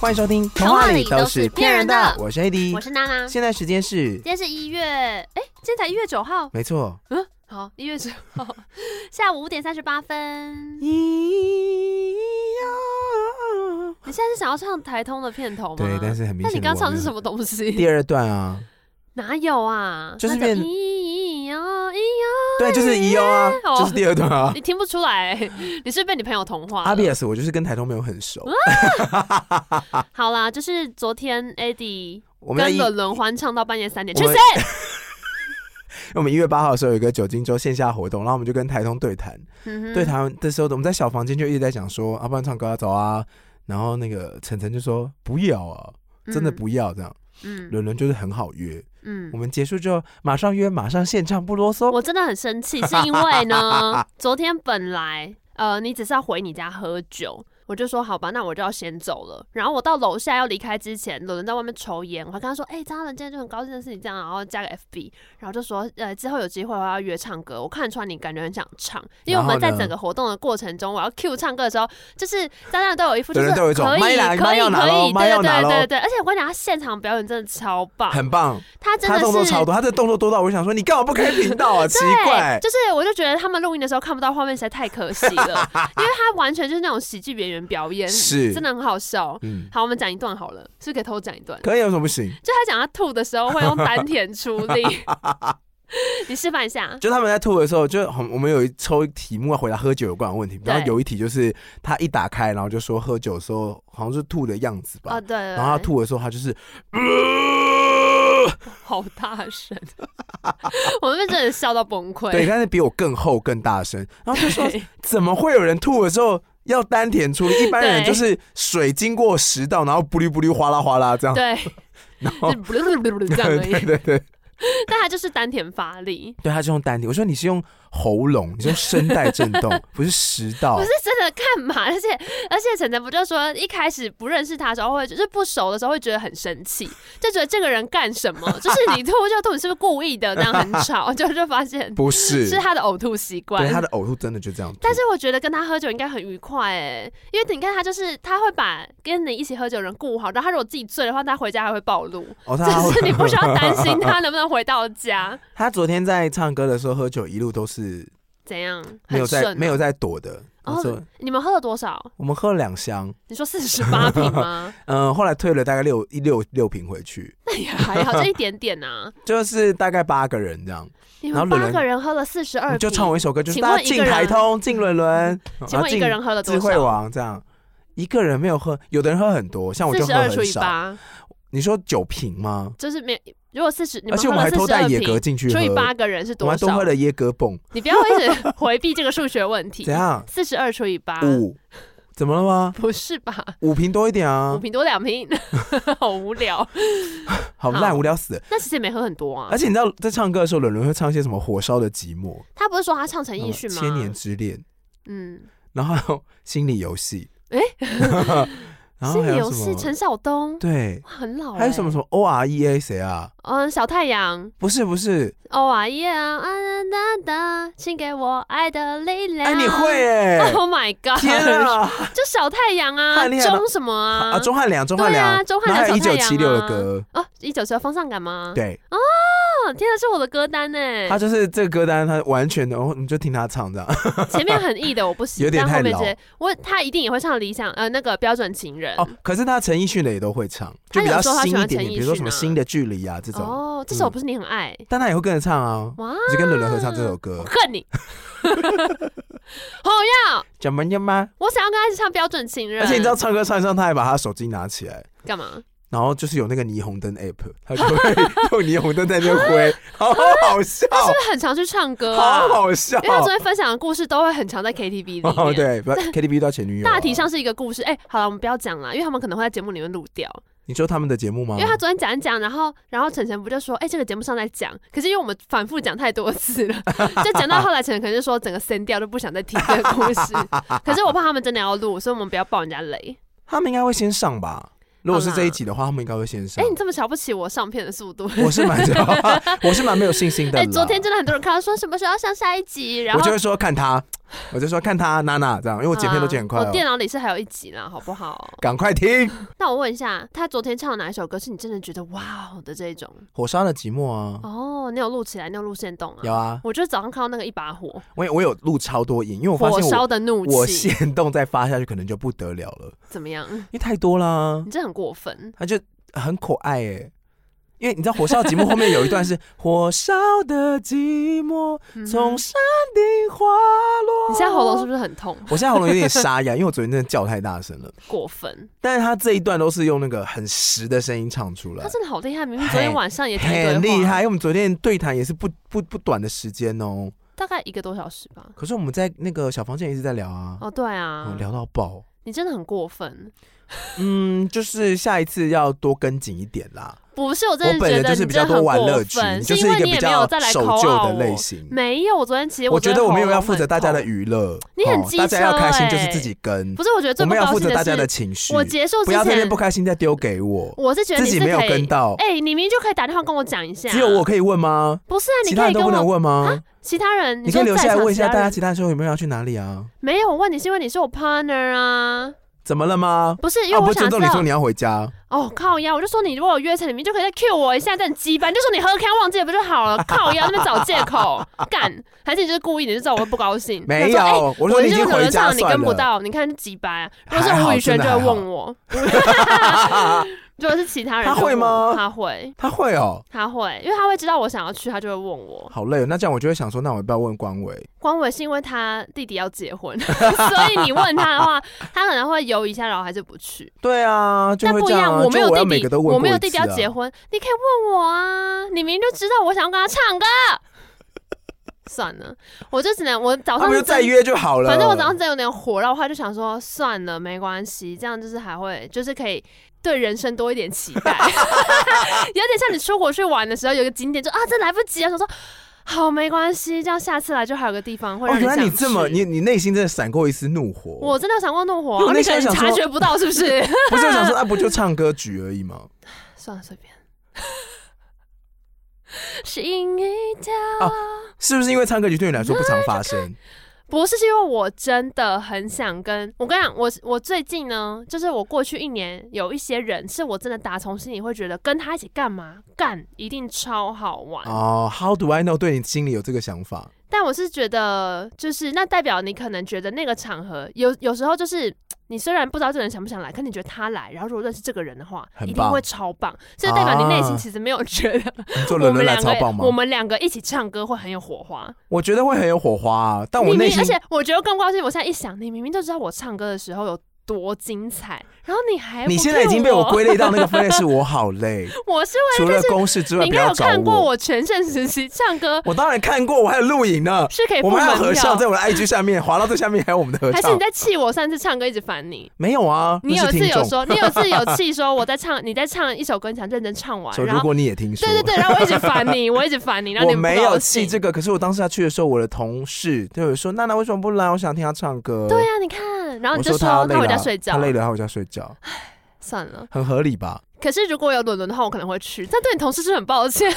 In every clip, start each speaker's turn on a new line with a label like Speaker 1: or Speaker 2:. Speaker 1: 欢迎收听《童话里都是骗人的》，我是 AD，
Speaker 2: 我是娜娜。
Speaker 1: 现在时间是
Speaker 2: 嗯今，天是一月，哎，今天才一月九号，
Speaker 1: 没错，
Speaker 2: 嗯，好，一月九号 下午五点三十八分。
Speaker 1: 一
Speaker 2: 你现在是想要唱台通的片头吗？
Speaker 1: 对，但是很明
Speaker 2: 那
Speaker 1: 显，
Speaker 2: 你刚唱的是什？么哎东西？
Speaker 1: 第二段啊，
Speaker 2: 哪有啊？
Speaker 1: 就是
Speaker 2: 那个
Speaker 1: 变
Speaker 2: 咿呀咿呀，
Speaker 1: 对，就是一哦啊，
Speaker 2: 哦
Speaker 1: 就是第二段 啊。
Speaker 2: 你听不出 来，你是被你朋友同化了。
Speaker 1: 阿比尔斯，我就是跟台通没有很熟，
Speaker 2: 啊好啦，就是昨天 Eddie
Speaker 1: 我们在
Speaker 2: 跟
Speaker 1: 一
Speaker 2: 伦伦欢唱到半夜三点，
Speaker 1: 我
Speaker 2: 去
Speaker 1: 们
Speaker 2: 死！
Speaker 1: 我们一月八号的时候有一个酒精周线下活动，然后我们就跟台通对谈，
Speaker 2: 嗯
Speaker 1: 对
Speaker 2: 哼，
Speaker 1: 谈的时候，我们在小房间就一直在讲说，啊，不然唱歌啊，走啊。然后那个晨晨就说不要啊，真的不要这样。
Speaker 2: 嗯，嗯
Speaker 1: 伦伦就是很好约，我
Speaker 2: 嗯。
Speaker 1: 们结束之后马上约，马上现唱，不啰嗦。
Speaker 2: 我真的很生气，是因为呢， 昨天本来呃，你只是要回你家喝酒，我就说好吧，那我就要先走了。然后我到楼下要离开之前，有人在外面抽烟，我还跟他说，哎、张嘉伦今天就很高兴的是你这样，然后加个 FB，然后就说，呃，之后有机会我要约唱歌，我看得出来你感觉很想唱，因为
Speaker 1: 然
Speaker 2: 我
Speaker 1: 后
Speaker 2: 们在
Speaker 1: 呢
Speaker 2: 整个活动的过程中，我要 Q 唱歌的时候，就是大家都有一副就
Speaker 1: 对
Speaker 2: 是
Speaker 1: 人都有
Speaker 2: 可
Speaker 1: 一种麦
Speaker 2: 以可以可以
Speaker 1: 来麦要拿咯麦
Speaker 2: 对
Speaker 1: 要
Speaker 2: 对
Speaker 1: 拿
Speaker 2: 对
Speaker 1: 咯
Speaker 2: 对对，而且我跟你讲，他现场表演真的超棒，
Speaker 1: 很棒，
Speaker 2: 他真
Speaker 1: 他
Speaker 2: 的
Speaker 1: 动作
Speaker 2: 是
Speaker 1: 超多，他这动作多到我就想说，你干嘛不开频道 啊？奇怪
Speaker 2: 对，，就是我就觉得他们录音的时候看不到画面实在太可惜了， 因为他完全就是那种喜剧演员表演，
Speaker 1: 是
Speaker 2: 真的很好笑。
Speaker 1: 嗯，
Speaker 2: 好，我们讲一段好了，是不是可以偷讲一段。
Speaker 1: 可以有什么不行？
Speaker 2: 就他讲他吐的时候会用丹田出 力，你示范一下。
Speaker 1: 就他们在吐的时候，就很我们有一抽题目要回答喝酒有关的问题，然后
Speaker 2: 对
Speaker 1: 有一题就是他一打开，然后就说喝酒的时候好像是吐的样子吧，
Speaker 2: 哦，对对
Speaker 1: 然后他
Speaker 2: 对
Speaker 1: 吐的时候他 就是，
Speaker 2: 好大声， 我们真的笑到崩溃。
Speaker 1: 对，但是比我更厚更大声，然后就说
Speaker 2: 对
Speaker 1: 怎么会有人吐的时候要丹田出力？一般人
Speaker 2: 对
Speaker 1: 就是水经过食道，然后不溜不溜哗啦哗啦这样，
Speaker 2: 对，
Speaker 1: 然后
Speaker 2: 就 这样而
Speaker 1: 哦 对
Speaker 2: 已。
Speaker 1: 对对，
Speaker 2: 但他就是丹田发力，
Speaker 1: 对，他是用丹田。我说你是用喉咙，你是用声带震动，不是食道
Speaker 2: 不。是真的干嘛？而且而且晨晨不就说一开始不认识他的时候会就是不熟的时候会觉得很生气，就觉得这个人干什么？就是你吐 就吐，你是不是故意的？这样很吵，就就发现
Speaker 1: 不是，
Speaker 2: 是他的呕吐习惯
Speaker 1: 对。他的呕吐真的就这样吐。
Speaker 2: 但是我觉得跟他喝酒应该很愉快哎，因为你看他就是他会把跟你一起喝酒的人顾好，然后他如果自己醉的话，他回家还会暴露，
Speaker 1: 哦，他
Speaker 2: 只是你不需要担心他能不能回到家，
Speaker 1: 他昨天在唱歌的时候喝酒，一路都是
Speaker 2: 怎样？
Speaker 1: 没有
Speaker 2: 很顺
Speaker 1: 在
Speaker 2: 啊
Speaker 1: 没有在躲的。我说
Speaker 2: 哦，你们喝了多少？
Speaker 1: 我们喝了两箱，
Speaker 2: 你说四十八瓶吗？
Speaker 1: 嗯，后来退了大概六一六六瓶回去，
Speaker 2: 那也还好，就一点点呐、
Speaker 1: 就是大概八个人这样。
Speaker 2: 你
Speaker 1: 然
Speaker 2: 们
Speaker 1: 后伦
Speaker 2: 八
Speaker 1: 伦
Speaker 2: 个人喝了四十二
Speaker 1: 你就唱我一首歌，就是
Speaker 2: 请
Speaker 1: 大
Speaker 2: 问
Speaker 1: 家
Speaker 2: 一个
Speaker 1: 敬台
Speaker 2: 人嗯
Speaker 1: 通、敬伦伦，
Speaker 2: 请
Speaker 1: 然后
Speaker 2: 问一
Speaker 1: 敬
Speaker 2: 个人喝了多
Speaker 1: 智
Speaker 2: 少？
Speaker 1: 慧王这样。一个人没有喝，有的人喝很多，像我就
Speaker 2: 四
Speaker 1: 喝
Speaker 2: 十二除
Speaker 1: 很
Speaker 2: 以
Speaker 1: 少。
Speaker 2: 八，
Speaker 1: 你说酒瓶吗？
Speaker 2: 就是没有。如果四十，你
Speaker 1: 而
Speaker 2: 们
Speaker 1: 且
Speaker 2: 喝
Speaker 1: 我们还
Speaker 2: 了
Speaker 1: 偷
Speaker 2: 四十
Speaker 1: 带
Speaker 2: 二
Speaker 1: 野格
Speaker 2: 瓶，
Speaker 1: 进去喝，
Speaker 2: 除以八个人是
Speaker 1: 我
Speaker 2: 多
Speaker 1: 们还
Speaker 2: 少
Speaker 1: 多喝？了椰格泵，
Speaker 2: 你不要一直 回避这个数学问题
Speaker 1: 怎。样？
Speaker 2: 四十二除以八，
Speaker 1: 五、怎么了吗？
Speaker 2: 不是吧？
Speaker 1: 五瓶多一点
Speaker 2: 啊五
Speaker 1: 啊，
Speaker 2: 瓶多两瓶， 好无聊。
Speaker 1: 好烂，
Speaker 2: 好
Speaker 1: 无聊死了。
Speaker 2: 那其实也没喝很多啊
Speaker 1: 而。且你知道，在唱歌的时候，伦伦会唱一些什么《火烧的寂寞》
Speaker 2: 他不是说他唱成艺
Speaker 1: 嗯
Speaker 2: 训吗？
Speaker 1: 千年。之恋》，
Speaker 2: 嗯，
Speaker 1: 然后还有《心理游戏》， 然后
Speaker 2: 心
Speaker 1: 还
Speaker 2: 理
Speaker 1: 有
Speaker 2: 游
Speaker 1: 什
Speaker 2: 戏，欸
Speaker 1: 么？
Speaker 2: 陈晓东，
Speaker 1: 对，
Speaker 2: 哇很老。
Speaker 1: 还有什么什？么 O R E A 谁啊？
Speaker 2: 嗯，小太阳。
Speaker 1: 不是不是，
Speaker 2: 哦啊耶啊啊哒哒，请给我爱的力量。
Speaker 1: 哎，你会哎！
Speaker 2: ？Oh my god！
Speaker 1: 天啊！
Speaker 2: 就小太阳啊，
Speaker 1: 太厉害了
Speaker 2: 钟什么啊？
Speaker 1: 啊，钟汉良，钟汉
Speaker 2: 对啊
Speaker 1: 良，
Speaker 2: 钟汉
Speaker 1: 然后还有一
Speaker 2: 良
Speaker 1: 九
Speaker 2: 小太阳啊嗯
Speaker 1: 七六的歌，
Speaker 2: 哦，一九七风尚感吗？，
Speaker 1: 对，
Speaker 2: 哦，天啊，是我的歌单呢
Speaker 1: 他。就是这个歌单，他完全的，哦你就听他唱这样。
Speaker 2: 前面很易的我不 行，
Speaker 1: 有点
Speaker 2: 但
Speaker 1: 太
Speaker 2: 后面
Speaker 1: 老
Speaker 2: 直接我他一定也会唱理想呃那个标准情人
Speaker 1: 哦，可是他陈奕迅的也都会唱，就
Speaker 2: 他
Speaker 1: 比
Speaker 2: 有
Speaker 1: 较
Speaker 2: 说他
Speaker 1: 新
Speaker 2: 喜欢
Speaker 1: 一点点，
Speaker 2: 陈奕
Speaker 1: 比如说什么
Speaker 2: 迅啊
Speaker 1: 新的距离啊这种，
Speaker 2: 哦，这首
Speaker 1: 嗯
Speaker 2: 不是你很爱
Speaker 1: 但他也会跟着唱啊，
Speaker 2: 哇？
Speaker 1: 就跟伦伦合唱这首歌
Speaker 2: 我，恨你， 好呀！
Speaker 1: 怎么样吗？
Speaker 2: 我想要跟他一起唱标准情人，
Speaker 1: 而且你知道唱歌唱一唱，他还把他手机拿起来。
Speaker 2: 干嘛？
Speaker 1: 然后就是有那个霓虹灯 app，他 就会用霓虹灯在那边挥，好好笑，
Speaker 2: 是不是很常去唱歌啊
Speaker 1: 好？好笑
Speaker 2: 因。为他昨天分享的故事都会很常在 KTV 里面。
Speaker 1: 哦，对，不要 KTV 到前女友啊。
Speaker 2: 大体上是一个故事，哎、好了，我们不要讲了，因为他们可能会在节目里面录掉。
Speaker 1: 你说他们的节目吗
Speaker 2: 因为？他昨天讲一讲，然后然后晨晨不就说，哎、这个节目上在讲，可是因为我们反复讲太多次了， 就讲到后来晨晨可能就说整个删掉，就不想再听这个故 事。可是我怕他们真的要录，所以我们不要爆人家雷。
Speaker 1: 他们应该会先上吧？如果是
Speaker 2: 好啦
Speaker 1: 这一集的话，他们应该会先
Speaker 2: 哎、
Speaker 1: 上。
Speaker 2: 你这么瞧不起我上片的速度？
Speaker 1: 啊我是蛮， 我是蛮没有信心的
Speaker 2: 哎、
Speaker 1: 啦。
Speaker 2: 昨天真的很多人看到说什么时候要上下一集，然
Speaker 1: 我就
Speaker 2: 后
Speaker 1: 会说看他我就说看他娜娜这样，因为我剪片都剪很快、
Speaker 2: 啊
Speaker 1: 哦
Speaker 2: 我电脑里是还有一集啦，好不好？
Speaker 1: 赶快听《
Speaker 2: 那我问一下，他昨天唱的哪一首歌是你真的觉得哇哦的这一种？
Speaker 1: 火烧的寂寞》啊，
Speaker 2: 哦，你有录起来，你有录线动啊？
Speaker 1: 有啊，
Speaker 2: 我就早上看到那个一把火，
Speaker 1: 我有我有录超多影，因为我发
Speaker 2: 火
Speaker 1: 现
Speaker 2: 烧
Speaker 1: 我
Speaker 2: 的怒
Speaker 1: 我
Speaker 2: 气
Speaker 1: 线动再发下去可能就不得了了，
Speaker 2: 怎么样？
Speaker 1: 因为太多啦
Speaker 2: 你，这很过分。
Speaker 1: 他就很可爱哎、因为你知道《火烧的寂寞》后面有一段是 火烧的寂寞
Speaker 2: 嗯哼
Speaker 1: 从山顶滑落，
Speaker 2: 你现在喉咙是不是很痛？
Speaker 1: 我现在喉咙有点沙哑，因为我昨天真的叫太大声 了。
Speaker 2: 过分，
Speaker 1: 但是他这一段都是用那个很实的声音唱出来
Speaker 2: 他，真的好厉害，明明昨天晚上也才对话
Speaker 1: 很厉害。因，为我们昨天对谈也是不不不短的时间哦，
Speaker 2: 大概一个多小时吧。
Speaker 1: 可是我们在那个小房间一直在聊啊，
Speaker 2: 哦，对
Speaker 1: 嗯
Speaker 2: 啊，
Speaker 1: 聊到爆。
Speaker 2: 你真的很过分。
Speaker 1: 嗯，就是下一次要多跟紧一点啦。
Speaker 2: 不是，我真
Speaker 1: 我
Speaker 2: 的
Speaker 1: 本
Speaker 2: 觉
Speaker 1: 人就
Speaker 2: 得你
Speaker 1: 是
Speaker 2: 真
Speaker 1: 比较
Speaker 2: 的
Speaker 1: 多
Speaker 2: 很
Speaker 1: 玩
Speaker 2: 过
Speaker 1: 乐群，
Speaker 2: 分，
Speaker 1: 就是
Speaker 2: 因
Speaker 1: 一
Speaker 2: 为
Speaker 1: 个
Speaker 2: 你也
Speaker 1: 比
Speaker 2: 没有
Speaker 1: 较
Speaker 2: 再来
Speaker 1: 守
Speaker 2: call
Speaker 1: 旧
Speaker 2: out
Speaker 1: 的类
Speaker 2: 我
Speaker 1: 型。
Speaker 2: 没有，我昨天其实
Speaker 1: 我觉
Speaker 2: 真
Speaker 1: 得
Speaker 2: 的
Speaker 1: 我没有要
Speaker 2: 喉咙
Speaker 1: 负责
Speaker 2: 很
Speaker 1: 大家的
Speaker 2: 痛。
Speaker 1: 娱乐，
Speaker 2: 你很
Speaker 1: 哦
Speaker 2: 机
Speaker 1: 大家要
Speaker 2: 车
Speaker 1: 开心就是
Speaker 2: 欸
Speaker 1: 自己跟
Speaker 2: 不，是，我觉得
Speaker 1: 我
Speaker 2: 最不
Speaker 1: 们要
Speaker 2: 高
Speaker 1: 负
Speaker 2: 兴
Speaker 1: 责大家的
Speaker 2: 的是，
Speaker 1: 情绪。
Speaker 2: 我结束
Speaker 1: 不
Speaker 2: 之
Speaker 1: 要在那
Speaker 2: 前
Speaker 1: 边不，开心再丢给我，
Speaker 2: 我是觉得
Speaker 1: 自
Speaker 2: 你
Speaker 1: 己
Speaker 2: 是
Speaker 1: 没有
Speaker 2: 可
Speaker 1: 跟
Speaker 2: 以。
Speaker 1: 到，
Speaker 2: 哎、你明明就可以打电话跟我讲一下。
Speaker 1: 只有我可以问吗？
Speaker 2: 不是啊，
Speaker 1: 其
Speaker 2: 你
Speaker 1: 他
Speaker 2: 可以
Speaker 1: 人都
Speaker 2: 跟
Speaker 1: 不能
Speaker 2: 我
Speaker 1: 问吗？
Speaker 2: 其他人，
Speaker 1: 你可以
Speaker 2: 说
Speaker 1: 留
Speaker 2: 在
Speaker 1: 下来
Speaker 2: 场
Speaker 1: 问一下
Speaker 2: 其
Speaker 1: 大
Speaker 2: 他
Speaker 1: 家
Speaker 2: 人
Speaker 1: 其他的时候有没有要去哪里啊？
Speaker 2: 没有，我问你是因为你是我 partner 啊，
Speaker 1: 怎么了吗？
Speaker 2: 不是因为
Speaker 1: 啊，我
Speaker 2: 我
Speaker 1: 不是
Speaker 2: 想
Speaker 1: 尊
Speaker 2: 知
Speaker 1: 重你
Speaker 2: 道。
Speaker 1: 说你要回家，
Speaker 2: 哦，靠腰，我就说你如果有约成，你们就可以再 cue 我一下，这很鸡巴，你就说你喝开忘记了不就好 了？靠腰那边找借口干，还是你就是故意，你就知道我会不不高兴。
Speaker 1: 没
Speaker 2: 想说哎
Speaker 1: 有，我说
Speaker 2: 我
Speaker 1: 你
Speaker 2: 就
Speaker 1: 已经
Speaker 2: 有
Speaker 1: 回
Speaker 2: 人
Speaker 1: 家
Speaker 2: 唱，你
Speaker 1: 算
Speaker 2: 跟不
Speaker 1: 了。
Speaker 2: 到，你看鸡巴啊。如果
Speaker 1: 还
Speaker 2: 是
Speaker 1: 好
Speaker 2: 吴宇轩就
Speaker 1: 真的
Speaker 2: 会
Speaker 1: 还好
Speaker 2: 问 我，如果是其他人
Speaker 1: 他
Speaker 2: 就
Speaker 1: 会
Speaker 2: 问
Speaker 1: 吗
Speaker 2: 我他会，
Speaker 1: 他会哦，
Speaker 2: 他会，因为他会知道我想要去，他就会问我。
Speaker 1: 好累哦。那这样我就会想说，那我要不要问官伟？
Speaker 2: 光伟是因为他弟弟要结婚， 所以你问他的话，他可能会犹豫一下，然后还是不去。
Speaker 1: 对啊，就
Speaker 2: 但
Speaker 1: 会
Speaker 2: 不
Speaker 1: 这
Speaker 2: 一样，
Speaker 1: 啊。
Speaker 2: 我
Speaker 1: 就
Speaker 2: 没有
Speaker 1: 我要
Speaker 2: 弟
Speaker 1: 每
Speaker 2: 弟
Speaker 1: 个都，问
Speaker 2: 我
Speaker 1: 过
Speaker 2: 没
Speaker 1: 一
Speaker 2: 有
Speaker 1: 次
Speaker 2: 弟弟要
Speaker 1: 啊
Speaker 2: 结婚，你可以问我啊，你明明就知道我想要跟他唱歌。算了，我就只能我早
Speaker 1: 他
Speaker 2: 上
Speaker 1: 们
Speaker 2: 是
Speaker 1: 就再
Speaker 2: 真
Speaker 1: 约就好了。
Speaker 2: 反正我早上真的有点火，然后我后来就想说算了，没关系，这样就是还会就是可以对人生多一点期待， 有点像你出国去玩的时候有一个景点就啊这来不及啊，想说好没关系，这样下次来就还有个地方会
Speaker 1: 哦，
Speaker 2: 让
Speaker 1: 原来
Speaker 2: 想
Speaker 1: 你这么
Speaker 2: 去
Speaker 1: 你你内心真的闪过一丝怒火。
Speaker 2: 我真的有想过怒火
Speaker 1: 因为
Speaker 2: 啊，
Speaker 1: 我
Speaker 2: 你
Speaker 1: 那
Speaker 2: 可
Speaker 1: 时候
Speaker 2: 能
Speaker 1: 想说
Speaker 2: 察觉不到是 不是？
Speaker 1: 不是我 想说，啊，不就唱歌局而已吗？
Speaker 2: 算了，随便。 心一跳，
Speaker 1: 是不是因为唱歌局对你来说不常发
Speaker 2: 啊
Speaker 1: 生？
Speaker 2: 不是，是因为我真的很想跟我跟你讲，我我最近呢，就是我过去一年有一些人，是我真的打从心里会觉得跟他一起干嘛干一定超好玩，
Speaker 1: 哦、h o w do I know？对你心里有这个想法，
Speaker 2: 但我是觉得就是那代表你可能觉得那个场合有有时候就是。你虽然不知道这个人想不想来，可你觉得他来，然后如果认识这个人的话，
Speaker 1: 很
Speaker 2: 一定
Speaker 1: 棒
Speaker 2: 会超棒，所以代表你内心
Speaker 1: 啊
Speaker 2: 其实没有觉得
Speaker 1: 你做
Speaker 2: 我
Speaker 1: 轮
Speaker 2: 们
Speaker 1: 轮来
Speaker 2: 两
Speaker 1: 超
Speaker 2: 个，
Speaker 1: 棒吗？
Speaker 2: 我们两个一起唱歌会很有火花。
Speaker 1: 我觉得会很有火花、啊，但我
Speaker 2: 你
Speaker 1: 内
Speaker 2: 明，
Speaker 1: 心
Speaker 2: 而且我觉得更高兴。我现在一想，你明明就知道我唱歌的时候有多精彩，然后你还
Speaker 1: 你
Speaker 2: 不
Speaker 1: 现在已
Speaker 2: cue
Speaker 1: 经被我
Speaker 2: 我
Speaker 1: 归类到那个分类，是我好累。
Speaker 2: 我是
Speaker 1: 除了公事之
Speaker 2: 为
Speaker 1: 外，
Speaker 2: 你应
Speaker 1: 不
Speaker 2: 该
Speaker 1: 要
Speaker 2: 有
Speaker 1: 找
Speaker 2: 看过
Speaker 1: 我。
Speaker 2: 我全盛时期 唱歌
Speaker 1: 我当然看过，我还有录影呢。
Speaker 2: 是可以
Speaker 1: 我
Speaker 2: 付
Speaker 1: 们还有合
Speaker 2: 门
Speaker 1: 照，
Speaker 2: 票
Speaker 1: 在，我的 IG 下面，滑到最下面还有我们的合
Speaker 2: 哦还是
Speaker 1: 照
Speaker 2: 你。在气我上次唱歌一直烦你？
Speaker 1: 没有啊，
Speaker 2: 你有
Speaker 1: 那
Speaker 2: 一
Speaker 1: 是
Speaker 2: 次
Speaker 1: 听
Speaker 2: 有
Speaker 1: 众
Speaker 2: 说，你有一次有气 说我在唱，你在唱一首歌，你想认真唱完，
Speaker 1: 说，
Speaker 2: 然
Speaker 1: 如
Speaker 2: 后
Speaker 1: 果你也听说，
Speaker 2: 对对对，然后我一直烦 你，我一直烦你，然后
Speaker 1: 我
Speaker 2: 你不
Speaker 1: 没
Speaker 2: 高
Speaker 1: 有
Speaker 2: 兴
Speaker 1: 气这个，可是我当时要去的时候，我的同事就有说：“娜娜为什么不来？我想听她唱歌。”
Speaker 2: 对啊，你看，然后
Speaker 1: 我
Speaker 2: 你就
Speaker 1: 她累
Speaker 2: 他回家
Speaker 1: 了，
Speaker 2: 睡觉
Speaker 1: 她，累了，她回家睡觉，
Speaker 2: 算了。
Speaker 1: 很合理吧？
Speaker 2: 可是如果有伦伦的话，我可能会去，但对你同事是很抱歉，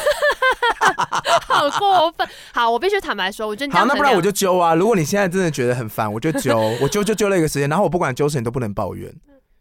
Speaker 2: 好过分。好，我必须坦白说，我觉得你这
Speaker 1: 好，
Speaker 2: 样
Speaker 1: 那
Speaker 2: 很
Speaker 1: 不然我
Speaker 2: 两
Speaker 1: 就揪啊！如果你现在真的觉得很烦，我就揪， 我揪就揪了一个时间，然后我不管揪谁你都不能抱怨，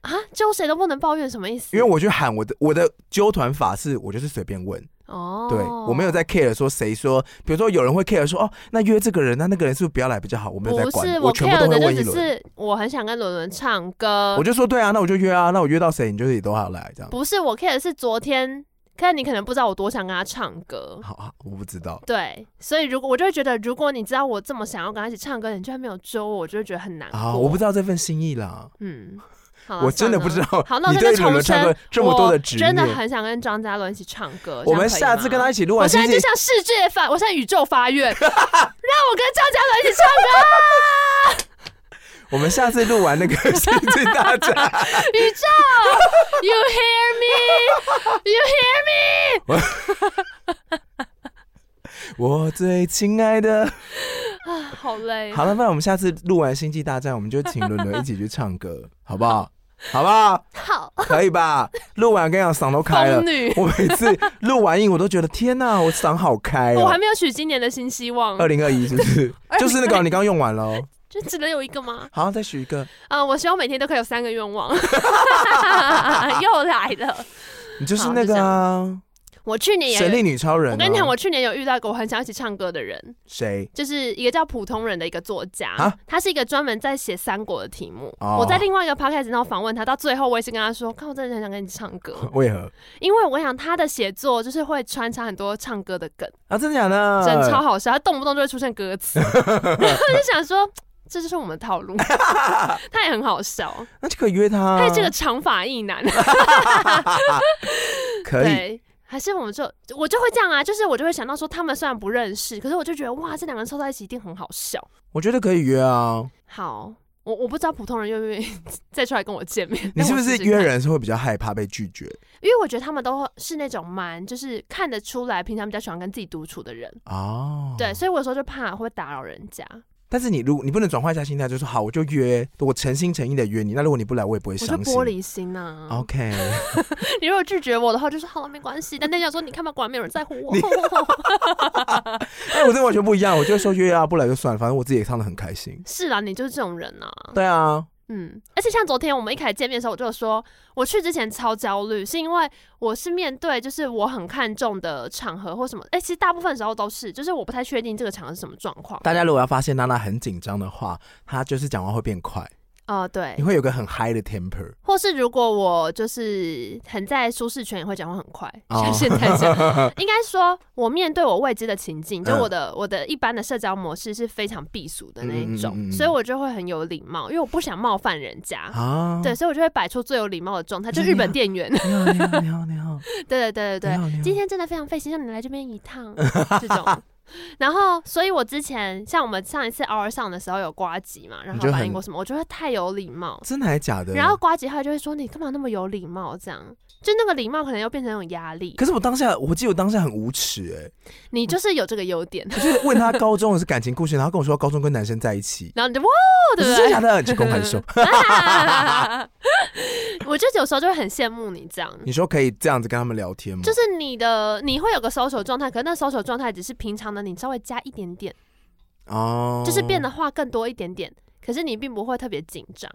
Speaker 2: 啊，就谁都不能抱怨，什么意思？
Speaker 1: 因为我去喊我的我的揪团法是，我就是随便问，
Speaker 2: 哦，
Speaker 1: 对我没有在 care 说谁说，比如说有人会 care 说哦，那约这个人，那那个人是不是不要来比较好？我没有在
Speaker 2: 不
Speaker 1: 管
Speaker 2: 是，
Speaker 1: 我全部
Speaker 2: care
Speaker 1: 都会
Speaker 2: 的就
Speaker 1: 问一
Speaker 2: 只
Speaker 1: 轮，
Speaker 2: 是我很想跟伦伦唱歌
Speaker 1: 我，就说对啊，那我就约啊，那我约到谁你就是也都要来这样。
Speaker 2: 不是我 care 的是昨天，看你可能不知道我多想跟他唱歌。
Speaker 1: 好好，我不知道，
Speaker 2: 对，所以如果我就会觉得，如果你知道我这么想要跟他一起唱歌，你居然没有揪我，我就会觉得很难过。
Speaker 1: 啊，我不知道这份心意啦，
Speaker 2: 嗯，好啦
Speaker 1: 我真的
Speaker 2: 算
Speaker 1: 不知
Speaker 2: 了
Speaker 1: 道
Speaker 2: 好那我
Speaker 1: 你
Speaker 2: 再
Speaker 1: 对
Speaker 2: 再重
Speaker 1: 伦伦唱
Speaker 2: 申
Speaker 1: 歌这么多的执
Speaker 2: 我真的
Speaker 1: 念
Speaker 2: 很想跟张嘉伦一起唱歌。
Speaker 1: 我们
Speaker 2: 这
Speaker 1: 下
Speaker 2: 样可以吗
Speaker 1: 次跟他一起录
Speaker 2: 我
Speaker 1: 完
Speaker 2: 现
Speaker 1: 星
Speaker 2: 在
Speaker 1: 期
Speaker 2: 就像世界发，我现在宇宙发 愿，让我跟张嘉伦一起唱
Speaker 1: 我们下次录完那个 星际大 战，
Speaker 2: 歌。啊宇宙，You hear me？You hear？
Speaker 1: 我最亲爱的。
Speaker 2: me？好累。
Speaker 1: 好了，不然我们下次录完星际大战，我们就请伦伦一起去唱 歌，好不好？好不好？
Speaker 2: 好，
Speaker 1: 可以吧？录完跟你讲，嗓都开了
Speaker 2: 疯。女，
Speaker 1: 我每次录完音，我都觉得天哪、我嗓好开
Speaker 2: 我还
Speaker 1: 哦。
Speaker 2: 没有许今年的新希望
Speaker 1: 呃 二。零二一是不是？就是那个你刚用完了哦，
Speaker 2: 就只能有一个吗？
Speaker 1: 好，再许一个，
Speaker 2: 啊、我希望每天都可以有三个愿望。 又来了，
Speaker 1: 你就是那个啊，
Speaker 2: 我去年也
Speaker 1: 神力女超人啊、
Speaker 2: 哎我跟你讲，我去年有遇到一个我很想一起唱歌的人，
Speaker 1: 谁？
Speaker 2: 就是一个叫普通人的一个作家
Speaker 1: 啊，
Speaker 2: 他是一个专门在写三国的题目。
Speaker 1: 哦
Speaker 2: 我在另外一个 podcast 上访问他，到最后我也是跟他说，看我真的很想跟你唱歌，
Speaker 1: 为何？
Speaker 2: 因为我想他的写作就是会穿插很多唱歌的梗，
Speaker 1: 啊，真的假的？
Speaker 2: 真的超好笑，他动不动就会出现歌 词，然后我就想说。这就是我们的套路，他也很好笑，
Speaker 1: 那就可以约他、啊。
Speaker 2: 他哎是个长发一男，
Speaker 1: 可以，
Speaker 2: 对，还是我们就我就会这样啊，就是我就会想到说，他们虽然不认识，可是我就觉得哇，这两个人凑在一起一定很好笑。
Speaker 1: 我觉得可以约啊。
Speaker 2: 好，我我不知道普通人愿不愿意 再出来跟我见面。
Speaker 1: 你
Speaker 2: 但
Speaker 1: 是
Speaker 2: 我
Speaker 1: 不是
Speaker 2: 试试
Speaker 1: 约
Speaker 2: 看？
Speaker 1: 人是会比较害怕被拒绝
Speaker 2: 因为我觉得他们都是那种蛮就是看得出来，平常比较喜欢跟自己独处的人。
Speaker 1: 哦？
Speaker 2: 对，。所以我有时候就怕会打扰人家，
Speaker 1: 但是你如果你不能转换一下心态，就说好，我就约，我诚心诚意的约你。那如果你不来，我也不会
Speaker 2: 我就
Speaker 1: 伤心。
Speaker 2: 玻璃心呐、
Speaker 1: OK，哎
Speaker 2: 你如果拒绝我的话，我就说好了，没关系。但那想说，你看吧，果然没有人在乎我
Speaker 1: 你。哎，我真的完全不一样，我就说约啊，不来就算了，反正我自己也唱的很开心。
Speaker 2: 是啦，你就是这种人啊。
Speaker 1: 对啊，
Speaker 2: 嗯，而且像昨天我们一开始见面的时候，我就有说我去之前超焦虑，是因为我是面对就是我很看重的场合或什么，哎、其实大部分时候都是，就是我不太确定这个场合是什么状况。
Speaker 1: 大家如果要发现娜娜很紧张的话，她就是讲话会变快，
Speaker 2: 哦、对
Speaker 1: 你，会有个很嗨的 temper。
Speaker 2: 或是如果我就是很在舒适圈，也会讲话很快，
Speaker 1: 哦
Speaker 2: 像现在这 样。应该说，我面对我未知的情境，就
Speaker 1: 嗯
Speaker 2: 我的、我的一般的社交模式是非常避俗的那一种，
Speaker 1: 嗯嗯嗯嗯
Speaker 2: 所以我就会很有礼貌，因为我不想冒犯人家。
Speaker 1: 啊，
Speaker 2: 对，所以我就会摆出最有礼貌的状态，就
Speaker 1: 真的
Speaker 2: 日本
Speaker 1: 呀哎
Speaker 2: 店员。
Speaker 1: 你好，你好，你好，你好，
Speaker 2: 对对对对对
Speaker 1: 你，好，你好
Speaker 2: 今天真的非常费心，让你来这边一趟这种。然后，所以我之前像我们上一次 R 上的时候有瓜吉嘛，然
Speaker 1: 你
Speaker 2: 后
Speaker 1: 就
Speaker 2: 白
Speaker 1: 很
Speaker 2: 灵果什么，我觉得太有礼貌。
Speaker 1: 真的还假的？
Speaker 2: 然后瓜吉他就会说你干嘛那么有礼貌这样。就那个礼貌可能又变成一种压力，
Speaker 1: 可是我当下，我记得我当下很无耻哎、
Speaker 2: 你就是有这个 优点，
Speaker 1: 我就是问他高中的是感情故事，然后跟我说高中跟男生在一起，
Speaker 2: 然后你就哇，
Speaker 1: 我
Speaker 2: 哦对
Speaker 1: 说
Speaker 2: 不
Speaker 1: 真的
Speaker 2: 对
Speaker 1: 假？的？你去公开说，
Speaker 2: 我就有时候就会很羡慕你这样，
Speaker 1: 你说可以这样子跟他们聊天吗？
Speaker 2: 就是你的你会有个 social 状态，可是那 social 状态只是平常的你稍微加一点点，
Speaker 1: 哦，
Speaker 2: 就是变得话更多一点点，可是你并不会特别紧张。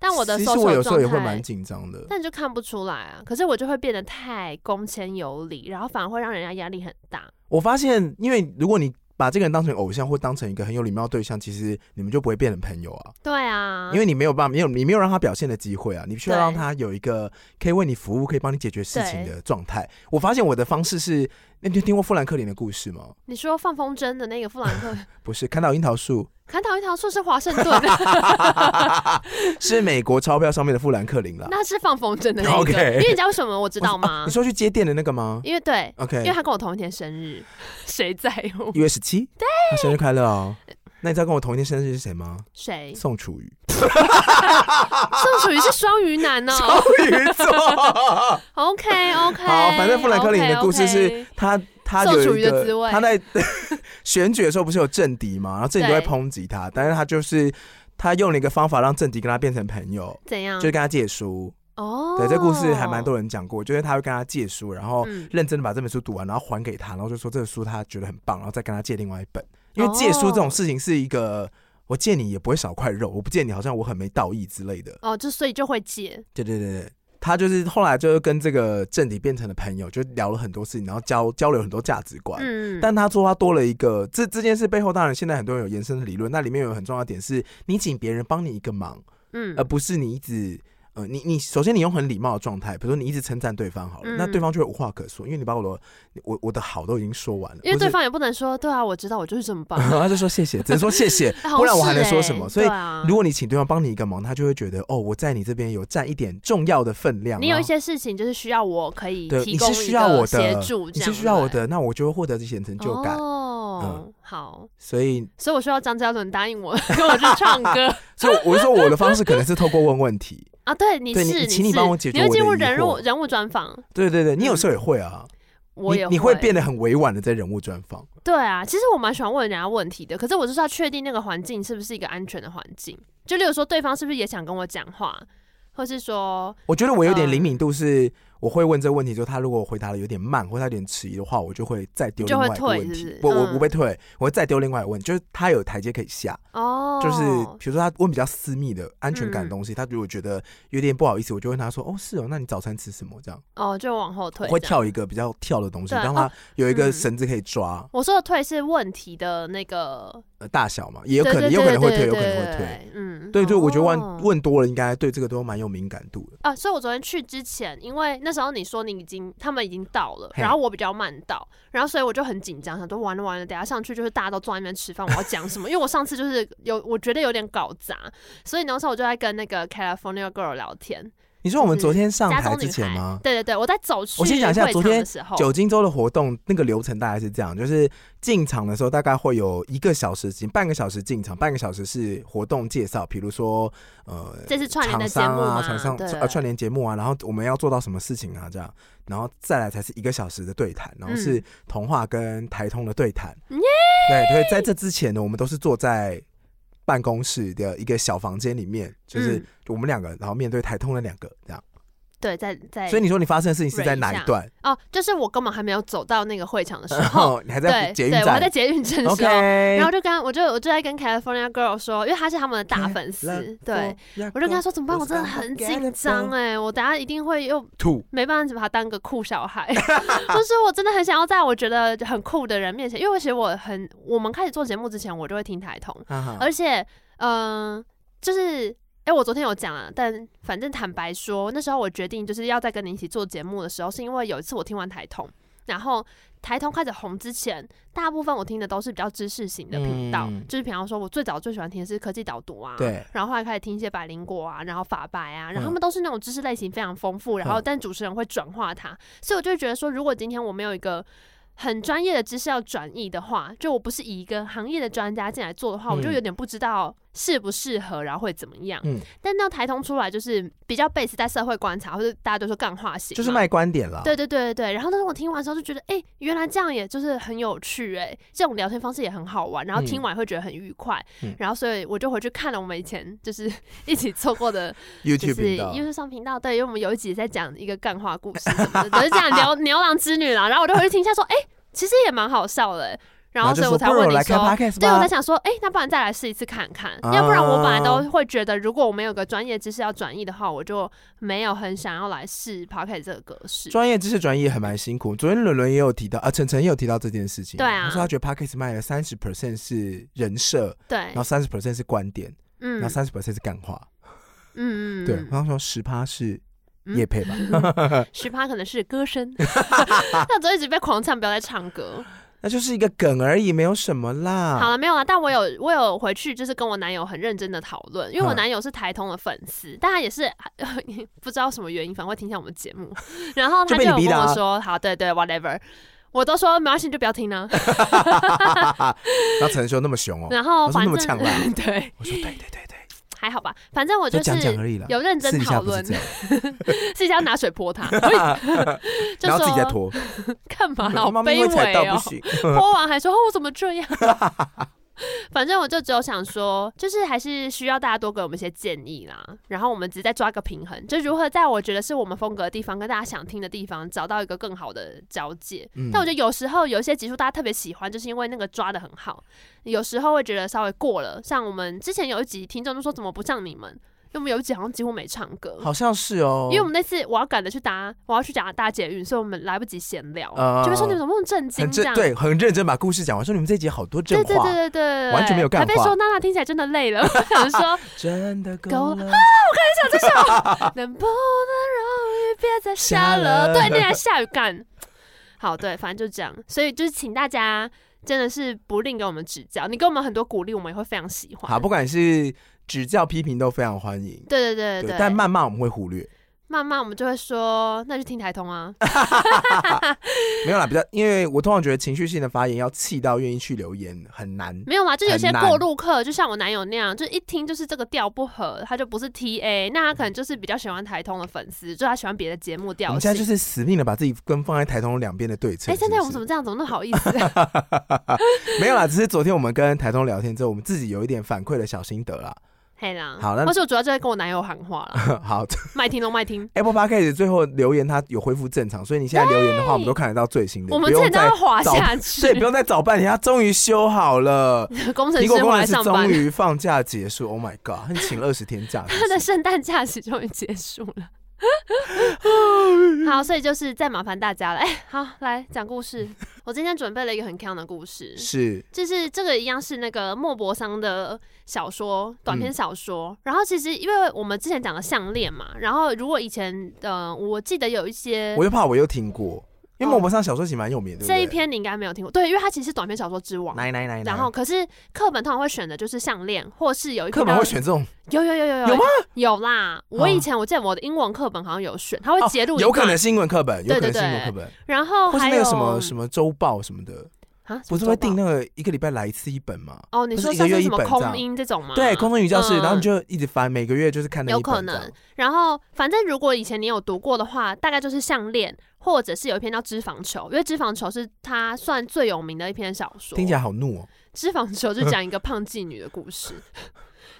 Speaker 2: 但我的
Speaker 1: 其实我
Speaker 2: social
Speaker 1: 有时候也会
Speaker 2: 状
Speaker 1: 蛮
Speaker 2: 态，
Speaker 1: 紧张的。
Speaker 2: 但你就看不出来啊。可是我就会变得太恭谦有礼，然后反而会让人家压力很大。
Speaker 1: 我发现，因为如果你把这个人当成偶像或当成一个很有礼貌的对象，其实你们就不会变成朋友啊，
Speaker 2: 对啊，
Speaker 1: 因为你没有办法，没有你没有让他表现的机会啊，你需要
Speaker 2: 对
Speaker 1: 让他有一个可以为你服务、可以帮你解决事情的状态。我发现我的方式是，那你有听过富兰克林的故事吗？
Speaker 2: 你说放风筝的那个富兰克，
Speaker 1: 不是，看到樱桃树
Speaker 2: 砍倒一条树是华盛顿，
Speaker 1: 是美国钞票上面的富兰克林啦。
Speaker 2: 那是放风筝的那一
Speaker 1: OK
Speaker 2: 个。因为你知道为什么我知
Speaker 1: 知
Speaker 2: 道吗
Speaker 1: 你？说去接电的那个吗
Speaker 2: 因为对，因为
Speaker 1: ？OK，
Speaker 2: 他跟我同一天生日，谁在乎
Speaker 1: 一？月十七，对，他生日快乐哦。那你知道跟我同一天生日是谁吗？
Speaker 2: 谁？
Speaker 1: 宋楚瑜，
Speaker 2: 宋楚瑜是双鱼男哦呢、
Speaker 1: 双鱼座。
Speaker 2: OK OK。
Speaker 1: 好，反正富兰克林的故事是他他
Speaker 2: 宋
Speaker 1: 有
Speaker 2: 楚
Speaker 1: 一
Speaker 2: 瑜的
Speaker 1: 个
Speaker 2: 滋味
Speaker 1: 他在 选举的时候不是有政敌嘛，然后政敌都会
Speaker 2: 对
Speaker 1: 抨击他，但是他就是他用了一个方法让政敌跟他变成朋友，
Speaker 2: 怎样
Speaker 1: 就？是跟他借书。
Speaker 2: 哦，
Speaker 1: 对，这故事还蛮多人讲过，就是他会跟他借书，然后
Speaker 2: 嗯。
Speaker 1: 认真的把这本书读完，然后还给他，然后就说这个书他觉得很棒，然后再跟他借另外一本，因为借书这
Speaker 2: 哦
Speaker 1: 种事情是一个。我借你也不会少块肉，我不借你好像我很没道义之类的。
Speaker 2: 哦，就所以就会借，
Speaker 1: 对对对对，他就是后来就是跟这个政敌变成了朋友，就聊了很多事情，然后交交流很多价值观。
Speaker 2: 嗯，
Speaker 1: 但他说他多了一个这这件事背后，当然现在很多人有延伸的理论，那里面有很重要的点是，你请别人帮你一个忙，
Speaker 2: 嗯
Speaker 1: 而不是你一直。呃，你你首先你用很礼貌的状态，比如说你一直称赞对方好了，
Speaker 2: 嗯
Speaker 1: 那对方就会无话可说，因为你把我的我我的好都已经说完了，
Speaker 2: 因为
Speaker 1: 或
Speaker 2: 对
Speaker 1: 是
Speaker 2: 方也不能说，对啊，我知道我就是这么 棒，
Speaker 1: 他就说谢谢，只能说谢 谢，
Speaker 2: 哎
Speaker 1: 不然我还
Speaker 2: 好事
Speaker 1: 能说
Speaker 2: 欸
Speaker 1: 什么？所以
Speaker 2: 对啊
Speaker 1: 如果你请对方帮你一个忙，他就会觉得哦，我在你这边有占一点重要的分量，
Speaker 2: 你有
Speaker 1: 然
Speaker 2: 一
Speaker 1: 后
Speaker 2: 些事情就是需要我可以
Speaker 1: 对
Speaker 2: 提
Speaker 1: 你
Speaker 2: 供
Speaker 1: 是需要我的
Speaker 2: 协助，这
Speaker 1: 你
Speaker 2: 样
Speaker 1: 是需要我
Speaker 2: 对不对
Speaker 1: 的，那我就会获得这些成就嗯感。
Speaker 2: 哦，好，
Speaker 1: 所以，
Speaker 2: 所以我需要张嘉伦答应我 跟我去唱 歌
Speaker 1: 所以我就说我的方式可能是透过问问题。
Speaker 2: 啊。对，你
Speaker 1: 对
Speaker 2: 是
Speaker 1: 你请你
Speaker 2: 是
Speaker 1: 帮我解决
Speaker 2: 你会
Speaker 1: 我的
Speaker 2: 进入
Speaker 1: 疑
Speaker 2: 人物
Speaker 1: 惑
Speaker 2: 人物专访，
Speaker 1: 对对对，你有时候也会啊，
Speaker 2: 嗯我
Speaker 1: 你
Speaker 2: 也
Speaker 1: 你会变得很委婉的在人物专访。
Speaker 2: 对啊。其实我蛮喜欢问人家问题的，可是我就是要确定那个环境是不是一个安全的环境。就例如说，对方是不是也想跟我讲话，或是说，
Speaker 1: 我觉得我有点
Speaker 2: 嗯
Speaker 1: 灵敏度是，我会问这个问题，就他如果回答的有点慢或他有点迟疑的话，我就会再丢
Speaker 2: 就
Speaker 1: 另外一
Speaker 2: 会
Speaker 1: 个
Speaker 2: 退
Speaker 1: 问
Speaker 2: 是
Speaker 1: 题
Speaker 2: 不是，
Speaker 1: 我我
Speaker 2: 嗯
Speaker 1: 我被退，我会再丢另外一个问题，就是他有台阶可以下，
Speaker 2: 哦，
Speaker 1: 就是比如说他问比较私密的安全感的
Speaker 2: 嗯
Speaker 1: 东西，他如果觉得有点不好意思，我就问他说，哦是哦，那你早餐吃什么？这样
Speaker 2: 哦，就往后
Speaker 1: 我
Speaker 2: 退。
Speaker 1: 会。跳一个比较跳的东西，
Speaker 2: 对
Speaker 1: 让他有一个
Speaker 2: 嗯
Speaker 1: 绳子可以抓，
Speaker 2: 我说的退是问题的那个，
Speaker 1: 呃大小嘛，也有
Speaker 2: 对
Speaker 1: 可能，
Speaker 2: 对
Speaker 1: 也有可能会
Speaker 2: 对
Speaker 1: 退，
Speaker 2: 对
Speaker 1: 有可能
Speaker 2: 对
Speaker 1: 会
Speaker 2: 对
Speaker 1: 退。
Speaker 2: 对嗯，
Speaker 1: 对对，我觉得
Speaker 2: 哦
Speaker 1: 问问多了，应该对这个都蛮有敏感度的。
Speaker 2: 啊，所以我昨天去之前，因为那时候你说你已经他们已经到了，
Speaker 1: 嘿
Speaker 2: 然后我比较慢到，然后所以我就很紧张，想说完了完了，等一下上去就是大家都坐在那边吃饭，我要讲什么？因为我上次就是有我觉得有点搞砸，所以那时候我就在跟那个 California girl 聊天，
Speaker 1: 你说我们
Speaker 2: 就是
Speaker 1: 昨天上
Speaker 2: 家
Speaker 1: 台
Speaker 2: 中
Speaker 1: 之
Speaker 2: 女
Speaker 1: 前
Speaker 2: 孩
Speaker 1: 吗，？
Speaker 2: 对对对，我在走去
Speaker 1: 我先讲一下
Speaker 2: 会
Speaker 1: 昨
Speaker 2: 场
Speaker 1: 天
Speaker 2: 的时候，
Speaker 1: 酒精周的活动那个流程大概是这样，就是进场的时候大概会有一个小时进，半个小时进场，半个小时是活动介绍，比如说呃
Speaker 2: 这是串联
Speaker 1: 厂
Speaker 2: 的节目
Speaker 1: 商啊、
Speaker 2: 嘛，
Speaker 1: 厂商
Speaker 2: 对，
Speaker 1: 呃串联节目啊，然后我们要做到什么事情啊这样，然后再来才是一个小时的对谈，然后是童话跟台通的对谈。
Speaker 2: 嗯耶
Speaker 1: 对，所以在这之前呢，我们都是坐在。办公室的一个小房间里面，就是
Speaker 2: 嗯
Speaker 1: 我们两个，然后面对台通的两个这样。
Speaker 2: 对，在在
Speaker 1: 所以你说你发生的事情是在哪
Speaker 2: 哎蕊一
Speaker 1: 一
Speaker 2: 下
Speaker 1: 段？
Speaker 2: 哦，就是我根本还没有走到那个会场的时
Speaker 1: 然
Speaker 2: 候，
Speaker 1: 后你还哦在
Speaker 2: 对
Speaker 1: 捷运
Speaker 2: 对，我还在
Speaker 1: 站
Speaker 2: 捷运站的
Speaker 1: ，OK，
Speaker 2: 时候。然后就跟我就我就在跟 California Girl 说，因为她是他们的大粉丝，对，，我就跟她说怎么办？我真的很紧张哎，我等下一定会又
Speaker 1: 吐，
Speaker 2: 没办法把他当个酷小孩，就是我真的很想要在我觉得很酷的人面前，因为其实我很我们开始做节目之前，我就会听台通，
Speaker 1: 哈啊哈
Speaker 2: 而且嗯、就是。哎、我昨天有讲啊，但反正坦白说，那时候我决定就是要在跟你一起做节目的时候，是因为有一次我听完台通，然后台通开始红之前，大部分我听的都是比较知识型的频道，
Speaker 1: 嗯
Speaker 2: 就是比方说，我最早最喜欢听的是科技导读啊，
Speaker 1: 对，
Speaker 2: 然后后来开始听一些百灵果啊，然后法白啊，然后
Speaker 1: 嗯
Speaker 2: 他们都是那种知识类型非常丰富，然后
Speaker 1: 嗯
Speaker 2: 但主持人会转化它，所以我就会觉得说，如果今天我没有一个很专业的知识要转译的话，就我不是以一个行业的专家进来做的话，我就
Speaker 1: 嗯
Speaker 2: 有点不知道适不适合，然后会怎么样。
Speaker 1: 嗯
Speaker 2: 但到台通出来就是比较 base 在社会观察，或者大家都说干化型嘛，
Speaker 1: 就是卖观点啦。
Speaker 2: 对对对对对，然后当时我听完之后就觉得，哎、原来这样也就是很有趣、哎，这种聊天方式也很好玩，然后听
Speaker 1: 嗯
Speaker 2: 完会觉得很愉快，
Speaker 1: 嗯
Speaker 2: 然后所以我就回去看了我们以前就是 一起做过的，就
Speaker 1: ，YouTube
Speaker 2: 是
Speaker 1: 频道，
Speaker 2: YouTube 上频道，对，因为我们有一集在讲一个干话故事什么的，就是讲 牛牛郎织女啦，然后我就回去听一下说，哎、其实也蛮好笑的、哎然后
Speaker 1: 就
Speaker 2: 所以
Speaker 1: 说
Speaker 2: 我才
Speaker 1: 不如
Speaker 2: 问你
Speaker 1: 来开
Speaker 2: 说。
Speaker 1: Podcast
Speaker 2: 对，我在
Speaker 1: 吧。
Speaker 2: 想说，哎、那不然再来试一次看看，要不然我本来
Speaker 1: 啊
Speaker 2: 都会觉得，如果我没有个专业知识要转译的话，我就没有很想要来试 p o c k e t 这个格式。
Speaker 1: 专业知识转移也很蛮辛苦。昨天伦伦也有提到，啊，晨晨也有提到这件事情。
Speaker 2: 对啊
Speaker 1: 他说他觉得 Podcast 卖了三十 percent 是人设，
Speaker 2: 对
Speaker 1: 然，后三十 percent 是观点，
Speaker 2: 嗯
Speaker 1: 然后三十 percent 是干话。
Speaker 2: 嗯嗯，
Speaker 1: 对， 然后说十趴是
Speaker 2: 嗯
Speaker 1: 叶 配吧。
Speaker 2: 十趴可能是歌 声， 那总一直被狂唱，不要再唱歌。
Speaker 1: 那就是一个梗而已，没有什么啦。
Speaker 2: 好了，没有了。但我有我有回去，就是跟我男友很认真的讨论，因为我
Speaker 1: 嗯
Speaker 2: 男友是台通的粉丝，但他也是 不知道什么原因，反正会听一下我们节 目。然后他
Speaker 1: 就被你
Speaker 2: 就有
Speaker 1: 逼
Speaker 2: 跟
Speaker 1: 的啊
Speaker 2: 我说，好，对对，whatever。我都说没关系，你就不要听了。
Speaker 1: 然后陈修那么凶哦，
Speaker 2: 然后
Speaker 1: 我说
Speaker 2: 反
Speaker 1: 那么
Speaker 2: 正
Speaker 1: 呛辣
Speaker 2: 对，
Speaker 1: 我说对对对对，
Speaker 2: 还好吧。反正我
Speaker 1: 就
Speaker 2: 就是
Speaker 1: 讲讲而已啦。
Speaker 2: 有认
Speaker 1: 私
Speaker 2: 真
Speaker 1: 底下
Speaker 2: 讨
Speaker 1: 不是
Speaker 2: 论，
Speaker 1: 这样，
Speaker 2: 私底下拿水 泼他， 就
Speaker 1: 然后自己在
Speaker 2: 说
Speaker 1: 拖，
Speaker 2: 干嘛？好
Speaker 1: 妈咪会
Speaker 2: 卑
Speaker 1: 踩
Speaker 2: 微
Speaker 1: 到
Speaker 2: 哦
Speaker 1: 不。行。
Speaker 2: 泼完还说哦我怎么这样、 反正我就只有想说，就是还是需要大家多给我们一些建议啦。然后我们只是在抓个平衡，就如何在我觉得是我们风格的地方跟大家想听的地方找到一个更好的交界。
Speaker 1: 嗯
Speaker 2: 但我觉得有时候有一些集数大家特别喜欢，就是因为那个抓的很好；有时候会觉得稍微过了。像我们之前有一集听众就说怎么不像你们，因为我们有一集好像几乎没唱歌。
Speaker 1: 好像是哦，
Speaker 2: 因为我们那次我要赶着去搭，我要去打大捷运，所以我们来不及闲聊，
Speaker 1: 嗯
Speaker 2: 就会说你们怎么那么震惊
Speaker 1: 很
Speaker 2: 这
Speaker 1: 认
Speaker 2: 样？
Speaker 1: 对，很认真把故事讲完，说你们这集好多正
Speaker 2: 对对对
Speaker 1: 话，
Speaker 2: 对对对，
Speaker 1: 完全没有干
Speaker 2: 还
Speaker 1: 话
Speaker 2: 被说娜娜听起来真的累了， 我想 说，
Speaker 1: 真的
Speaker 2: 够
Speaker 1: 够了。
Speaker 2: 能不能容易别再下
Speaker 1: 下
Speaker 2: 了？
Speaker 1: 了
Speaker 2: 对，那还下雨干。好，对，反正就这样。所以就是请大家真的是不吝给我们指教，你给我们很多鼓励，我们也会非常喜欢。
Speaker 1: 好，不管是指教批评都非常欢迎，
Speaker 2: 对对对对，
Speaker 1: 但谩骂我们会忽略，
Speaker 2: 慢慢我们就会说，那就听台 通啊。
Speaker 1: 没有啦，比较，因为我通常觉得情绪性的发言要气到愿意去留言很难。
Speaker 2: 没有啦，就有些
Speaker 1: 很难
Speaker 2: 过路客，就像我男友那样，就一听就是这个调不合，他就不是 T A，那他可能就是比较喜欢台通的粉丝，就他喜欢别的节目
Speaker 1: 我
Speaker 2: 调
Speaker 1: 们
Speaker 2: 性
Speaker 1: 现在。就是死命的把自己跟放在台通两边的对称。
Speaker 2: 哎，现在我
Speaker 1: 是
Speaker 2: 们
Speaker 1: 不
Speaker 2: 怎么
Speaker 1: 是
Speaker 2: 这样？怎么那么好意思？
Speaker 1: 没有啦？只是昨天我们跟台通聊天之后，我们自己有一点反馈的小心得啦。
Speaker 2: 嘿啦，
Speaker 1: 好那
Speaker 2: 或是我主要就在跟我男友喊话 了，
Speaker 1: 好
Speaker 2: 麦听都麦听。
Speaker 1: ，Apple Podcast 最后留言它有恢复正常，所以你现在留言的话，我们都看得到最新的，
Speaker 2: 我们
Speaker 1: 不用
Speaker 2: 之前都
Speaker 1: 再
Speaker 2: 要滑
Speaker 1: 找
Speaker 2: 下
Speaker 1: 对，不
Speaker 2: 去，
Speaker 1: 用再找半天，它终于修好了。
Speaker 2: 工程
Speaker 1: 苹
Speaker 2: 师
Speaker 1: 果工
Speaker 2: 回
Speaker 1: 程
Speaker 2: 来
Speaker 1: 师
Speaker 2: 上
Speaker 1: 终
Speaker 2: 班，
Speaker 1: 于放假结束，Oh my god，他请了二十天假，
Speaker 2: 他的圣诞假期终于结束 了。好，所以就是再麻烦大家了。哎、好，来讲故事。我今天准备了一个很强的故事，
Speaker 1: 是
Speaker 2: 就是这个一样是那个莫泊桑的小说，短篇
Speaker 1: 嗯
Speaker 2: 小说。然后其实因为我们之前讲的项链嘛，然后如果以前呃，我记得有一些
Speaker 1: 我又怕我又听过，因为
Speaker 2: 哦
Speaker 1: 我们上小说其实蛮有名的，
Speaker 2: 这一篇你应该没有听过，对，因为它其实是短篇小说之王。
Speaker 1: 来来来，
Speaker 2: 然后可是课本通常会选的就是项链，或是有一
Speaker 1: 嗯
Speaker 2: 篇
Speaker 1: 课本
Speaker 2: 叫
Speaker 1: 会选这种，
Speaker 2: 有有有有
Speaker 1: 有吗？
Speaker 2: 有啦！我以
Speaker 1: 哦
Speaker 2: 前我记得我的英文课本好像有选， 它会
Speaker 1: 哦
Speaker 2: 截录一
Speaker 1: 有可
Speaker 2: 段
Speaker 1: 能，是英文课本，有
Speaker 2: 对
Speaker 1: 可能
Speaker 2: 对
Speaker 1: 是英文
Speaker 2: 对
Speaker 1: 课本，
Speaker 2: 然后
Speaker 1: 或是
Speaker 2: 还
Speaker 1: 那
Speaker 2: 有
Speaker 1: 个什么什么周报什么的，
Speaker 2: 啊，
Speaker 1: 不是会订
Speaker 2: 的
Speaker 1: 那个一个礼拜来一次一本吗？
Speaker 2: 哦？你
Speaker 1: 不是
Speaker 2: 说
Speaker 1: 一
Speaker 2: 像
Speaker 1: 个
Speaker 2: 是
Speaker 1: 月
Speaker 2: 什
Speaker 1: 一
Speaker 2: 么
Speaker 1: 本这
Speaker 2: 空
Speaker 1: 样
Speaker 2: 音这种吗？
Speaker 1: 对，空中语教室，
Speaker 2: 嗯
Speaker 1: 然后你就一直翻，每个月就是看那
Speaker 2: 有
Speaker 1: 一
Speaker 2: 可
Speaker 1: 本这
Speaker 2: 能
Speaker 1: 样。。
Speaker 2: 然后反正如果以前你有读过的话，大概就是项链，或者是有一篇叫《脂肪球》，因为《脂肪球》是他算最有名的一篇小说。
Speaker 1: 听起来好怒哦，
Speaker 2: 脂肪球》就讲一个胖妓女的故事，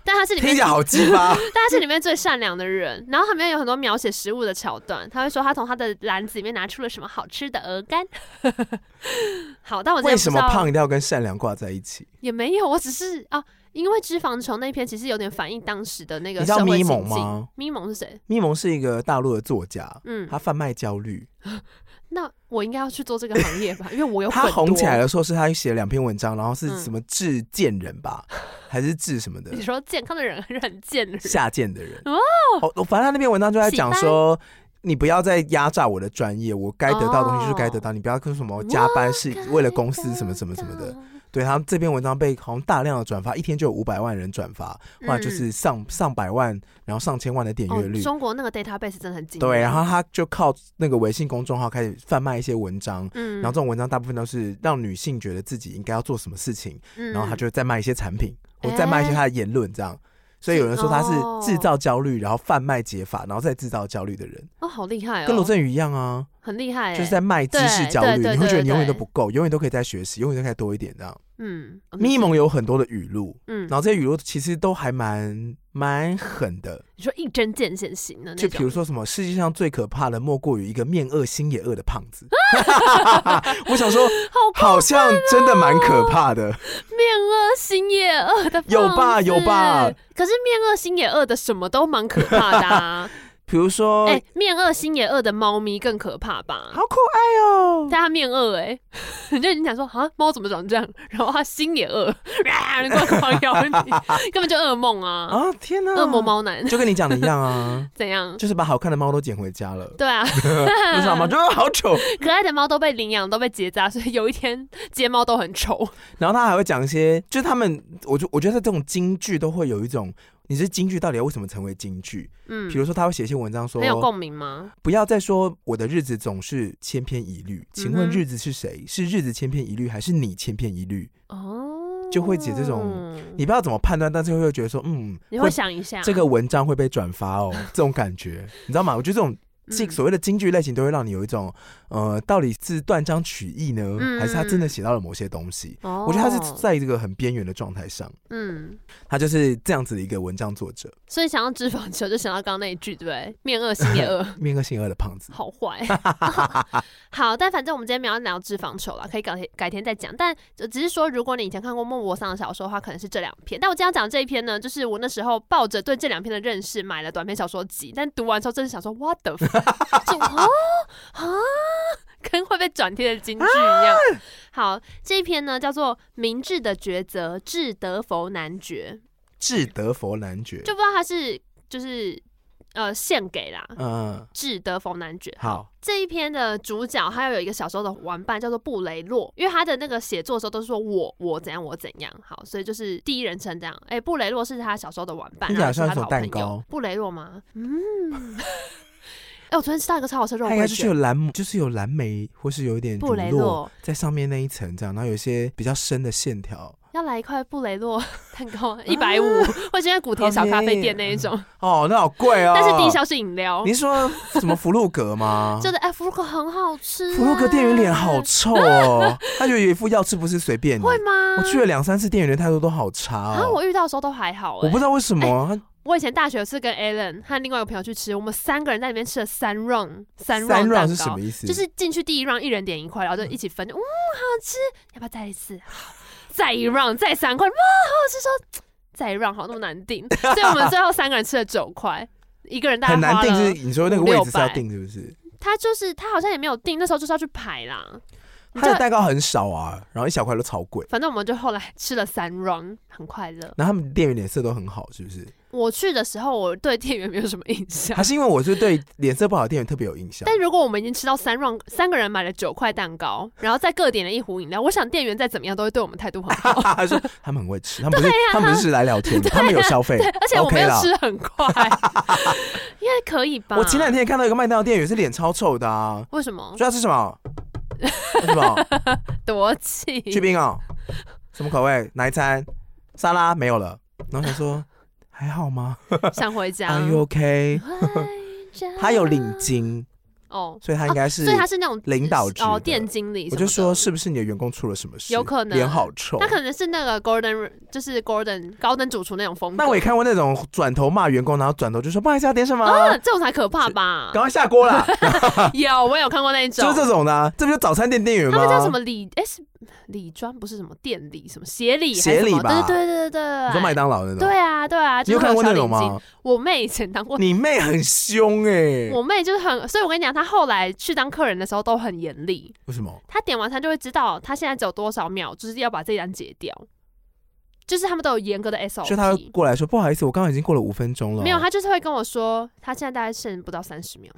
Speaker 2: 但她是 里
Speaker 1: 听
Speaker 2: 面
Speaker 1: 起来好鸡 巴。
Speaker 2: 但他是里面最善良的人，然后他里面有很多描写食物的桥段，他会说他从他的篮子里面拿出了什么好吃的鹅肝。 好，但我真
Speaker 1: 为
Speaker 2: 的不
Speaker 1: 什
Speaker 2: 知
Speaker 1: 么
Speaker 2: 道
Speaker 1: 胖一定要跟善良挂在一起？
Speaker 2: 也没有，我只是啊，因为脂肪球那篇其实有点反映当时的那
Speaker 1: 你
Speaker 2: 个
Speaker 1: 知
Speaker 2: 社
Speaker 1: 道
Speaker 2: 会
Speaker 1: 咪
Speaker 2: 情
Speaker 1: 蒙
Speaker 2: 境。
Speaker 1: 吗？
Speaker 2: 咪蒙是谁？
Speaker 1: 咪蒙是一个大陆的作家，
Speaker 2: 嗯，
Speaker 1: 他贩卖焦虑。
Speaker 2: 那我应该要去做这个行业吧，因为我有
Speaker 1: 他
Speaker 2: 很
Speaker 1: 红
Speaker 2: 多
Speaker 1: 起来。的时候是他写了两篇文章，然后是
Speaker 2: 嗯
Speaker 1: 什么致贱人吧，还是致什么的
Speaker 2: 你说健康的人还是很贱的人？
Speaker 1: 下贱的人。
Speaker 2: 哦
Speaker 1: 哦，反正他那篇文章就在
Speaker 2: 喜
Speaker 1: 讲
Speaker 2: 欢
Speaker 1: 说。你不要再压榨我的专业，我该得到的东西就是该得
Speaker 2: 哦
Speaker 1: 到。你不要跟什么加班是 为了公司什么什么什么
Speaker 2: 哦
Speaker 1: 的。对他们这篇文章被好像大量的转发，一天就有五百万人转发，
Speaker 2: 嗯，
Speaker 1: 后来就是上上百万，然后上千万的点阅率
Speaker 2: 哦。中国那个 database 真的很惊人。
Speaker 1: 对，然后他就靠那个微信公众号开始贩卖一些文章，
Speaker 2: 嗯，
Speaker 1: 然后这种文章大部分都是让女性觉得自己应该要做什么事情，
Speaker 2: 嗯哎
Speaker 1: 然后他就再卖一些产品，或再卖一些他的言论这样。所以有人说他
Speaker 2: 哦
Speaker 1: 是制造焦虑，然后贩卖解法，然后再制造焦虑的人，
Speaker 2: 哦，好厉害哦，
Speaker 1: 跟罗振宇一样啊，
Speaker 2: 很厉害欸，
Speaker 1: 就是在卖知识焦虑。
Speaker 2: 对对对
Speaker 1: 你会觉得
Speaker 2: 对
Speaker 1: 你永远
Speaker 2: 对
Speaker 1: 都不够，永远都可以再学习，永远都可以再多一点这样。
Speaker 2: 嗯，
Speaker 1: 咪蒙有很多的语录，
Speaker 2: 嗯
Speaker 1: 然，后这些语录其实都还蛮蛮狠的，
Speaker 2: 你说一针见血型的那
Speaker 1: 就
Speaker 2: 种，
Speaker 1: 比如说什么世界上最可怕的莫过于一个面恶心也恶的胖 子。 我想说，
Speaker 2: 好哦
Speaker 1: 好像真的蛮可怕的。
Speaker 2: 面恶心也恶的胖子，
Speaker 1: 有吧有吧
Speaker 2: 可是面恶心也恶的什么都蛮可怕 的啊！
Speaker 1: 比如说，
Speaker 2: 哎、面恶心也恶的猫咪更可怕吧？
Speaker 1: 好可爱哦，
Speaker 2: 但它面恶哎、你 就已经想说啊，猫怎么长这样？然后它心也恶， 啊，你快狂咬你，根本就噩梦啊！
Speaker 1: 啊天哪，
Speaker 2: 恶魔，猫男，
Speaker 1: 就跟你讲的一样啊
Speaker 2: 怎样？
Speaker 1: 就是把好看的猫都捡回家了，
Speaker 2: 对啊，
Speaker 1: 你知道吗？就好丑。
Speaker 2: 可爱的猫都被领养，都被结扎，所以有一天接猫都很丑。
Speaker 1: 然后他还会讲一些，就是他们，我就我觉得这种京剧都会有一种。你是京剧到底要为什么成为京剧？
Speaker 2: 嗯
Speaker 1: 比，如说，他会写一些文章说
Speaker 2: 很，有共鸣吗？
Speaker 1: 不要再说我的日子总是千篇一律。请
Speaker 2: 嗯
Speaker 1: 问
Speaker 2: 哼
Speaker 1: 日子是谁？是日子千篇一律，还是你千篇一律？
Speaker 2: 哦，
Speaker 1: 就会解这种，你不知道怎么判断，但是会觉得说，嗯，
Speaker 2: 嗯你会想一啊下
Speaker 1: 这个文章会被转发哦，这种感觉，你知道吗？我觉得这种
Speaker 2: 嗯
Speaker 1: 这所谓的京剧类型，都会让你有一种，呃，到底是断章取义呢，
Speaker 2: 嗯
Speaker 1: 还是他真的写到了某些东西？
Speaker 2: 嗯、
Speaker 1: 我觉得他
Speaker 2: 哦
Speaker 1: 是在这个很边缘的状态上，
Speaker 2: 嗯，
Speaker 1: 他就是这样子的一个文章作者，，
Speaker 2: 所以想到脂肪球就想到刚刚那一句，对不对？面恶心也恶
Speaker 1: 面恶心恶的胖子。
Speaker 2: 好坏。 好，但反正我们今天没有要聊脂肪球了，可以改天改天再讲。但呃只是说，如果你以前看过莫泊桑的小说的话，可能是这两篇。但我今天要讲这一篇呢，就是我那时候抱着对这两篇的认识买了短篇小说集，但读完之后真的想说，what the fuck？就啊啊，跟会被转贴的金句一样。好，这一篇呢叫做《明智的抉择：智德佛男爵》。
Speaker 1: 智德佛男爵，
Speaker 2: 就不知道他是就是呃献给啦
Speaker 1: 嗯，
Speaker 2: 智德冯男爵。
Speaker 1: 好，
Speaker 2: 这一篇的主角他又有一个小时候的玩伴叫做布雷洛，因为他的那个写作的时候都是说我我怎样我怎样，好，所以就是第一人称这样。哎、布雷洛是他小时候的玩伴，
Speaker 1: 听起来
Speaker 2: 然后是他的好
Speaker 1: 像
Speaker 2: 朋
Speaker 1: 一种蛋
Speaker 2: 友
Speaker 1: 糕。
Speaker 2: 布雷洛吗？嗯。哎、我昨天吃到一个超好吃的肉
Speaker 1: 他应该
Speaker 2: 桂
Speaker 1: 就是
Speaker 2: 卷，
Speaker 1: 有蓝，就是有蓝莓，或是有一点
Speaker 2: 布
Speaker 1: 乳
Speaker 2: 雷
Speaker 1: 酪
Speaker 2: 洛。
Speaker 1: 在上面那一层这样，然后有一些比较深的线条，
Speaker 2: 要来一块布雷洛蛋 糕，一百五，或者现在古铁小咖啡店那一种，
Speaker 1: 哦，那好贵哦。
Speaker 2: 但是低消是饮料？
Speaker 1: 你。是说什么福禄格吗
Speaker 2: 真的，啊哎，福禄格很好吃、
Speaker 1: 福禄格店员脸好臭哦，他觉得有一副要吃不是随便你。
Speaker 2: 会吗？
Speaker 1: 我去了两三次，店员的态度都好差
Speaker 2: 啊，
Speaker 1: 哦。
Speaker 2: 我遇到的时候都还好、哎
Speaker 1: 我不知道为什么，
Speaker 2: 我以前大学是跟 Alan 和另外一个朋友去吃，我们三个人在里面吃了三 round
Speaker 1: 他
Speaker 2: 三 round 蛋
Speaker 1: 三
Speaker 2: 糕
Speaker 1: round 是什么意思？
Speaker 2: 就是进去第一 round 一人点一块，然后就一起分，就嗯好吃，要不要再一次？好再一 round 再三块，哇好好吃，说再一 round 好那么难 定，所以我们最后三个人吃了九块，一个人大概
Speaker 1: 很难
Speaker 2: 花
Speaker 1: 定，是。
Speaker 2: 了
Speaker 1: 你说那个位置是要
Speaker 2: 500
Speaker 1: 定是不是？
Speaker 2: 他就是他好像也没有定，那时候就是要去排啦。你
Speaker 1: 他
Speaker 2: 就
Speaker 1: 的蛋糕很少啊，然后一小块都超贵，
Speaker 2: 反正我们就后来吃了三 round，很快乐。
Speaker 1: 然后他们店员脸色都很好，是不是？
Speaker 2: 我去的时候，我对店员没有什么印象
Speaker 1: 还。是因为我是对脸色不好的店员特别有印象？
Speaker 2: 但如果我们已经吃到三 round，三个人买了九块蛋糕，然后再各点了一壶饮料，我想店员再怎么样都会对我们态度很好。
Speaker 1: 他说他们很会吃，他们不是、他们不是来聊天的，
Speaker 2: 对啊
Speaker 1: 他们有消费
Speaker 2: 对，，而且我
Speaker 1: OK
Speaker 2: 没有
Speaker 1: 啦
Speaker 2: 吃很快， 应该可以吧？
Speaker 1: 我前两天也看到一个麦当劳店员是脸超臭的啊，
Speaker 2: 为什么
Speaker 1: 说要吃什么？要吃什么？
Speaker 2: 夺气？
Speaker 1: 去冰 哦？什么口味？哪一餐？沙拉没有了。然后他说还好吗
Speaker 2: 想回家？
Speaker 1: ？Are you OK？
Speaker 2: 回家
Speaker 1: 哎他有领巾，
Speaker 2: 啊哦，
Speaker 1: 所以他应该是
Speaker 2: 所以他是那种
Speaker 1: 领导职
Speaker 2: 哦，
Speaker 1: 的
Speaker 2: 店经理什么
Speaker 1: 我就
Speaker 2: 的。
Speaker 1: 说是不哦是你的员工出了什么事？
Speaker 2: 有可能
Speaker 1: 脸好臭
Speaker 2: 他。可能是那个 Gordon，就是 Gordon 高登主厨那种风格。
Speaker 1: 那我也看过那种转头骂员工，然后转头就说不好意思要点什么，
Speaker 2: 啊，这种才可怕吧？
Speaker 1: 赶快下锅 啦，
Speaker 2: 有，我有看过那一种，
Speaker 1: 就是这种的啊，这不就早餐店店员吗？
Speaker 2: 他们叫什么礼？哎、是礼专不是什么店礼什么协理还
Speaker 1: 协
Speaker 2: 是什
Speaker 1: 理
Speaker 2: 么？
Speaker 1: 吧
Speaker 2: 对对对对对，
Speaker 1: 你说麦当劳那种？
Speaker 2: 对啊对啊，
Speaker 1: 你
Speaker 2: 就
Speaker 1: 有
Speaker 2: 是会
Speaker 1: 看过
Speaker 2: 小
Speaker 1: 那种
Speaker 2: 领巾
Speaker 1: 吗？
Speaker 2: 我妹以前当过。
Speaker 1: 你妹很凶哎、
Speaker 2: 我妹就是很，所以我跟你讲，她后来去当客人的时候都很严厉。
Speaker 1: 为什么？
Speaker 2: 她点完餐就会知道她现在只有多少秒，就是要把这一单结掉。就是他们都有严格的
Speaker 1: 所以他
Speaker 2: SOP。
Speaker 1: 过来说不好意思，我刚刚已经过了五分钟了。
Speaker 2: 没有，她就是会跟我说，她现在大概剩不到三十秒。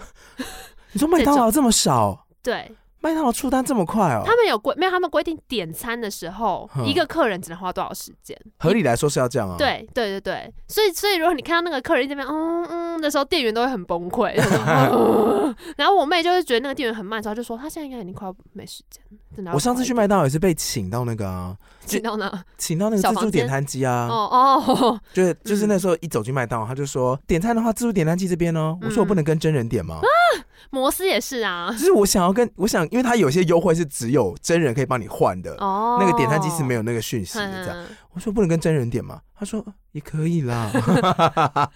Speaker 1: 你说麦当劳这么少，
Speaker 2: 对
Speaker 1: 麦当劳出单这么快哦、
Speaker 2: 他们有规，没有他们规定点餐的时候，
Speaker 1: 哼
Speaker 2: 一个客人只能花多少时间。
Speaker 1: 合理来说是要这样啊。，
Speaker 2: 对对对对，所以所以如果你看到那个客人这边嗯嗯的时候，店员都会很崩 溃。就说然后我妹就会觉得那个店员很慢，之后就说她现在应该已经快要没时间了。真的要
Speaker 1: 我上次去
Speaker 2: 快
Speaker 1: 麦当劳也是被请到那个啊，
Speaker 2: 一点，请到那
Speaker 1: 请到那个自助点餐机啊，
Speaker 2: 哦哦，
Speaker 1: 就是就是那时候一走进麦当劳，他就说点餐的话，自助点餐机这边哦。
Speaker 2: 嗯啊
Speaker 1: 我说我不能跟真人点吗？
Speaker 2: 摩斯也是啊
Speaker 1: 就，是我想要跟我想，因为他有些优惠是只有真人可以帮你换的，
Speaker 2: 哦，嗯
Speaker 1: 那个点餐机是没
Speaker 2: 有
Speaker 1: 有那个讯息的。这样，
Speaker 2: 样。
Speaker 1: 我说不能跟真人点嘛，他说也可以 啦。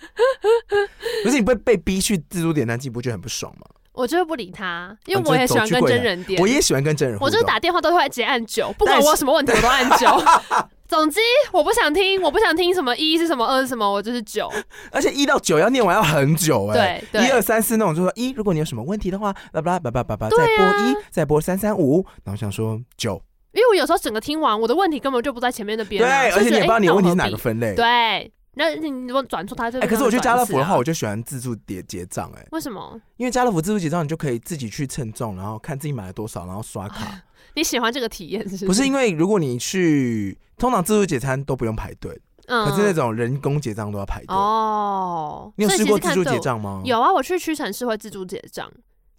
Speaker 1: 可是你被被逼去自助点餐机，不觉得很不爽吗？
Speaker 2: 我就会不理他，因为
Speaker 1: 嗯
Speaker 2: 我
Speaker 1: 就
Speaker 2: 也
Speaker 1: 走
Speaker 2: 喜欢
Speaker 1: 去
Speaker 2: 跟
Speaker 1: 柜
Speaker 2: 真
Speaker 1: 台
Speaker 2: 人点，
Speaker 1: 我也喜欢跟真人互
Speaker 2: 我就是
Speaker 1: 动
Speaker 2: 打电话都会直接按九，不管
Speaker 1: 但是
Speaker 2: 我有什么问题我都按九。 总之我不想听，我不想听什么一是什么二是什么，我就是 九。
Speaker 1: 而且一到九要念完要很久哎、
Speaker 2: 对对
Speaker 1: 一二三四那种就说一，如果你有什么问题的话，叭叭叭叭叭叭，再
Speaker 2: 对
Speaker 1: 拨
Speaker 2: 啊
Speaker 1: 一，再拨三三五，然后想说九，
Speaker 2: 因为我有时候整个听完，我的问题根本就不在前面那边
Speaker 1: 对，
Speaker 2: 啊、
Speaker 1: 而且你
Speaker 2: 就
Speaker 1: 也
Speaker 2: 觉
Speaker 1: 不
Speaker 2: 得
Speaker 1: 知道你的问题是哪。
Speaker 2: 诶那我
Speaker 1: 个
Speaker 2: 何
Speaker 1: 分类
Speaker 2: 必。对，啊那你如果转啊出它就、
Speaker 1: 哎、可是我去家乐福的话，我
Speaker 2: 我
Speaker 1: 就喜欢自助结结账哎，
Speaker 2: 为什么
Speaker 1: 因为家乐福自助结账，你就可以自己去称重，然后看自己买了多少，然后刷卡。
Speaker 2: 你喜欢这个体验？是
Speaker 1: 不是因
Speaker 2: 为，
Speaker 1: 为如果你去，通常自助结餐都不用排队，
Speaker 2: 嗯
Speaker 1: 可是那种人工结账都要排队。
Speaker 2: 哦，
Speaker 1: 你有
Speaker 2: 所以
Speaker 1: 试
Speaker 2: 其
Speaker 1: 过
Speaker 2: 实
Speaker 1: 自
Speaker 2: 看
Speaker 1: 助
Speaker 2: 对
Speaker 1: 结
Speaker 2: 我？
Speaker 1: 账吗？，
Speaker 2: 有啊，我去屈臣氏会自助结账。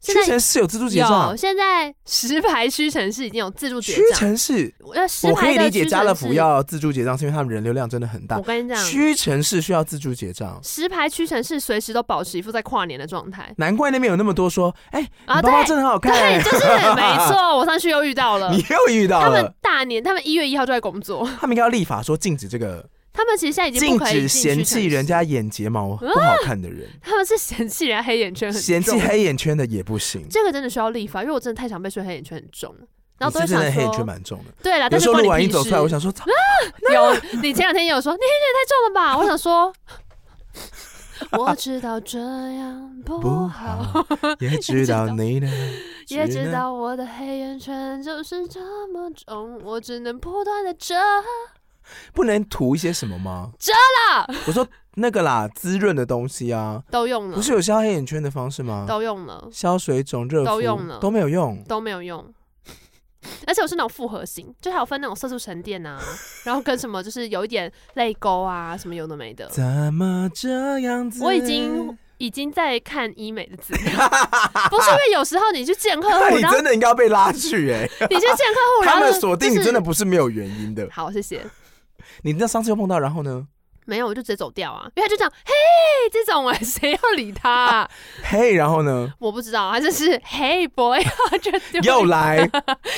Speaker 1: 屈
Speaker 2: 现在
Speaker 1: 臣氏有自助结
Speaker 2: 有，
Speaker 1: 账，啊
Speaker 2: 现在石牌屈臣氏已经有自助结
Speaker 1: 屈
Speaker 2: 账。
Speaker 1: 臣氏。
Speaker 2: 呃，石
Speaker 1: 我可
Speaker 2: 牌
Speaker 1: 以
Speaker 2: 的
Speaker 1: 理解
Speaker 2: 屈
Speaker 1: 家乐
Speaker 2: 臣
Speaker 1: 福
Speaker 2: 氏，
Speaker 1: 要自助结账，是因为他们人流量真的很大
Speaker 2: 我。跟你讲，
Speaker 1: 屈臣氏需要自助结账，
Speaker 2: 石牌屈臣氏随时都保持一副在跨年的状态
Speaker 1: 难怪那边有那么多说，哎、
Speaker 2: 啊！
Speaker 1: 你包包
Speaker 2: 对
Speaker 1: 真的很好看、
Speaker 2: 对，就是没错，我上去又遇到了
Speaker 1: 你。又遇到
Speaker 2: 他们
Speaker 1: 了。
Speaker 2: 大年，他们一月一号就在工作，
Speaker 1: 他们应该要立法说禁止这个，
Speaker 2: 他们其实现在已经
Speaker 1: 禁
Speaker 2: 不可以
Speaker 1: 止
Speaker 2: 进
Speaker 1: 嫌
Speaker 2: 去
Speaker 1: 弃
Speaker 2: 城市
Speaker 1: 人，家眼睫毛不好看的人，
Speaker 2: 他们是嫌弃人家黑眼圈啊很重，
Speaker 1: 嫌弃黑眼圈的也不行。
Speaker 2: 这个真的需要立法，因为我真的太想被说黑眼圈很重了，然后都
Speaker 1: 你
Speaker 2: 会
Speaker 1: 是真
Speaker 2: 想
Speaker 1: 的黑眼圈
Speaker 2: 说，
Speaker 1: 蛮重的。
Speaker 2: 对啦，
Speaker 1: 有
Speaker 2: 但
Speaker 1: 时
Speaker 2: 是
Speaker 1: 候
Speaker 2: 关
Speaker 1: 录
Speaker 2: 你
Speaker 1: 完一
Speaker 2: 屁
Speaker 1: 走出来，我
Speaker 2: 事。
Speaker 1: 想啊说，操
Speaker 2: 有你前两天也有说你 黑眼圈太重了 吧？我想说，我知道这样
Speaker 1: 不
Speaker 2: 不好，
Speaker 1: 好， 也知道
Speaker 2: 知道
Speaker 1: 你的，
Speaker 2: 也
Speaker 1: 只
Speaker 2: 知
Speaker 1: 能
Speaker 2: 道我的黑眼圈就是这么重，我只能不断的遮。
Speaker 1: 不能涂一些什么吗？
Speaker 2: 遮
Speaker 1: 啦！我说那个啦，滋润的东西啊，
Speaker 2: 都用了
Speaker 1: 不，是有消黑眼圈的方式吗？
Speaker 2: 嗯都用了，
Speaker 1: 消水肿、热敷
Speaker 2: 都用了
Speaker 1: 都没有用。
Speaker 2: 都没有用。而且我是那种复合型，就还有分那种色素沉淀啊，然后跟什么就是有一点泪沟啊，什么有的没的。
Speaker 1: 怎么这样子？
Speaker 2: 我已经已经在看医美的资料，不是因为有时候你去见客
Speaker 1: 那
Speaker 2: 户，
Speaker 1: 你
Speaker 2: 然后
Speaker 1: 真的应该要被拉去哎、
Speaker 2: 你去见客户，然
Speaker 1: 他
Speaker 2: 后
Speaker 1: 们
Speaker 2: 就
Speaker 1: 锁定你
Speaker 2: 就是
Speaker 1: 真的不是没有原因的。
Speaker 2: 好，谢谢。
Speaker 1: 你那上次又碰到，然后呢？
Speaker 2: 没有，我就直接走掉啊，因为他就讲嘿这种哎、 谁要理他、啊？
Speaker 1: 嘿，然后呢？
Speaker 2: 我不知道，啊他就是 嘿 boy，他就丢
Speaker 1: 又来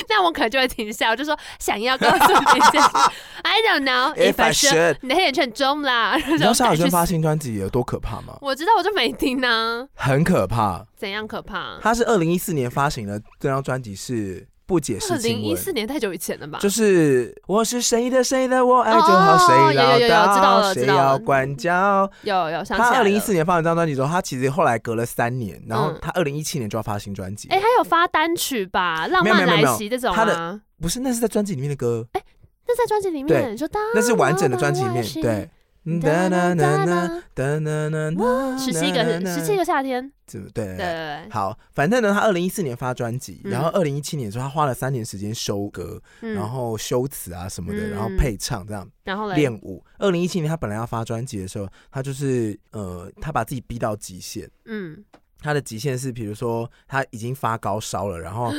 Speaker 2: 那我可能就会停下，我就说想要告诉你一件事 ，I don't know
Speaker 1: ，If I should。
Speaker 2: 你的黑眼圈很重啦。然后
Speaker 1: 你知道萧亚
Speaker 2: 就
Speaker 1: 轩发新专辑有多可怕吗？
Speaker 2: 我知道，我就没听啊，
Speaker 1: 很可怕。
Speaker 2: 怎样可怕？
Speaker 1: 他是二零一四年发行的这张专辑是不解释
Speaker 2: 二
Speaker 1: 亲
Speaker 2: 零一
Speaker 1: 吻。
Speaker 2: 四年太久以前了吧？
Speaker 1: 就是我是谁的谁的，我爱就好，
Speaker 2: 哦
Speaker 1: 谁
Speaker 2: 有有有有知道
Speaker 1: 唠叨
Speaker 2: 了
Speaker 1: 谁
Speaker 2: 知道了
Speaker 1: 要管教。
Speaker 2: 有有想起来
Speaker 1: 他
Speaker 2: 了。
Speaker 1: 二零一四年发了这张专辑之后，他其实后来隔了三年，然后
Speaker 2: 嗯
Speaker 1: 他二零一七年就要发新专辑。
Speaker 2: 哎、还有发单曲吧，《浪
Speaker 1: 没有
Speaker 2: 漫
Speaker 1: 没有没
Speaker 2: 来
Speaker 1: 有
Speaker 2: 袭》这种
Speaker 1: 他的
Speaker 2: 啊，
Speaker 1: 不是，那是在专辑里面的歌，
Speaker 2: 那在专辑里
Speaker 1: 对
Speaker 2: 面，就当
Speaker 1: 那是完整的专辑里面
Speaker 2: 浪漫来。袭
Speaker 1: 对，嗯
Speaker 2: 哒哒哒哒
Speaker 1: 哒哒哒嗯哒，
Speaker 2: 十七个十七个夏天，
Speaker 1: 怎么对对
Speaker 2: 对
Speaker 1: 对。
Speaker 2: 对
Speaker 1: 好，反正呢，他二零一四年发专辑，
Speaker 2: 嗯
Speaker 1: 然后二零一七年的时候，他花了三年时间修歌，
Speaker 2: 对，
Speaker 1: 然
Speaker 2: 嗯，
Speaker 1: 后修词啊什么的，
Speaker 2: 嗯
Speaker 1: 然后配唱这样
Speaker 2: 然后嘞，
Speaker 1: 练舞。二零一七年他本来要发专辑的时候，他就是呃，他把自己逼到极限。
Speaker 2: 嗯，
Speaker 1: 他的极限是，比如说他已经发高烧了，然 后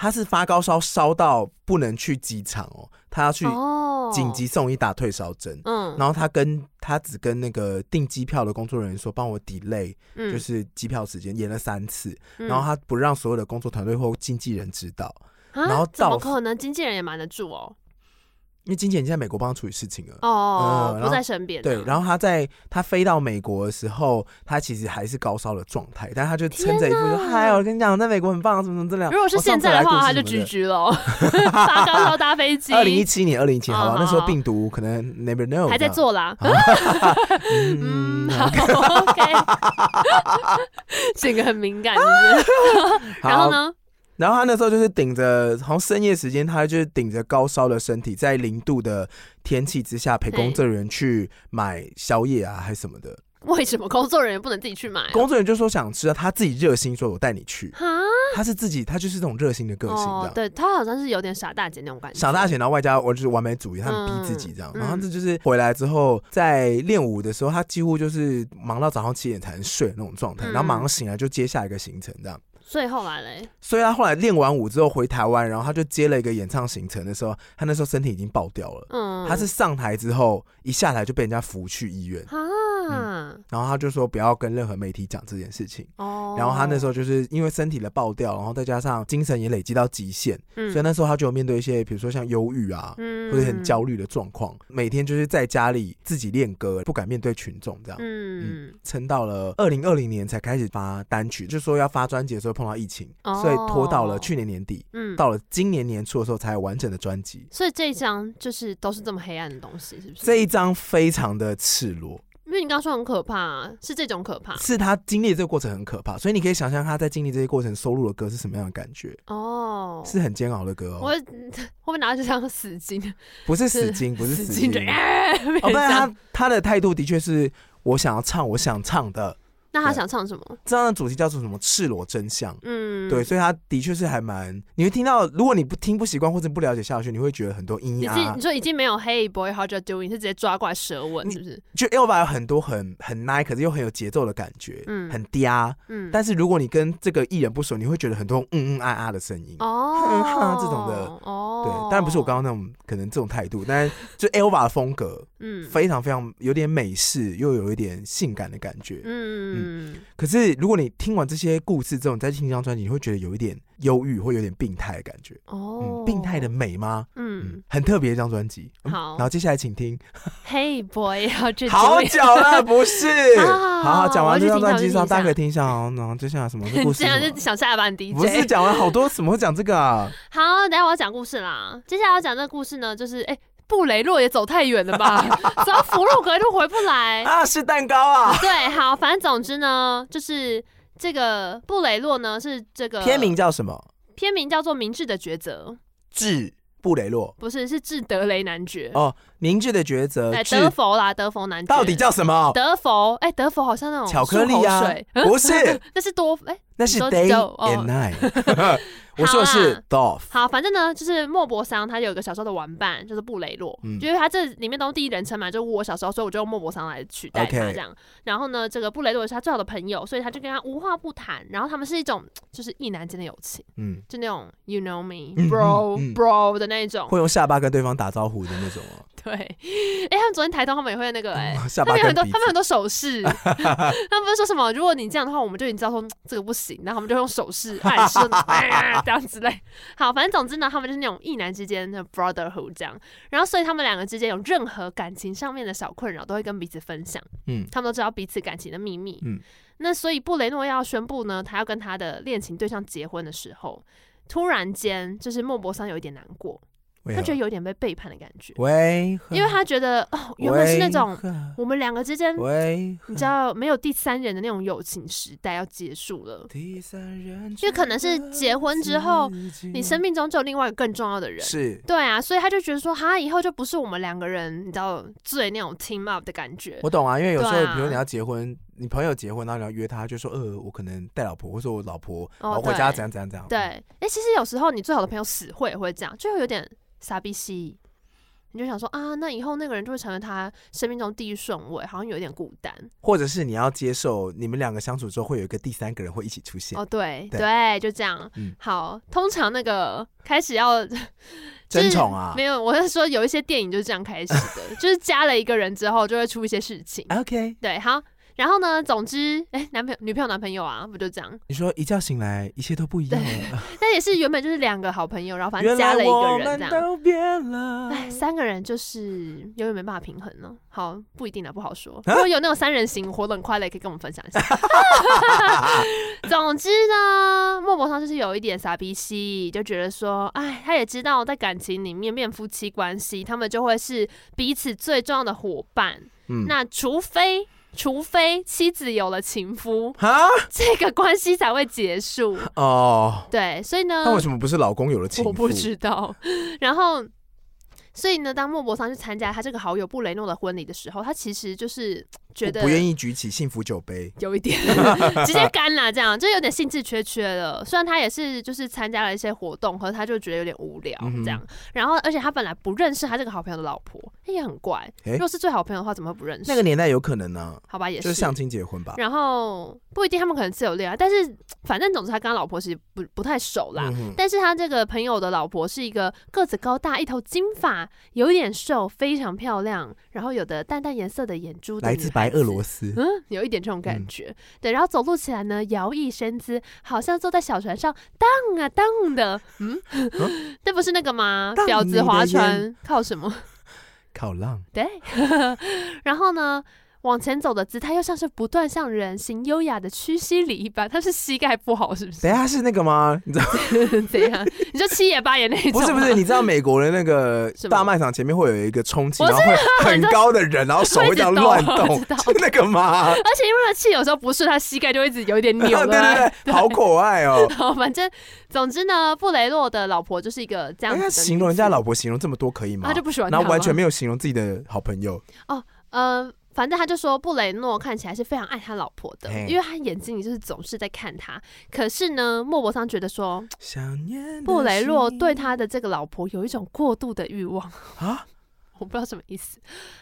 Speaker 1: 他是发高烧烧到不能去机场哦，他要去
Speaker 2: 哦，
Speaker 1: 紧急，送医打退烧针。
Speaker 2: 嗯，
Speaker 1: 然后他跟他只跟那个订机票的工作人员说，帮我 delay，
Speaker 2: 嗯
Speaker 1: 就是机票时间延了三次，
Speaker 2: 嗯
Speaker 1: 然后他不让所有的工作团队或经纪人知道，
Speaker 2: 啊
Speaker 1: 然后
Speaker 2: 怎
Speaker 1: 到
Speaker 2: 么可能经纪人也瞒得住哦？
Speaker 1: 因为经纪人已经在美国帮他处理事情了。
Speaker 2: 哦，
Speaker 1: 嗯然
Speaker 2: 不
Speaker 1: 后
Speaker 2: 在身边啊，
Speaker 1: 对，然后他在他飞到美国的时候，他其实还是高烧的状态，但他就撑着一副说：“
Speaker 2: 天哪
Speaker 1: 嗨，我跟你讲，在美国很棒，怎么怎么这样。”
Speaker 2: 如果是现在的话，他就 GG 了， 发高烧搭飞 机，
Speaker 1: 二零一七年，二零一七，好吧，
Speaker 2: 哦
Speaker 1: 那时候
Speaker 2: 好
Speaker 1: 病毒可能 never know
Speaker 2: 还在
Speaker 1: 这样，
Speaker 2: 做啦，
Speaker 1: 嗯
Speaker 2: 嗯，， 好，OK，这个很敏感， 是不是？然后
Speaker 1: 啊好，
Speaker 2: 呢？
Speaker 1: 然后他那时候就是顶着，好像深夜时间，他就是顶着高烧的身体，在零度的天气之下，陪工作人员去买宵夜啊，还是什么的。
Speaker 2: 为什么工作人员不能自己去买啊？
Speaker 1: 工作人员就说想吃啊，他自己热心说：“我带你去。
Speaker 2: 哈，”
Speaker 1: 他是自己，他就是这种热心的个性，这
Speaker 2: 哦
Speaker 1: 样。，
Speaker 2: 对他好像是有点傻大姐那种感觉，
Speaker 1: 傻大姐，然后外加我就是完美主义，他们逼自己这样。
Speaker 2: 嗯
Speaker 1: 然后这就是回来之后，在练舞的时候，他几乎就是忙到早上七点才能睡的那种状态，
Speaker 2: 嗯
Speaker 1: 然后马上醒来就接下一个行程这样。
Speaker 2: 所以后来嘞，
Speaker 1: 所以他后来练完舞之后回台湾，然后他就接了一个演唱行程的时候，他那时候身体已经爆掉了。
Speaker 2: 嗯，
Speaker 1: 他是上台之后一下台就被人家扶去医院，
Speaker 2: 啊，
Speaker 1: 然后他就说不要跟任何媒体讲这件事情。
Speaker 2: 哦，
Speaker 1: 然后他那时
Speaker 2: 候，
Speaker 1: 候就是因为身体的爆掉，然后再加上精神也累积到极限，
Speaker 2: 嗯
Speaker 1: 所以那时候他就有面对一些比如说像忧郁啊，
Speaker 2: 嗯
Speaker 1: 或者很焦虑的状况，每天就是在家里自己练歌，不敢面对群众这样。
Speaker 2: 嗯，
Speaker 1: 撑到了二零二零年才开始发单曲，就说要发专辑的时候碰到疫情，
Speaker 2: 哦
Speaker 1: 所以拖到了去年年底，
Speaker 2: 嗯，
Speaker 1: 到了今年年初的时候才有完整的专辑。
Speaker 2: 所以这一张就是都是这么黑暗的东西，是不是？
Speaker 1: 这一张非常的赤裸，
Speaker 2: 因为你刚刚说很可怕，啊是这种可怕
Speaker 1: 是他经历这个过程很可怕，所以你可以想象他在经历这些过程收录的歌是什么样的感觉，
Speaker 2: 哦。
Speaker 1: 是很煎熬的歌
Speaker 2: 我
Speaker 1: 哦，
Speaker 2: 会会不会拿着这张死金？
Speaker 1: 不是死金，不是死金
Speaker 2: 金，人，哎没
Speaker 1: 哦，
Speaker 2: 人
Speaker 1: 但
Speaker 2: 讲
Speaker 1: 他他的态度的确是我想要唱我想唱的，
Speaker 2: 那他
Speaker 1: 对啊
Speaker 2: 想唱什么？
Speaker 1: 这样的主题叫做什么赤裸真相。
Speaker 2: 嗯，
Speaker 1: 对，，所以他的确是还蛮，你会听到，如果你不听不习惯或者不了解夏轩，你会觉得很多咿
Speaker 2: 你
Speaker 1: 呀
Speaker 2: 自己你说已经没有 Hey Boy How You Doing，是直接抓过来舌
Speaker 1: 啊
Speaker 2: 吻，
Speaker 1: 你
Speaker 2: 是不是？
Speaker 1: 就 Elva 有很多很很 nice，可是又很有节奏的感觉，
Speaker 2: 嗯
Speaker 1: 很嗲。
Speaker 2: 嗯，
Speaker 1: 但是如果你跟这个艺人不熟，你会觉得很多嗯嗯啊啊的声音。哼
Speaker 2: 哦
Speaker 1: 哈，这种的，
Speaker 2: 哦，
Speaker 1: 对，当然不是我刚刚那种可能这种态度，但就 Elva 的风格
Speaker 2: 嗯
Speaker 1: 非常非常有点美式，又有一点性感的感觉。
Speaker 2: 嗯，
Speaker 1: 可是如果你听完这些故事之后，你再听这张专辑，你会觉得有一点忧郁，会有点病态的感觉。
Speaker 2: 哦
Speaker 1: 嗯，，病态的，美吗？嗯
Speaker 2: 嗯，，
Speaker 1: 很特别一张专辑。嗯
Speaker 2: 好
Speaker 1: 然后接下来请听。
Speaker 2: ，Hey Boy How You
Speaker 1: 好
Speaker 2: Doing，
Speaker 1: 久了，不是？
Speaker 2: 好
Speaker 1: 好好，讲完这张专辑之后，
Speaker 2: 我去听一下
Speaker 1: 大家可以听一下哦。然后接下来什么是故事
Speaker 2: 这样
Speaker 1: 什
Speaker 2: 就
Speaker 1: 么？
Speaker 2: 想下来 把你 DJ。
Speaker 1: 不是讲完好多，怎么会讲这个啊？
Speaker 2: 好，等一下我要讲故事啦。接下来要讲这个故事呢，就是哎、布雷洛也走太远了吧？ 走到福禄格就回不来。
Speaker 1: 啊，是蛋糕 啊！
Speaker 2: 对，好，反正总之呢，就是这个布雷洛呢是这个
Speaker 1: 片名叫什么？
Speaker 2: 片名叫做《明智的抉择》，
Speaker 1: 智布雷洛
Speaker 2: 不是是智德雷男爵，
Speaker 1: 哦，明智的抉择
Speaker 2: 哎、
Speaker 1: 智
Speaker 2: 德佛啦，德佛男爵
Speaker 1: 到底叫什么？
Speaker 2: 德佛？哎、德佛好像那种
Speaker 1: 巧克力
Speaker 2: 漱
Speaker 1: 啊
Speaker 2: 口水，
Speaker 1: 不是，
Speaker 2: 那是多哎、
Speaker 1: 那是
Speaker 2: 你说
Speaker 1: day
Speaker 2: 就哦
Speaker 1: and night。我说的是 Dolph，
Speaker 2: 好，反正呢，就是莫泊桑他有一个小时候的玩伴，就是布雷洛，
Speaker 1: 嗯
Speaker 2: 就是他这里面都是第一人称嘛，就是我小时候，所以我就用莫泊桑来取代他
Speaker 1: OK
Speaker 2: 这样。然后呢，这个布雷洛是他最好的朋友，所以他就跟他无话不谈。然后他们是一种就是一男间的友情，
Speaker 1: 嗯，
Speaker 2: 就那种 you know me
Speaker 1: 嗯
Speaker 2: bro、
Speaker 1: 嗯嗯
Speaker 2: bro 的那种。
Speaker 1: 会用下巴跟对方打招呼的那种哦。
Speaker 2: 对，哎、他们昨天台东他们也会那个哎、
Speaker 1: 下
Speaker 2: 他
Speaker 1: 巴
Speaker 2: 们有
Speaker 1: 跟
Speaker 2: 很多，
Speaker 1: 鼻
Speaker 2: 他们
Speaker 1: 子
Speaker 2: 很多手势， 他 们不是说什么，如果你这样的话，我们就已经知道说嗯这个不行，然后他们就用手势暗示啊这样之类。好，反正总之呢，他们就是那种异男之间的 brotherhood 这样，然后所以他们两个之间有任何感情上面的小困扰，都会跟彼此分享，
Speaker 1: 嗯
Speaker 2: 他们都知道彼此感情的秘密。
Speaker 1: 嗯
Speaker 2: 那所以布雷诺要宣布呢，他要跟他的恋情对象结婚的时候，突然间就是莫泊桑有一点难过，
Speaker 1: 为
Speaker 2: 他
Speaker 1: 何
Speaker 2: 觉得有点被背叛的感 觉，
Speaker 1: 为何
Speaker 2: 因为他觉得哦，原本是那种。
Speaker 1: 为何
Speaker 2: 我们两个之间
Speaker 1: 为
Speaker 2: 你知道没有第三人的那种友情时代要结束了。
Speaker 1: 第三人
Speaker 2: 因为可能是结婚之后，你生命中就有另外一个更重要的人，
Speaker 1: 嗯是
Speaker 2: 对啊，所以他就觉得说，哈，以后就不是我们两个人，你知道最那种 team up 的感觉。
Speaker 1: 我懂啊，因为有时候
Speaker 2: 对啊
Speaker 1: 比如你要结婚，你朋友结婚，然后你要约他，就说呃，我可能带老婆，或者我老婆，
Speaker 2: 哦
Speaker 1: 然后回家
Speaker 2: 对
Speaker 1: 怎样怎样怎样。
Speaker 2: 对，哎、其实有时候你最好的朋友死会也会这样，就有点傻逼兮，你就想说啊，那以后那个人就会成为他生命中第一顺位，好像有点孤单。
Speaker 1: 或者是你要接受你们两个相处之后会有一个第三个人会一起出现，
Speaker 2: 哦，对
Speaker 1: 对
Speaker 2: 就这样。
Speaker 1: 嗯
Speaker 2: 好，通常那个开始要
Speaker 1: 争宠啊
Speaker 2: 没有，我是说有一些电影就是这样开始 的，就是加了一个人之后就会出一些事情。
Speaker 1: ，OK。
Speaker 2: 对，好，然后呢，总之，哎、男朋友、女朋友、男朋友啊，不就这样？
Speaker 1: 你说一觉醒来，一切都不一样 了。
Speaker 2: 但也是原本就是两个好朋友，然后反正
Speaker 1: 原
Speaker 2: 加
Speaker 1: 来
Speaker 2: 了一
Speaker 1: 我
Speaker 2: 个人
Speaker 1: 们
Speaker 2: 这样。
Speaker 1: 都变了。
Speaker 2: 哎，三个人就是永远没办法平衡呢。好，不一定啦，不好说。
Speaker 1: 啊
Speaker 2: 如果有那种三人行活得很快乐，也可以跟我们分享一 下。总之呢，莫泊桑就是有一点傻逼兮，就觉得说，哎，他也知道在感情里面，面夫妻关系，他们就会是彼此最重要的伙伴。
Speaker 1: 嗯
Speaker 2: 那除非。除非妻子有了情夫，
Speaker 1: 哈
Speaker 2: 这个关系才会 结束。
Speaker 1: 哦，
Speaker 2: 对，所以呢，
Speaker 1: 那为什么不是老公有了情妇？
Speaker 2: 嗯我不知道。然后，所以呢，当莫泊桑去参加他这个好友布雷诺的婚礼的时候，他其实就是觉
Speaker 1: 我
Speaker 2: 得
Speaker 1: 不愿意举起幸福酒杯。
Speaker 2: 有 一点直接干啦，这样就有点兴致缺缺了。虽然他也是就是参加了一些活动，可是他就觉得有点无聊
Speaker 1: 嗯哼
Speaker 2: 这样。然后，而且他本来不认识他这个好朋友的老婆，那也很怪。
Speaker 1: 诶
Speaker 2: 如果是最好朋友的话，怎么会不认识？
Speaker 1: 那个年代有可能呢、
Speaker 2: 好吧，也
Speaker 1: 就是
Speaker 2: 是。
Speaker 1: 相亲结婚吧。
Speaker 2: 然后不一定，他们可能自由恋爱，但是反正总之他跟他老婆其实不不太熟啦。
Speaker 1: 嗯哼
Speaker 2: 但是他这个朋友的老婆是一个个子高大、一头金发、有一点瘦、非常漂亮，然后有的淡淡颜色的眼珠的
Speaker 1: 来
Speaker 2: 女
Speaker 1: 自白
Speaker 2: 孩
Speaker 1: 俄罗
Speaker 2: 子。
Speaker 1: 斯。嗯
Speaker 2: 嗯，有一点这种感觉，对，然后走路起来呢，摇曳身姿，好像坐在小船上荡啊荡的，嗯， 这不是那个吗？
Speaker 1: 荡
Speaker 2: 婊
Speaker 1: 啊你
Speaker 2: 子
Speaker 1: 的
Speaker 2: 划
Speaker 1: 眼
Speaker 2: 船靠什么？
Speaker 1: 靠浪，
Speaker 2: 对， 然后呢，往前走的姿态又像是不断向人行优雅的屈膝礼一般，他是膝盖不好是不是？
Speaker 1: 等一下是那个吗？你知道
Speaker 2: 怎样？你就七爷八爷那一种
Speaker 1: 不
Speaker 2: 吗？
Speaker 1: 是不是？你知道美国的那 个
Speaker 2: 什么
Speaker 1: 大卖场前面会有一个充气，
Speaker 2: 我
Speaker 1: 然
Speaker 2: 知
Speaker 1: 后会很高的人，然后手会这样乱
Speaker 2: 我
Speaker 1: 动
Speaker 2: 知道，
Speaker 1: 是那个吗？
Speaker 2: 而且因为他气有时候不顺，他膝盖就会一直 有一点啊扭
Speaker 1: 对啊 对
Speaker 2: 了。
Speaker 1: 对，好可爱哦！
Speaker 2: 然后反正，总之呢，布雷洛的老婆就是一个 这样
Speaker 1: 哎
Speaker 2: 子的
Speaker 1: 他
Speaker 2: 女子
Speaker 1: 形容人家老婆形容这么多可以吗
Speaker 2: 他就？不喜欢
Speaker 1: 然后完全
Speaker 2: 没
Speaker 1: 没有形容自己的好朋友，
Speaker 2: 呃，反正他就说布雷诺看起来是非常爱他老婆的
Speaker 1: 嘿，
Speaker 2: 因为他眼睛里就是总是在看他。可是呢，莫泊桑觉得说
Speaker 1: 想念的
Speaker 2: 布雷洛对
Speaker 1: 心
Speaker 2: 他的这个老婆有一种过度的欲望，
Speaker 1: 啊，
Speaker 2: 我不知道什么意思。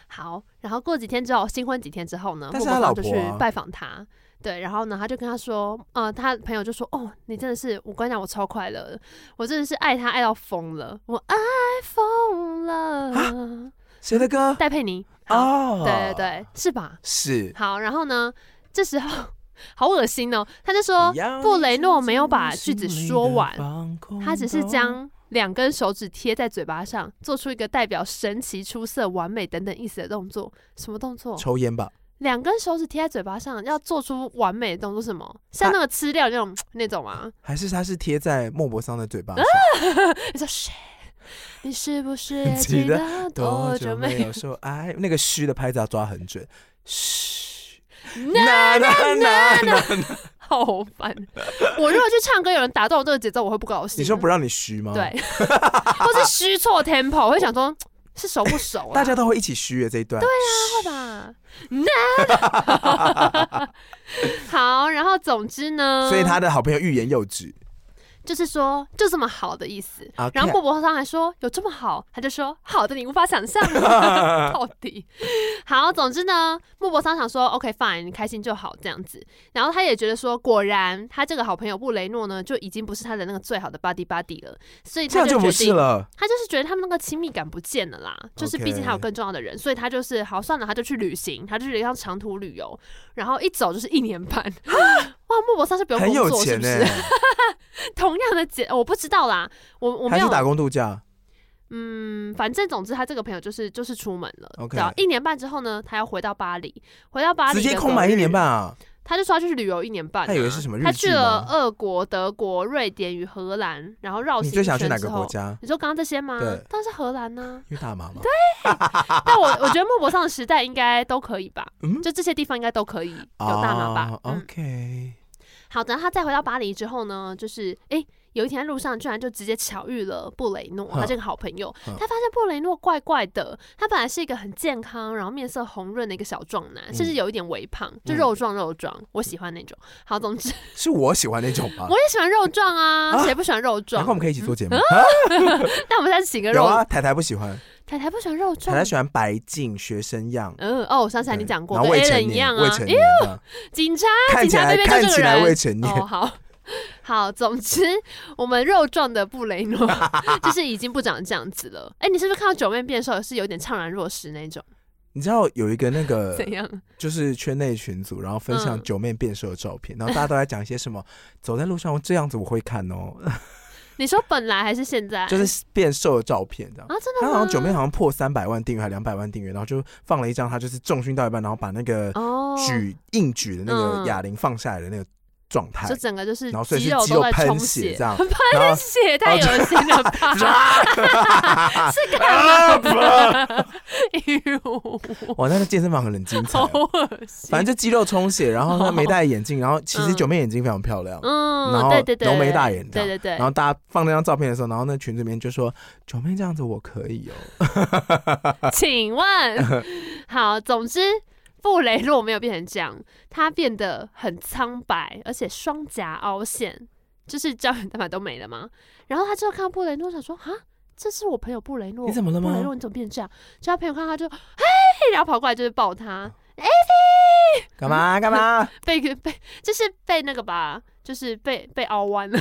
Speaker 2: 好，然后过几天之后，新婚几天之后呢，
Speaker 1: 但
Speaker 2: 莫
Speaker 1: 是
Speaker 2: 泊
Speaker 1: 他老
Speaker 2: 桑就
Speaker 1: 婆
Speaker 2: 去
Speaker 1: 啊
Speaker 2: 拜访他。对，然后呢，他就跟他说，呃，他朋友就说，哦，你真的是，我跟你讲，我超快乐的，我真的是爱他爱到疯了，我爱疯
Speaker 1: 啊
Speaker 2: 了。
Speaker 1: 谁的 歌？
Speaker 2: 戴佩妮，好，
Speaker 1: 哦，
Speaker 2: 啊对对，对，是吧？
Speaker 1: 是。
Speaker 2: 好，然后呢，这时候 好恶心哦，他就说，布雷诺没有把句子说完他只是将两根手指贴在嘴巴上，做出一个代表神奇、出色、完美等等意思的动作。什么动作？
Speaker 1: 抽烟吧，
Speaker 2: 两根手指贴在嘴巴上，要做出完美的动作？什么？像那个吃掉那种那种吗？
Speaker 1: 还是他是贴在莫泊桑的嘴巴
Speaker 2: 啊
Speaker 1: 上？
Speaker 2: 你说谁？你是不是也
Speaker 1: 记
Speaker 2: 记
Speaker 1: 得
Speaker 2: 得
Speaker 1: 多
Speaker 2: 多
Speaker 1: 久
Speaker 2: 久
Speaker 1: 没
Speaker 2: 没有
Speaker 1: 有？说爱？那个嘘的拍子要抓很准。嘘，
Speaker 2: 那
Speaker 1: 呐呐呐呐！
Speaker 2: 好烦！我如果去唱歌，有人打断我这个节奏，我会不高兴。
Speaker 1: 你说不让啊你嘘吗？，
Speaker 2: 对， 或是虚错 tempo，我会想说是熟不熟、啊？
Speaker 1: 大家都会一起嘘的这一段。 对
Speaker 2: 会吧？那 好，然后总之呢，
Speaker 1: 所以他的好朋友欲言又止。啊
Speaker 2: 就是说就这么好的意思。
Speaker 1: OK
Speaker 2: 然后莫泊桑还说有这么好，他就说好的你无法想象，好底。好，总之呢，莫泊桑想说，OK fine，你开心就好这样子。然后他也觉得说，果然他这个好朋友布雷诺呢，就已经不是他的那个最好的 buddy buddy 了，所以
Speaker 1: 这
Speaker 2: 他
Speaker 1: 样就
Speaker 2: 决
Speaker 1: 不是
Speaker 2: 定，
Speaker 1: 了。
Speaker 2: 他就是觉得他们那个亲密感不见了啦。就是毕竟他有
Speaker 1: OK
Speaker 2: 更重要的人，所以他就是好算了，他就去旅行，他就是一趟长途旅游，然后一走就是一 年半。哇，莫泊桑是不用
Speaker 1: 很
Speaker 2: 工
Speaker 1: 有
Speaker 2: 作是
Speaker 1: 钱欸
Speaker 2: 不
Speaker 1: 呢、
Speaker 2: 是？ 同样的姐，我不知道啦，我我没
Speaker 1: 还
Speaker 2: 有
Speaker 1: 是打工度假？
Speaker 2: 嗯，反正总之他这个朋友就是就是出门了。
Speaker 1: OK
Speaker 2: 对啊一年半之后呢，他要回到巴黎，回到巴
Speaker 1: 直
Speaker 2: 黎
Speaker 1: 接
Speaker 2: 的
Speaker 1: 空
Speaker 2: 隔
Speaker 1: 满一年
Speaker 2: 日，
Speaker 1: 半啊！
Speaker 2: 他就说他去旅游一年半、啊。
Speaker 1: 他以为是什么日
Speaker 2: 他去
Speaker 1: 剧
Speaker 2: 了
Speaker 1: 吗
Speaker 2: 俄国、德国、瑞典与荷兰，然后绕
Speaker 1: 你
Speaker 2: 行
Speaker 1: 最想
Speaker 2: 一
Speaker 1: 去
Speaker 2: 圈
Speaker 1: 哪个
Speaker 2: 之
Speaker 1: 国
Speaker 2: 后？
Speaker 1: 家？
Speaker 2: 你说刚刚这些吗？
Speaker 1: 对
Speaker 2: 当然是荷兰呢、
Speaker 1: 因为大麻嘛。
Speaker 2: 但我我觉得莫泊桑的时代应该都可以吧，
Speaker 1: 嗯，
Speaker 2: 就这些地方应该都可以有大麻吧。
Speaker 1: 哦
Speaker 2: 嗯，
Speaker 1: OK，
Speaker 2: 好，等他再回到巴黎之后呢，就是诶，有一天路上居然就直接巧遇了布雷诺，他
Speaker 1: 哼
Speaker 2: 这个好朋友。
Speaker 1: 哼
Speaker 2: 他发现布雷诺怪怪的，他本来是一个很健康，然后面色红润的一个小壮男，甚至有一点微胖，就
Speaker 1: 嗯啊
Speaker 2: 肉壮肉壮，我喜欢那种。好，总之
Speaker 1: 是我喜欢那种吧
Speaker 2: 我？也喜欢肉壮啊，
Speaker 1: 啊
Speaker 2: 谁不喜欢肉壮
Speaker 1: 难怪我？们可以一起做节目。
Speaker 2: 但我们现在请个
Speaker 1: 有
Speaker 2: 肉，
Speaker 1: 啊，台台不喜欢，
Speaker 2: 太太不喜欢肉
Speaker 1: 台
Speaker 2: 壮
Speaker 1: 台。喜欢白净学生样。
Speaker 2: 嗯哦，我想起来你
Speaker 1: 对
Speaker 2: 讲过，
Speaker 1: 然后
Speaker 2: 跟
Speaker 1: 未成
Speaker 2: Alan
Speaker 1: 年
Speaker 2: 一样
Speaker 1: 未
Speaker 2: 啊
Speaker 1: 成，
Speaker 2: 诶
Speaker 1: 年这样
Speaker 2: 警察
Speaker 1: 看
Speaker 2: 警
Speaker 1: 起
Speaker 2: 察
Speaker 1: 来
Speaker 2: 贝贝就
Speaker 1: 看
Speaker 2: 这个
Speaker 1: 起来
Speaker 2: 人
Speaker 1: 未 成
Speaker 2: 哦，
Speaker 1: 年，
Speaker 2: 好 好，总之我们肉壮的布雷 诺就是已经不长这样子了。哎、你是不是看到九妹变瘦是有点怅然若失那种？
Speaker 1: 你知道有一个那 个
Speaker 2: 怎样？
Speaker 1: 就是圈内群组，然后分享
Speaker 2: 嗯
Speaker 1: 九妹变瘦的照片，然后大家都在讲一些什么，走在路上这样子我会看哦，
Speaker 2: 啊你说本来还是现在？
Speaker 1: 就是变瘦的照片这样。
Speaker 2: 啊，真的
Speaker 1: 他
Speaker 2: 吗？
Speaker 1: 好像九妹好像破三百万订阅还两百万订阅，然后就放了一张他就是重训到一半，然后把那个
Speaker 2: 哦，
Speaker 1: 举硬举的那个
Speaker 2: 嗯
Speaker 1: 哑铃放下来的那个状态
Speaker 2: 就，整个就是
Speaker 1: 然后所以是
Speaker 2: 肉
Speaker 1: 肌
Speaker 2: 都
Speaker 1: 肉
Speaker 2: 在充
Speaker 1: 喷
Speaker 2: 血
Speaker 1: 血这，样，
Speaker 2: 喷
Speaker 1: 然后
Speaker 2: 血太恶心了 吧？是干嘛？哎呦，
Speaker 1: 哇，那个健身房可能很精彩
Speaker 2: 好
Speaker 1: 哦。
Speaker 2: 恶心。
Speaker 1: 反正就肌肉充血，然 后她没戴眼镜，然后其实
Speaker 2: 嗯
Speaker 1: 九妹眼睛非常漂亮，然
Speaker 2: 嗯，
Speaker 1: 后
Speaker 2: 对对对，
Speaker 1: 浓眉大眼这
Speaker 2: 对
Speaker 1: 样
Speaker 2: 对对
Speaker 1: 然。后大家放那张照片的时候，然后那群里面就说九妹这样子我可以哦，
Speaker 2: 请 问，好，总之布雷若没有变成这样，他变得很苍白，而且双颊凹陷，就是胶原蛋白都没了嘛。然后他就看到布雷诺，想说啊，这是我朋友布雷诺，
Speaker 1: 你怎么了吗
Speaker 2: 布雷诺你怎么变成这样？就他朋友看到他就嘿，然后跑过来就是抱他，
Speaker 1: 干嘛干 嘛？
Speaker 2: 被被就是被那个吧，就是被被凹弯 了。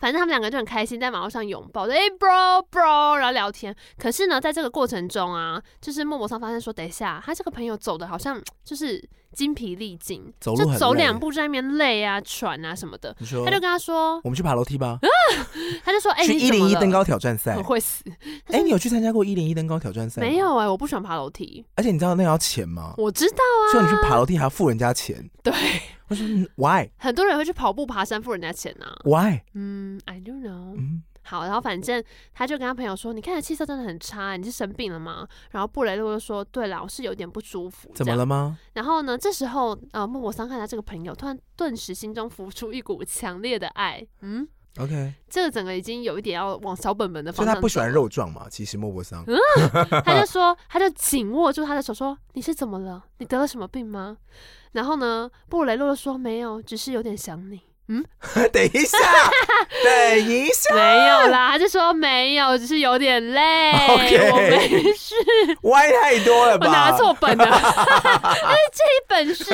Speaker 2: 反正他们两个就很开心，在马路上拥抱，说哎、bro bro，然后聊天。可是呢，在这个过程中啊，就是默默上发现说，等一下，他这个朋友走的好像就是精疲力尽，
Speaker 1: 走路
Speaker 2: 就
Speaker 1: 很
Speaker 2: 走
Speaker 1: 累
Speaker 2: 两步就在那边累啊、喘啊什么的。
Speaker 1: 你说
Speaker 2: 他就跟他说，
Speaker 1: 我们去爬楼梯吧，
Speaker 2: 他就说，哎、
Speaker 1: 去
Speaker 2: 你
Speaker 1: 一
Speaker 2: 怎么
Speaker 1: 零一
Speaker 2: 了
Speaker 1: 登高挑战赛
Speaker 2: 很。会死，他
Speaker 1: 哎，
Speaker 2: 说
Speaker 1: 你有去参加过一零一登高挑战赛？
Speaker 2: 没。有哎、我不喜欢爬楼梯，
Speaker 1: 而且你知道那要钱吗？
Speaker 2: 我知道啊
Speaker 1: 所以你去爬楼梯还要付人家钱。
Speaker 2: 对，
Speaker 1: 我说嗯 why
Speaker 2: 很多人会去跑步、爬山付人家钱呐、啊。
Speaker 1: why？
Speaker 2: 嗯，I don't know。
Speaker 1: 嗯，
Speaker 2: 好，然后反正他就跟他朋友说：“你看你气色真的很差，欸你是生病了吗？”然后布雷洛就说：“对啦，我是有点不舒服。”
Speaker 1: 怎么？了吗？
Speaker 2: 然后呢，这时候呃，莫泊桑看他这个朋友，突然顿时心中浮出一股强烈的爱。嗯，
Speaker 1: OK，
Speaker 2: 这个整个已经有一点要往小本本的
Speaker 1: 所以
Speaker 2: 方向。
Speaker 1: 他不喜欢，肉壮嘛，其实莫泊桑。
Speaker 2: 嗯他就说，他就紧握住他的手说：“你是怎么了？你得了什么病吗？”然后呢，布雷洛就说：“没有，只是有点 想你。”
Speaker 1: 等一 下，等一下
Speaker 2: 没有啦，他就说没有，只是有点累
Speaker 1: OK
Speaker 2: 我没事。
Speaker 1: 歪太多了
Speaker 2: 我
Speaker 1: 吧？
Speaker 2: 拿错 本了，哎，这一本是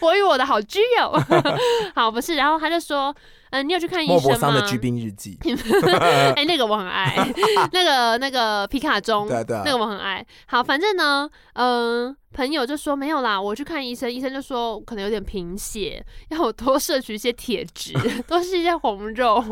Speaker 2: 我与我的好基友， 好不是，然后他就说，嗯、你有去看医
Speaker 1: 莫
Speaker 2: 生
Speaker 1: 泊
Speaker 2: 吗？
Speaker 1: 桑的《 居兵日记》
Speaker 2: 哎、那个我很爱， 那个那个皮卡中，
Speaker 1: 对啊对啊
Speaker 2: 那个我很爱。好，反正呢，嗯、朋友就说没有啦，我去看医生，医生就说可能有点贫血，要我多摄取一些铁 质，多吃一些红肉，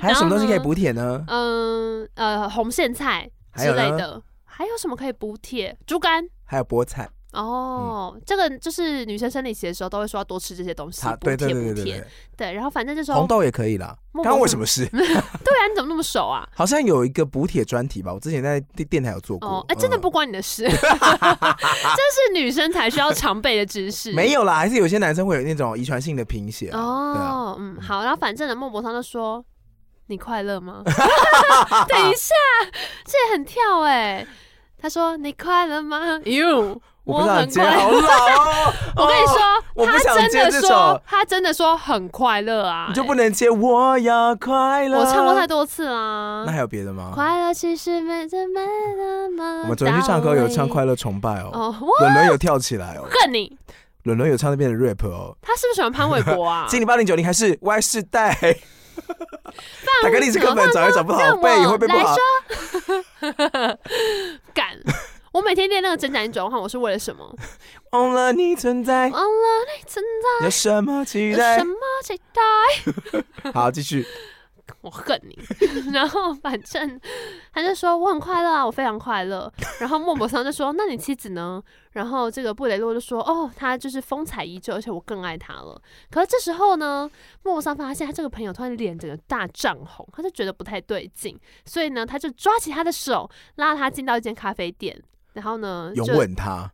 Speaker 1: 还有什么东西可以
Speaker 2: 然后呢
Speaker 1: 补铁呢？
Speaker 2: 嗯呃红苋菜
Speaker 1: 还
Speaker 2: 之
Speaker 1: 有
Speaker 2: 类
Speaker 1: 呢
Speaker 2: 的，还有什么可以补铁？猪肝。
Speaker 1: 还有菠菜，
Speaker 2: 哦，这个就是女生生理期的时候都会说要多吃这些东西
Speaker 1: 它，
Speaker 2: 补
Speaker 1: 对对
Speaker 2: 铁
Speaker 1: 对
Speaker 2: 补
Speaker 1: 对对
Speaker 2: 铁。
Speaker 1: 对，
Speaker 2: 对，然后反正这时
Speaker 1: 红
Speaker 2: 候，
Speaker 1: 豆也可以啦。
Speaker 2: 莫
Speaker 1: 刚
Speaker 2: 泊
Speaker 1: 刚为什
Speaker 2: 桑
Speaker 1: 么事？
Speaker 2: 对啊，你怎么那么熟 啊？
Speaker 1: 好像有一个补铁专题吧，我之前在电电台有做过
Speaker 2: 哦，。哎，真的
Speaker 1: 嗯
Speaker 2: 不关你的事， 这是女生才需要常备的知识。
Speaker 1: 没有啦，还是有些男生会有那种遗传性的贫血啊。对啊，
Speaker 2: 哦，嗯，好，然后反正呢，莫泊桑就说：“ 你快乐吗？”等一下，这也很跳哎、他说你快乐吗？You，
Speaker 1: 我不想
Speaker 2: 很
Speaker 1: 接，
Speaker 2: 快
Speaker 1: 好
Speaker 2: 乐。！
Speaker 1: 老哦
Speaker 2: 我跟你
Speaker 1: 哦，我
Speaker 2: 说，
Speaker 1: 不想
Speaker 2: 他
Speaker 1: 接这
Speaker 2: 真的
Speaker 1: 首
Speaker 2: 说，他真的说很快乐啊！
Speaker 1: 你就不能接我要快乐。
Speaker 2: 我唱过太多次啦
Speaker 1: 那。还有别的吗？
Speaker 2: 快乐其实没这么那么。
Speaker 1: 我们昨天去唱歌有唱《快
Speaker 2: 乐
Speaker 1: 乐崇拜》哦，
Speaker 2: 哦，我
Speaker 1: 伦伦有跳起来哦，
Speaker 2: 恨你！
Speaker 1: 伦伦有唱那边的 rap 哦。
Speaker 2: 他是不是喜欢潘玮柏啊？
Speaker 1: 今年八零九零还是 Y 世代， 打开历史课本找也找不好
Speaker 2: 让，我
Speaker 1: 背也会背不
Speaker 2: 来
Speaker 1: 好
Speaker 2: 说。敢！我每天练那个真假音转换，我是为了什么？
Speaker 1: 忘了你存在，
Speaker 2: 忘了你存在
Speaker 1: 有什么期
Speaker 2: 有
Speaker 1: 待
Speaker 2: 什？么期待？
Speaker 1: 好，继续。
Speaker 2: 我恨你。 然后反正他就说我很快乐啊，我非常快乐。然后莫泊桑就说那你妻子呢？然后这个布雷洛就说哦，他就是风采依旧，而且我更爱他了。可是这时候呢，莫泊桑发现他这个朋友突然脸整个大涨红，他就觉得不太对劲，所以呢，他就抓起他的手，拉他进到一间咖啡店。然后呢，就
Speaker 1: 拥吻他。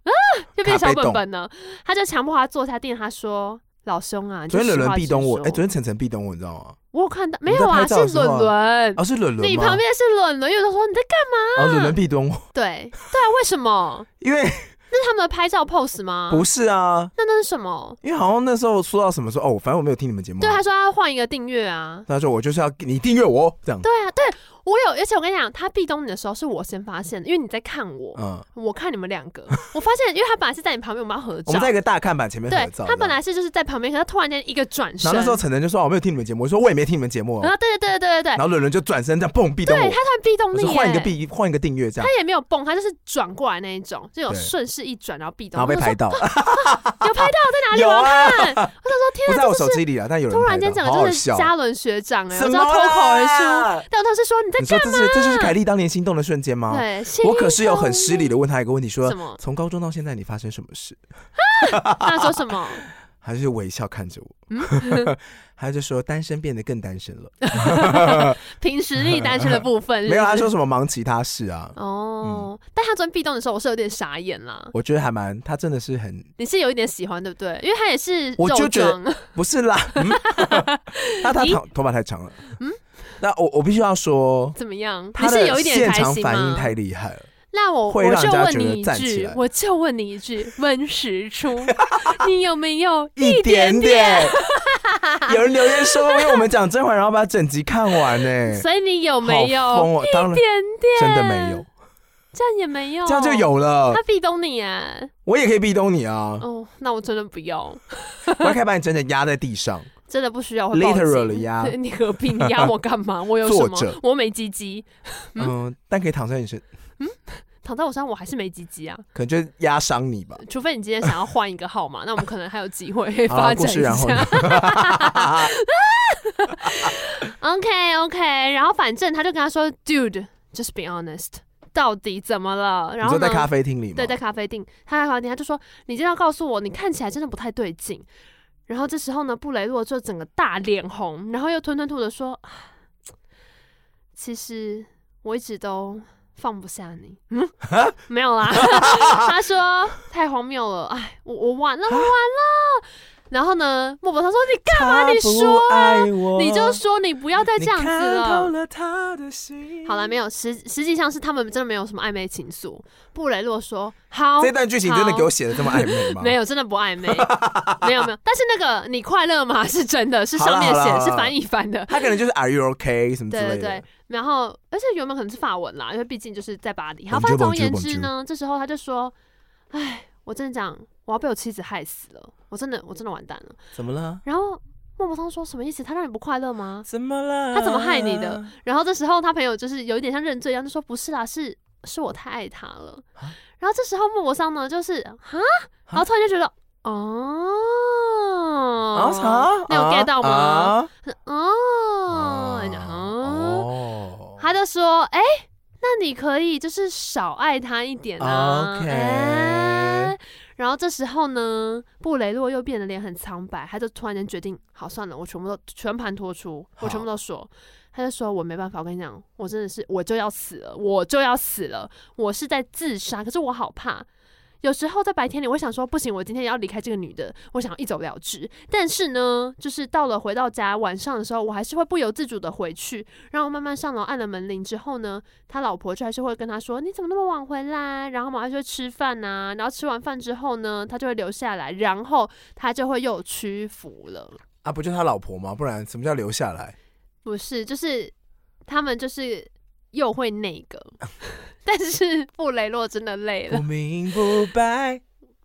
Speaker 2: 就变小
Speaker 1: 咖啡
Speaker 2: 本
Speaker 1: 冻
Speaker 2: 本了。他就强迫他坐下，对他说：“老兄啊，你
Speaker 1: 昨天伦
Speaker 2: 就实
Speaker 1: 伦
Speaker 2: 话
Speaker 1: 壁
Speaker 2: 直
Speaker 1: 咚我，
Speaker 2: 说
Speaker 1: 哎，昨天晨晨壁咚我，你知道吗？
Speaker 2: 我有看到
Speaker 1: 你
Speaker 2: 没有
Speaker 1: 在拍
Speaker 2: 啊？是
Speaker 1: 照的时候啊
Speaker 2: 伦伦，
Speaker 1: 哦，是伦伦吗？
Speaker 2: 你旁边啊是伦伦，有人说你在干
Speaker 1: 哦，伦伦壁咚我，
Speaker 2: 对对啊？为什 么？
Speaker 1: 因为
Speaker 2: 那是他们的拍照 pose 吗？
Speaker 1: 不是啊，
Speaker 2: 那那是什么？
Speaker 1: 因为好像那时候说到什么说哦，反正我没有听你们节目
Speaker 2: 对，
Speaker 1: 啊。
Speaker 2: 他说他要换一个订阅啊。
Speaker 1: 他说我就是要你订阅我这样。
Speaker 2: 对啊，对我有，而且我跟你讲，他壁咚你的时候是我先发现的，因为你在看我，
Speaker 1: 嗯，
Speaker 2: 我看你们两 个，我发现，因为他本来是在你旁边，我们要合
Speaker 1: 我
Speaker 2: 照
Speaker 1: 们，在一个大看板前面合
Speaker 2: 对
Speaker 1: 照。
Speaker 2: 他本
Speaker 1: 这样
Speaker 2: 来是就是在旁边，可他突然间一个转身
Speaker 1: 然，后那时候晨晨就说哦我没有听你们节目，我说我也没听你们节目哦。
Speaker 2: 然后对对对对对对
Speaker 1: 然，后伦伦就转身这样蹦壁咚
Speaker 2: 对他
Speaker 1: 我，
Speaker 2: 突然壁咚
Speaker 1: 我
Speaker 2: 你
Speaker 1: 说换一个
Speaker 2: 耶
Speaker 1: 壁换一个订阅这样
Speaker 2: 他，也没有蹦，他就是转过来那一种，就有
Speaker 1: 对
Speaker 2: 顺势一转，然后壁咚。
Speaker 1: 然后被
Speaker 2: 我就
Speaker 1: 拍到，
Speaker 2: 说有拍到在哪 里？
Speaker 1: 有
Speaker 2: 我
Speaker 1: 啊，
Speaker 2: 要看。我想说，天
Speaker 1: 不在
Speaker 2: 哪，
Speaker 1: 我
Speaker 2: 这
Speaker 1: 手
Speaker 2: 就是
Speaker 1: 机里啊，但有人
Speaker 2: 突然
Speaker 1: 拍
Speaker 2: 间
Speaker 1: 到
Speaker 2: 整
Speaker 1: 好
Speaker 2: 个
Speaker 1: 好
Speaker 2: 就是
Speaker 1: 笑。
Speaker 2: 嘉伦学长哎，我
Speaker 1: 什
Speaker 2: 就
Speaker 1: 么
Speaker 2: 要脱口而出。
Speaker 1: 啦？
Speaker 2: 但我当时说你在
Speaker 1: 你说这是这就是凯莉当年心动的瞬间吗？
Speaker 2: 对，
Speaker 1: 我可是有很失礼的问他一个问题，说
Speaker 2: 什么？
Speaker 1: 从高中到现在你发生什么事？
Speaker 2: 他说 什么？
Speaker 1: 还是微笑看着我，
Speaker 2: 嗯
Speaker 1: 他就说单身变得更单身了。
Speaker 2: 凭实力单身的部分是
Speaker 1: 没有，啊
Speaker 2: 不
Speaker 1: 他
Speaker 2: 是
Speaker 1: 说什么忙其他事啊？
Speaker 2: 哦，但他昨天壁咚的时候，我是有点傻眼啦。
Speaker 1: 我觉得还蛮，他真的是很
Speaker 2: 你是有一点喜欢对不对？因为他也是
Speaker 1: 我就
Speaker 2: 肉
Speaker 1: 觉得
Speaker 2: 装，
Speaker 1: 不是啦。嗯 他他
Speaker 2: 咦
Speaker 1: 头头发太长了。那我我必须要说，
Speaker 2: 怎么样？你
Speaker 1: 他
Speaker 2: 是
Speaker 1: 的
Speaker 2: 有一点
Speaker 1: 现
Speaker 2: 开
Speaker 1: 场
Speaker 2: 心
Speaker 1: 反应
Speaker 2: 吗？
Speaker 1: 太厉害了。
Speaker 2: 那我
Speaker 1: 会
Speaker 2: 我
Speaker 1: 让
Speaker 2: 就
Speaker 1: 人家
Speaker 2: 问
Speaker 1: 觉得
Speaker 2: 你一
Speaker 1: 站起
Speaker 2: 句
Speaker 1: 来，
Speaker 2: 我就问你一句，温实 初，你有没有
Speaker 1: 一点
Speaker 2: 点？
Speaker 1: 点。有人留言 说，因为我们讲甄嬛，然后把整集看完呢、
Speaker 2: 所以你有没
Speaker 1: 好
Speaker 2: 有
Speaker 1: 疯哦，当然
Speaker 2: 一点
Speaker 1: 真
Speaker 2: 点？
Speaker 1: 的没有，
Speaker 2: 哦这样也没有，
Speaker 1: 这样就。有了。
Speaker 2: 他壁咚你哎，
Speaker 1: 我也可以壁咚你啊，
Speaker 2: 哦，那我真的不要，
Speaker 1: 我还可以把你整整压在地上。
Speaker 2: 真的不需要。会报警
Speaker 1: Literally 呀、
Speaker 2: 对 你何必你压我干嘛？我有什
Speaker 1: 坐
Speaker 2: 么
Speaker 1: 着？
Speaker 2: 我没鸡鸡，
Speaker 1: 嗯，但可以躺在你身，
Speaker 2: 躺在我身上我还是没鸡鸡啊。
Speaker 1: 可能就压伤你吧。
Speaker 2: 除非你今天想要换一个号码，那我们可能还有机 会可以
Speaker 1: 好
Speaker 2: 发
Speaker 1: 啦，啊故
Speaker 2: 展
Speaker 1: 事
Speaker 2: 一
Speaker 1: 然后呢
Speaker 2: 下。？OK OK，然后反正他就跟他说，Dude，just be honest，到底怎么了？然
Speaker 1: 你
Speaker 2: 后
Speaker 1: 说
Speaker 2: 呢？
Speaker 1: 在咖啡厅里吗？
Speaker 2: 对，在咖啡厅，他在咖啡厅，他就说，你今天要告诉我，你看起来真的不太对劲。然后这时候呢，布雷洛就整个大脸红，然后又吞吞吐的说，啊其实我一直都放不下你。嗯， 没有啦， 他说太荒谬了，哎，我我完了，我完了。然后呢，莫泊桑说你
Speaker 1: 干
Speaker 2: 嘛你说
Speaker 1: 爱我
Speaker 2: 你就说你不要再这样子
Speaker 1: 你看
Speaker 2: 了
Speaker 1: 透。了他的心
Speaker 2: 好了，没有实实际上是他们真的没有什么暧昧情愫。布雷洛说：“好，
Speaker 1: 这段剧情真的给我写的这么暧昧 吗？
Speaker 2: 没有，真的不 暧昧，没有没有。但是那个你快乐吗？是真的，是上面
Speaker 1: 好啦
Speaker 2: 写
Speaker 1: 好啦
Speaker 2: 的
Speaker 1: 好
Speaker 2: 是
Speaker 1: 啦
Speaker 2: 翻译翻的。
Speaker 1: 他可能就是 Are you okay 什么之
Speaker 2: 对
Speaker 1: 类的。
Speaker 2: 对对，然后而且原本可能是法文啦，因为毕竟就是在巴黎。好，
Speaker 1: Bonjour,
Speaker 2: 反正总而
Speaker 1: bonjour,
Speaker 2: 言之呢，这时候他就说：“哎，我真的讲，我要被我妻子害死了，我真的我真的完蛋了。
Speaker 1: 怎么了”？
Speaker 2: 然后莫泊桑说：“什么意思？他让你不快乐吗？”
Speaker 1: 怎么了？
Speaker 2: 他怎么害你的？然后这时候他朋友就是有一点像认罪一样，就说不是啦，是是我太爱他了
Speaker 1: 啊。
Speaker 2: 然后这时候莫泊桑呢，就是哈，然后突然就觉得哦
Speaker 1: 啊，啥？
Speaker 2: 你哦有 get 到吗？
Speaker 1: 啊？
Speaker 2: 哦，你就哦，
Speaker 1: 哦
Speaker 2: 他就说哎。那你可以就是少爱他一点啊
Speaker 1: OK
Speaker 2: 哎然后这时候呢，布雷洛又变得脸很苍白，他就突然间决定，好算了，我全部都全盘托出，我全部都说。他就说：“我没办法，我跟你讲，我真的是我就要死了，我就要死了，我是在自杀，可是我好怕，有时候在白天里，我想说不行，我今天要离开这个女的，我想要一走了之。但是呢，就是到了回到家晚上的时候，我还是会不由自主的回去，然后慢慢上楼按了门铃之后呢，他老婆就还是会跟他说：“你怎么那么晚回来？”然后马上就会吃饭呐、然后吃完饭之后呢，他就会留下来，然后他就会又屈服了。
Speaker 1: 啊，不就他老婆吗？不然什么叫留下来？
Speaker 2: 不是，就是他们就是又会那个， 但是布雷洛真的累
Speaker 1: 不
Speaker 2: 了，
Speaker 1: 明不白，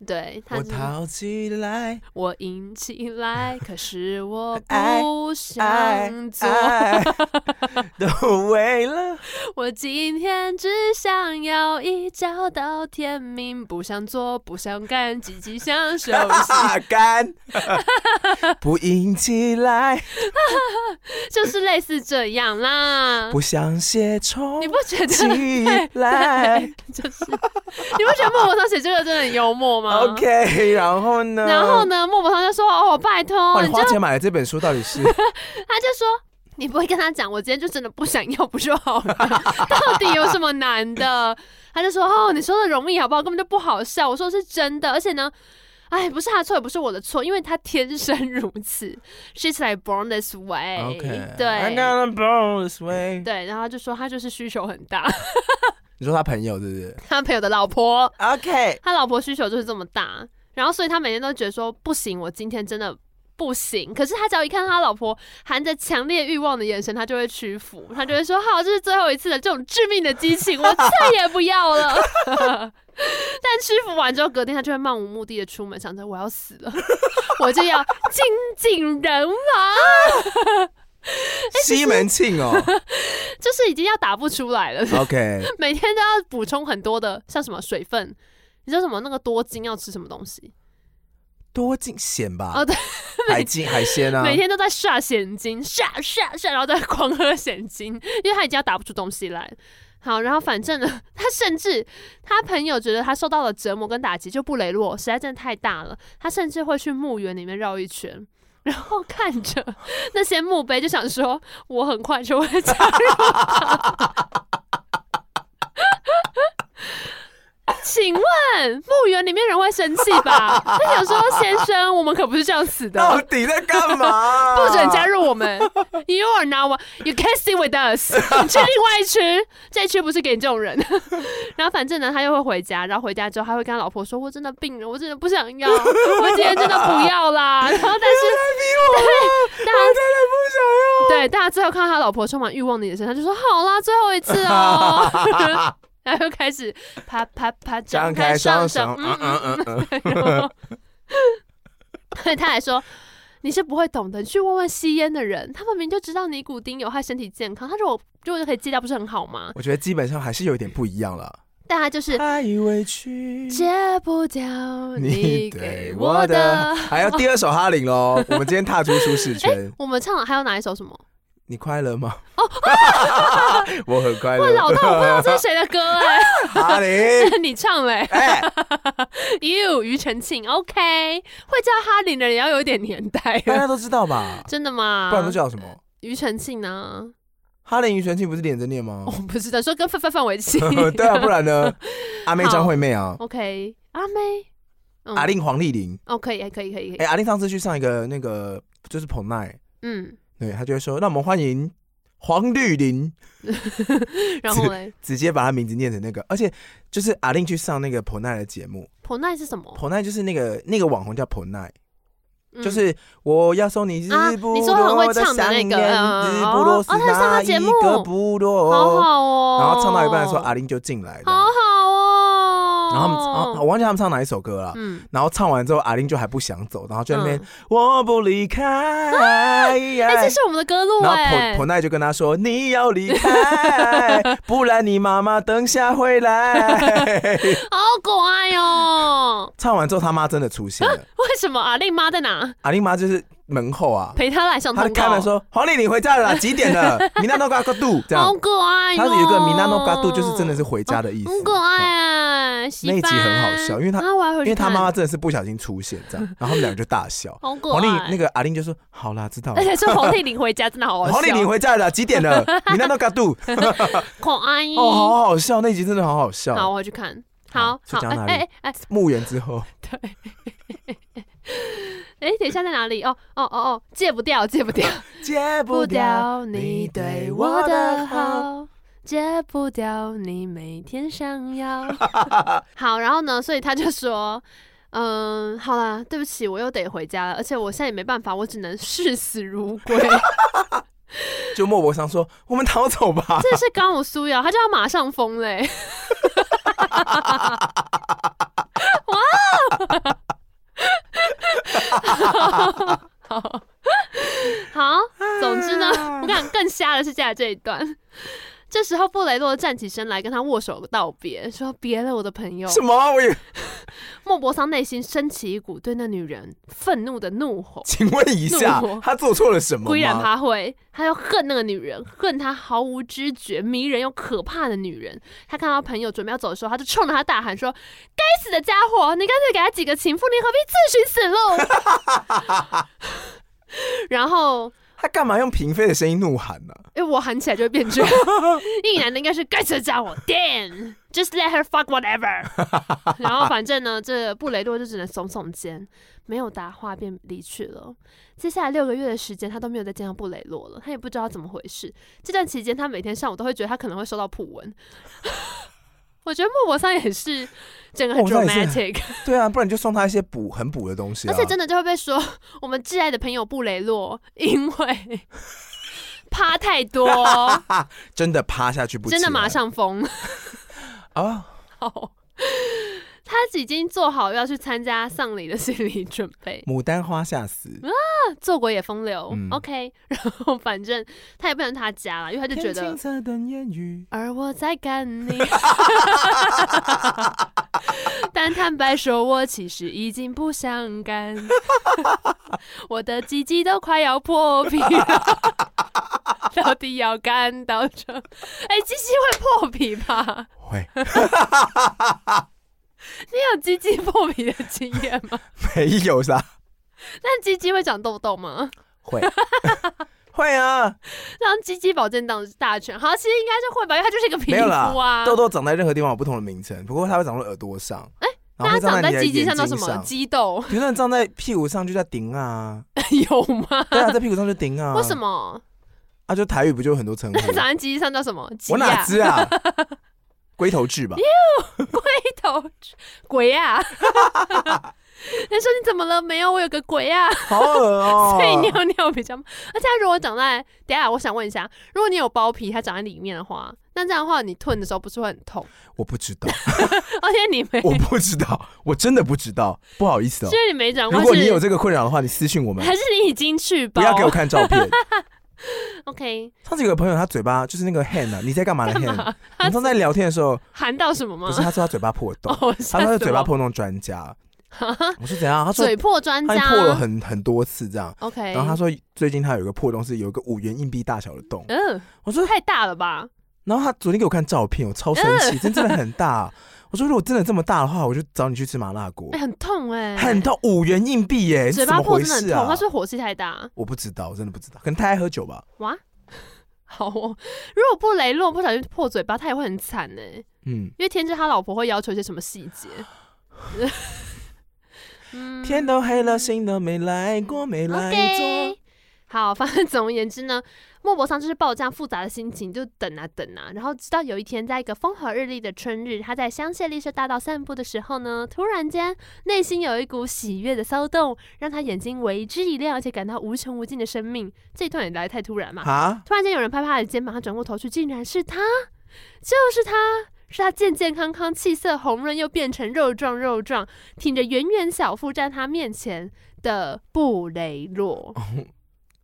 Speaker 2: 对他
Speaker 1: 我
Speaker 2: 真的
Speaker 1: 逃起来，
Speaker 2: 我硬起来，可是我
Speaker 1: 爱
Speaker 2: 不
Speaker 1: 爱
Speaker 2: 想做，
Speaker 1: 爱 都为了
Speaker 2: 我今天只想要一觉到天明，不想做，不想干，积极享受
Speaker 1: 哈干，不硬起来，
Speaker 2: 就是类似这样啦。
Speaker 1: 不想写冲
Speaker 2: 你不觉得？
Speaker 1: 起来
Speaker 2: 对，就是你不觉得莫泊桑写这个真的很幽默吗
Speaker 1: ，OK，然后呢？
Speaker 2: 然后？呢，莫泊桑就说：“哦，拜托，
Speaker 1: 哇，
Speaker 2: 你
Speaker 1: 你
Speaker 2: 就
Speaker 1: 花钱买的这本书到底是？
Speaker 2: 他就说。你不会跟他讲，我今天就真的不想要，不就好了？ 到底有什么难的？他就说：“哦，你说的容易好不好？根本就不好笑。”我说：“是真的，而且呢，哎，不是他的错，也不是我的错，因为他天生如此，she's like born this way。
Speaker 1: OK，啊
Speaker 2: 对
Speaker 1: I'm gonna blow this way。
Speaker 2: 对，然后他就说他就是需求很大，
Speaker 1: 你说他朋友对不对
Speaker 2: 他朋友的老婆，
Speaker 1: ？OK，
Speaker 2: 他老婆需求就是这么大，然后所以他每天都觉得说不行，我今天真的不行。可是他只要一看到他老婆含着强烈欲望的眼神，他就会屈服，他就会说好，这是最后一次的这种致命的激情，我再也不要了。 但屈服完之后，隔天他就会漫无目的的出门，想着我要死了，我就要精尽人亡，
Speaker 1: 西门庆 哦
Speaker 2: 就是已经要打不出来了。
Speaker 1: ，OK，
Speaker 2: 每天都要补充很多的，像什么水分，你知道什么那个多金要吃什么东西？
Speaker 1: 多金险吧？
Speaker 2: 哦对，
Speaker 1: 海金海鲜啊，
Speaker 2: 每天都在刷现金，刷刷刷，然后在狂喝现金，因为他已经要打不出东西来。好，然后反正呢，他甚至他朋友觉得他受到了折磨跟打击，就布雷洛实在真的太大了，他甚至会去墓园里面绕一圈。 然后看着那些墓碑，就想说，我很快就会加入他。 请问墓园里面人会生气吧？ 他想说，先生，我们可不是这样死的。
Speaker 1: 到底在干嘛？
Speaker 2: 不准加入我们，You are not one, you can't stay with us 。你去另外一区，这一区不是给你这种人。然后反正呢，他又会回家，然后回家之后，他会跟他老婆说：“我真的病了，我真的不想要，我今天真的不要啦。”然后
Speaker 1: 太
Speaker 2: 但是
Speaker 1: 逼我了，
Speaker 2: 大家
Speaker 1: 我真的不想要。
Speaker 2: 对，但他最后看到他老婆充满欲望的眼神，他就说：“好啦，最后一次哦。”然后又开始啪啪啪张开双手，嗯嗯嗯
Speaker 1: 嗯嗯嗯，
Speaker 2: 然后 他还说。你是不会懂的，你去问问吸烟的人，他们明就知道尼古丁有害身体健康。他说我如果就可以戒掉，不是很好吗？
Speaker 1: 我觉得基本上还是有点不一样了。
Speaker 2: 但 他就是
Speaker 1: 太委屈，
Speaker 2: 戒不掉你给我的。
Speaker 1: 还要第二首哈林喽。 我们今天踏出舒适圈，
Speaker 2: 我们唱了还有哪一首什么？
Speaker 1: 你快乐吗？ 我很快
Speaker 2: 哇，老
Speaker 1: 乐。
Speaker 2: 哦大，我不知道这是谁的歌哎、
Speaker 1: 哈林，
Speaker 2: 你唱嘞、
Speaker 1: 哎，
Speaker 2: You 庾澄庆，OK，会叫哈林的人要有一点年代
Speaker 1: 大
Speaker 2: 了，
Speaker 1: 家都知道吧？
Speaker 2: 真的吗？
Speaker 1: 不然都叫什么？
Speaker 2: 庾澄庆呢？
Speaker 1: 哈林庾澄庆不是连着念吗。
Speaker 2: 我？不知道，说跟范范范玮琪
Speaker 1: 对啊，不然 呢？阿妹张惠妹啊，
Speaker 2: OK，阿妹，嗯
Speaker 1: 阿令黄丽玲。
Speaker 2: 哦，可以，可以，可以，可以
Speaker 1: 哎，，阿令上次去上一个那个就是彭奈，
Speaker 2: 嗯，
Speaker 1: 对他就会说，让我们欢迎黄绿林。哎
Speaker 2: 然后嘞，
Speaker 1: 直接把他名字念成那个，而且就是阿令去上那个 p o n a 的节目
Speaker 2: 婆奈是什么？
Speaker 1: p o n a 就是那个那个网红叫 p o n a
Speaker 2: 哦嗯
Speaker 1: 就是我要送你日
Speaker 2: 啊
Speaker 1: 不
Speaker 2: 你说很
Speaker 1: 落
Speaker 2: 会
Speaker 1: 的
Speaker 2: 唱的
Speaker 1: 想
Speaker 2: 那
Speaker 1: 念，
Speaker 2: 个嗯
Speaker 1: 日不落
Speaker 2: 哦
Speaker 1: 是
Speaker 2: 哦他上他
Speaker 1: 哪
Speaker 2: 节
Speaker 1: 一
Speaker 2: 目
Speaker 1: 个部落？
Speaker 2: 好好哦，
Speaker 1: 然后唱到一半的时候，阿令就进来了，
Speaker 2: 好好哦，
Speaker 1: 然后他们啊，我忘记他们唱哪一首歌了。
Speaker 2: 嗯，
Speaker 1: 然后唱完之后，阿令就还不想走，然后就在那边、
Speaker 2: 嗯
Speaker 1: 我不离开。
Speaker 2: 哎，这是我们的歌 路
Speaker 1: 然后
Speaker 2: 哎
Speaker 1: 彭，彭奈就跟他说：“你要离开，不然你妈妈等下会来。”
Speaker 2: 好可爱哦。
Speaker 1: 唱完之后，他妈真的出现了。
Speaker 2: 为什么阿令妈在哪？
Speaker 1: 阿令妈就是门后啊，
Speaker 2: 陪她来上
Speaker 1: 她
Speaker 2: 通
Speaker 1: 就开
Speaker 2: 告
Speaker 1: 门，说：“黄丽，你回家了啦，几点了？”米娜诺嘎嘎杜这样
Speaker 2: 好，可爱哦。哦
Speaker 1: 他有一个米娜诺嘎杜，就是真的是回家的意思。
Speaker 2: 很可爱哎，
Speaker 1: 那一集很好笑因为他
Speaker 2: 啊，我还回
Speaker 1: 因
Speaker 2: 去
Speaker 1: 为他
Speaker 2: 看
Speaker 1: 妈妈真的是不小心出现这 样，然后他们两个就大笑。
Speaker 2: 好可
Speaker 1: 黄丽那
Speaker 2: 爱，
Speaker 1: 个阿令就说：“好啦，知道了
Speaker 2: 而。且是红丽领回家，真的 好”好笑，
Speaker 1: 黄丽，你回家了啦，几点 了？米娜诺嘎杜，
Speaker 2: 可爱
Speaker 1: 哦哦，好好笑，那一集真的好好笑。
Speaker 2: 嗯好，我要去看。好
Speaker 1: 是讲哪
Speaker 2: 哎
Speaker 1: 里？
Speaker 2: 哎哎，
Speaker 1: 墓园之后，
Speaker 2: 哎，等一下在哪里？哦哦哦哦，戒不掉， 戒不掉，
Speaker 1: 戒
Speaker 2: 不
Speaker 1: 不掉。
Speaker 2: 掉你对我的好，戒不掉你每天想 要。好，然后呢，所以他就说。嗯，好啦，对不起，我又得回家了，而且我现在也没办法，我只能视死如归。
Speaker 1: 就莫泊桑说：“我们逃走吧。
Speaker 2: 这是刚我苏瑶，他就要马上疯嘞、哇！好， 好，总之呢， 我跟你讲更瞎的是下这一段。这时候，布雷洛站起身来跟他握手道别，说：“别了，我的朋友。”
Speaker 1: 什么？啊我也，
Speaker 2: 莫泊桑内心升起一股对那女人愤怒的怒火
Speaker 1: 请问一下
Speaker 2: 怒火，
Speaker 1: 他做错了什么
Speaker 2: 固然
Speaker 1: 吗？
Speaker 2: 他会，他要恨那个女人，恨她毫无知觉、迷人又可怕的女人。他看到朋友准备要走的时候，他就冲着他大喊说：“该死的家伙， 你干脆给他几个情妇，你何必自寻死路？” 然后，
Speaker 1: 他干嘛用嫔妃的声音怒喊呢？
Speaker 2: 因为我喊起来就会变 这样，一男的应该是该死的家伙，damn，just let her fuck whatever。然后反正呢，这布雷洛就只能耸耸肩，没有答话便离去了。接下来六个月的时间，他都没有再见到布雷洛了，他也不知道怎么回事。这段期间，他每天上午都会觉得他可能会收到普文。 我觉得莫泊桑也是整个很
Speaker 1: 莫泊桑也
Speaker 2: dramatic，
Speaker 1: 对啊，不然你就送他一些补很补的东西
Speaker 2: 而
Speaker 1: 啊。
Speaker 2: 且真的就会被说我们挚爱的朋友布雷洛，因 为趴太多，
Speaker 1: 真的趴下 去不起
Speaker 2: 真
Speaker 1: 来？
Speaker 2: 的马上疯。
Speaker 1: 啊！
Speaker 2: 好，他已经做好要去参加丧礼的心理准 备，
Speaker 1: 牡丹花下死，
Speaker 2: 嗯做鬼也风流、
Speaker 1: 嗯
Speaker 2: o k 然后反正他也不能他家了，因为他就觉
Speaker 1: 天
Speaker 2: 得
Speaker 1: 青，色等烟雨。
Speaker 2: 而我在 干你。但坦白说，我其实已经不 想干，我的鸡鸡都快要破皮了。 到底要干到这？哎、鸡鸡会破皮吧？
Speaker 1: 会
Speaker 2: 你有鸡鸡破皮的经验 吗？
Speaker 1: 没有啥？
Speaker 2: 但鸡鸡会长痘痘吗？
Speaker 1: 会会啊，
Speaker 2: 让鸡鸡保健当大全，好，其实应该是会吧，因为它就是一个皮
Speaker 1: 没有啦
Speaker 2: 肤啊。
Speaker 1: 痘痘长在任何地方有不同的名称，不过它会长在耳朵上，哎、然后
Speaker 2: 那它
Speaker 1: 会
Speaker 2: 长
Speaker 1: 在你的
Speaker 2: 鸡鸡
Speaker 1: 眼
Speaker 2: 上叫
Speaker 1: 睛
Speaker 2: 什么？
Speaker 1: 上。
Speaker 2: 鸡痘
Speaker 1: 比如说你长在屁股上就叫顶啊，
Speaker 2: 有吗？
Speaker 1: 对啊，在屁股上就顶啊。
Speaker 2: 为什？么？
Speaker 1: 啊，就台语不就有很多 称呼？
Speaker 2: 它长在鸡鸡上叫什么？鸡
Speaker 1: 我哪
Speaker 2: 呀、
Speaker 1: 知 啊？龟头痣吧，
Speaker 2: 黑头鬼呀、 他说你怎么了？没有，我有个鬼呀、
Speaker 1: 好恶哦、
Speaker 2: 所以尿尿比较。而且它如果长在，等一下我想问一下，如果你有包皮，它长在里面的话，那这样的话你吞的时候不是会很痛？
Speaker 1: 我不知道，
Speaker 2: 而且你没，
Speaker 1: 我不知道，我真的不知道，不好意思哦、
Speaker 2: 就是你没长过
Speaker 1: 如
Speaker 2: 是。
Speaker 1: 果你有这个困扰的话，你私信我们，
Speaker 2: 还是你已经去包
Speaker 1: 不要给我看照 片。
Speaker 2: ？OK，
Speaker 1: 上次有个朋友，他嘴巴就是那个 hand 啊，你在干嘛的
Speaker 2: 干
Speaker 1: hand？
Speaker 2: 嘛？
Speaker 1: 我们刚才聊天的时候，
Speaker 2: 含到什么吗？
Speaker 1: 不是他说他嘴巴破洞，
Speaker 2: 哦，
Speaker 1: 他
Speaker 2: 吓
Speaker 1: 说他
Speaker 2: 死
Speaker 1: 嘴巴
Speaker 2: 我
Speaker 1: 破洞专 家。我说怎样？他说
Speaker 2: 嘴破专
Speaker 1: 他
Speaker 2: 家
Speaker 1: 破了很很多次这样。
Speaker 2: OK，
Speaker 1: 然后他说最近他有一个破洞是有一个五元硬币大小的洞。
Speaker 2: 嗯、
Speaker 1: 我说，
Speaker 2: 太大了吧？
Speaker 1: 然后他昨天给我看照片，我超生气，
Speaker 2: 嗯
Speaker 1: 真真的很大。啊我说如果真的这么大的话，我就找你去吃麻辣 锅
Speaker 2: 哎、，很痛哎、
Speaker 1: 很痛，五元硬币耶，
Speaker 2: 嘴
Speaker 1: 怎
Speaker 2: 巴
Speaker 1: 么
Speaker 2: 破
Speaker 1: 回
Speaker 2: 真的很
Speaker 1: 事
Speaker 2: 痛，
Speaker 1: 啊
Speaker 2: 他？说火气太大。
Speaker 1: 我不知道，我真的不知道，可能他爱喝酒吧。
Speaker 2: 哇，好哦，如果不雷洛不小心破嘴巴，他也会很惨哎、
Speaker 1: 嗯，
Speaker 2: 因为天真他老婆会要求一些什么细节。 嗯
Speaker 1: 天都黑了，心都没来过，没来坐
Speaker 2: OK，。好， 反正总而言之呢，莫泊桑就是抱着这样复杂的心情，就等啊等啊，然后直到有一天，在一个风和日丽的春日，他在香榭丽舍大道散步的时候呢，突然间内心有一股喜悦的骚动，让他眼睛为之一亮，而且感到无穷无尽的生命。这一段也来得太突然嘛！
Speaker 1: 啊！
Speaker 2: 突然间有人拍拍他的肩膀，他转过头去，竟然是他，就是他。是他健健康康、气色红润，又变成肉壮肉壮，挺着圆圆小腹站他面前的布雷洛。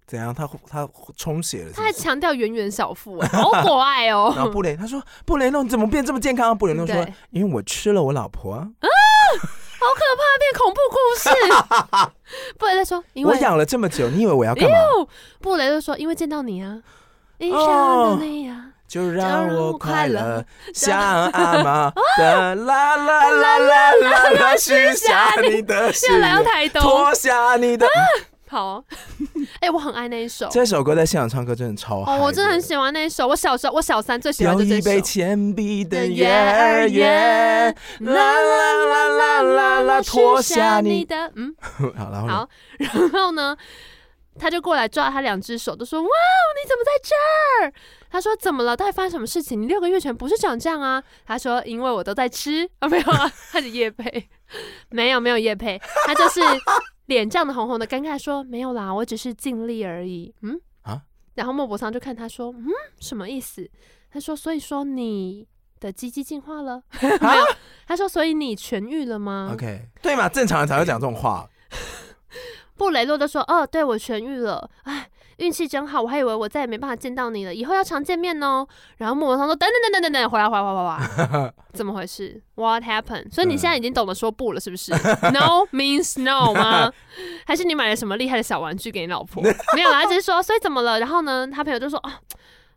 Speaker 1: 怎样？他他充血哦了是
Speaker 2: 他
Speaker 1: 不
Speaker 2: 还
Speaker 1: 是？
Speaker 2: 强调圆圆小腹、哎，好可爱 哦、
Speaker 1: 然后布雷他说：“布雷诺，你怎么变这么健康？”啊布雷诺说
Speaker 2: 嗯对，：“
Speaker 1: 因为我吃了我老婆啊，
Speaker 2: 好可怕，变恐怖故事。布雷在说，因
Speaker 1: 我
Speaker 2: 为哎
Speaker 1: 养了这么久，你以为我要 干嘛？
Speaker 2: 布雷就说，因为见到你啊，
Speaker 1: 哦
Speaker 2: 一想到你啊，
Speaker 1: 就
Speaker 2: 让
Speaker 1: 让
Speaker 2: 我
Speaker 1: 我
Speaker 2: 快
Speaker 1: 快
Speaker 2: 乐
Speaker 1: 乐，像阿妈的啦啦啦啦啦啦，许下你的誓
Speaker 2: 又来到
Speaker 1: 言，
Speaker 2: 台东，
Speaker 1: 脱下你的，
Speaker 2: 啊 好，哎、我很爱那一首，
Speaker 1: 这首歌在现场唱歌真的超嗨
Speaker 2: 哦，我真的很喜欢那一首。我小时候，我小三最喜欢
Speaker 1: 有
Speaker 2: 就这
Speaker 1: 一杯
Speaker 2: 首。
Speaker 1: 铅笔等月儿圆，啦啦啦啦啦啦，脱下你。
Speaker 2: 的，嗯，
Speaker 1: 好，然后呢
Speaker 2: 好， 然后呢，他就过来抓他两只手，就说：“哇，你怎么在这儿？”他说：“怎么了？到底发生什么事情？你六个月前不是长这样啊？”他说：“因为我都在吃啊，没有啊，他的叶配， 没有没有叶配，他就是脸涨得红红的，尴尬地说：没有啦，我只是尽力而已。嗯
Speaker 1: 啊，
Speaker 2: 然后莫泊桑就看他说：嗯，什么意思？他说：所以说你的鸡鸡进化
Speaker 1: 啊
Speaker 2: 了？没有，他说：所以你痊愈了吗
Speaker 1: ，OK，对嘛，正常人才会讲这种话。
Speaker 2: 布雷洛就说：“哦，对我痊愈了，哎，运气真好，我还以为我再也没办法见到你了，以后要常见面哦。”然后莫文涛说：“等等等等等等，回来回来回来回来，怎么回事？What happened？所以你现在已经懂得说不了，是不是？No means no 吗？还是你买了什么厉害的小玩具给你老婆？ 没有啦，只是说，所以怎么了？然后呢，他朋友就说：哦，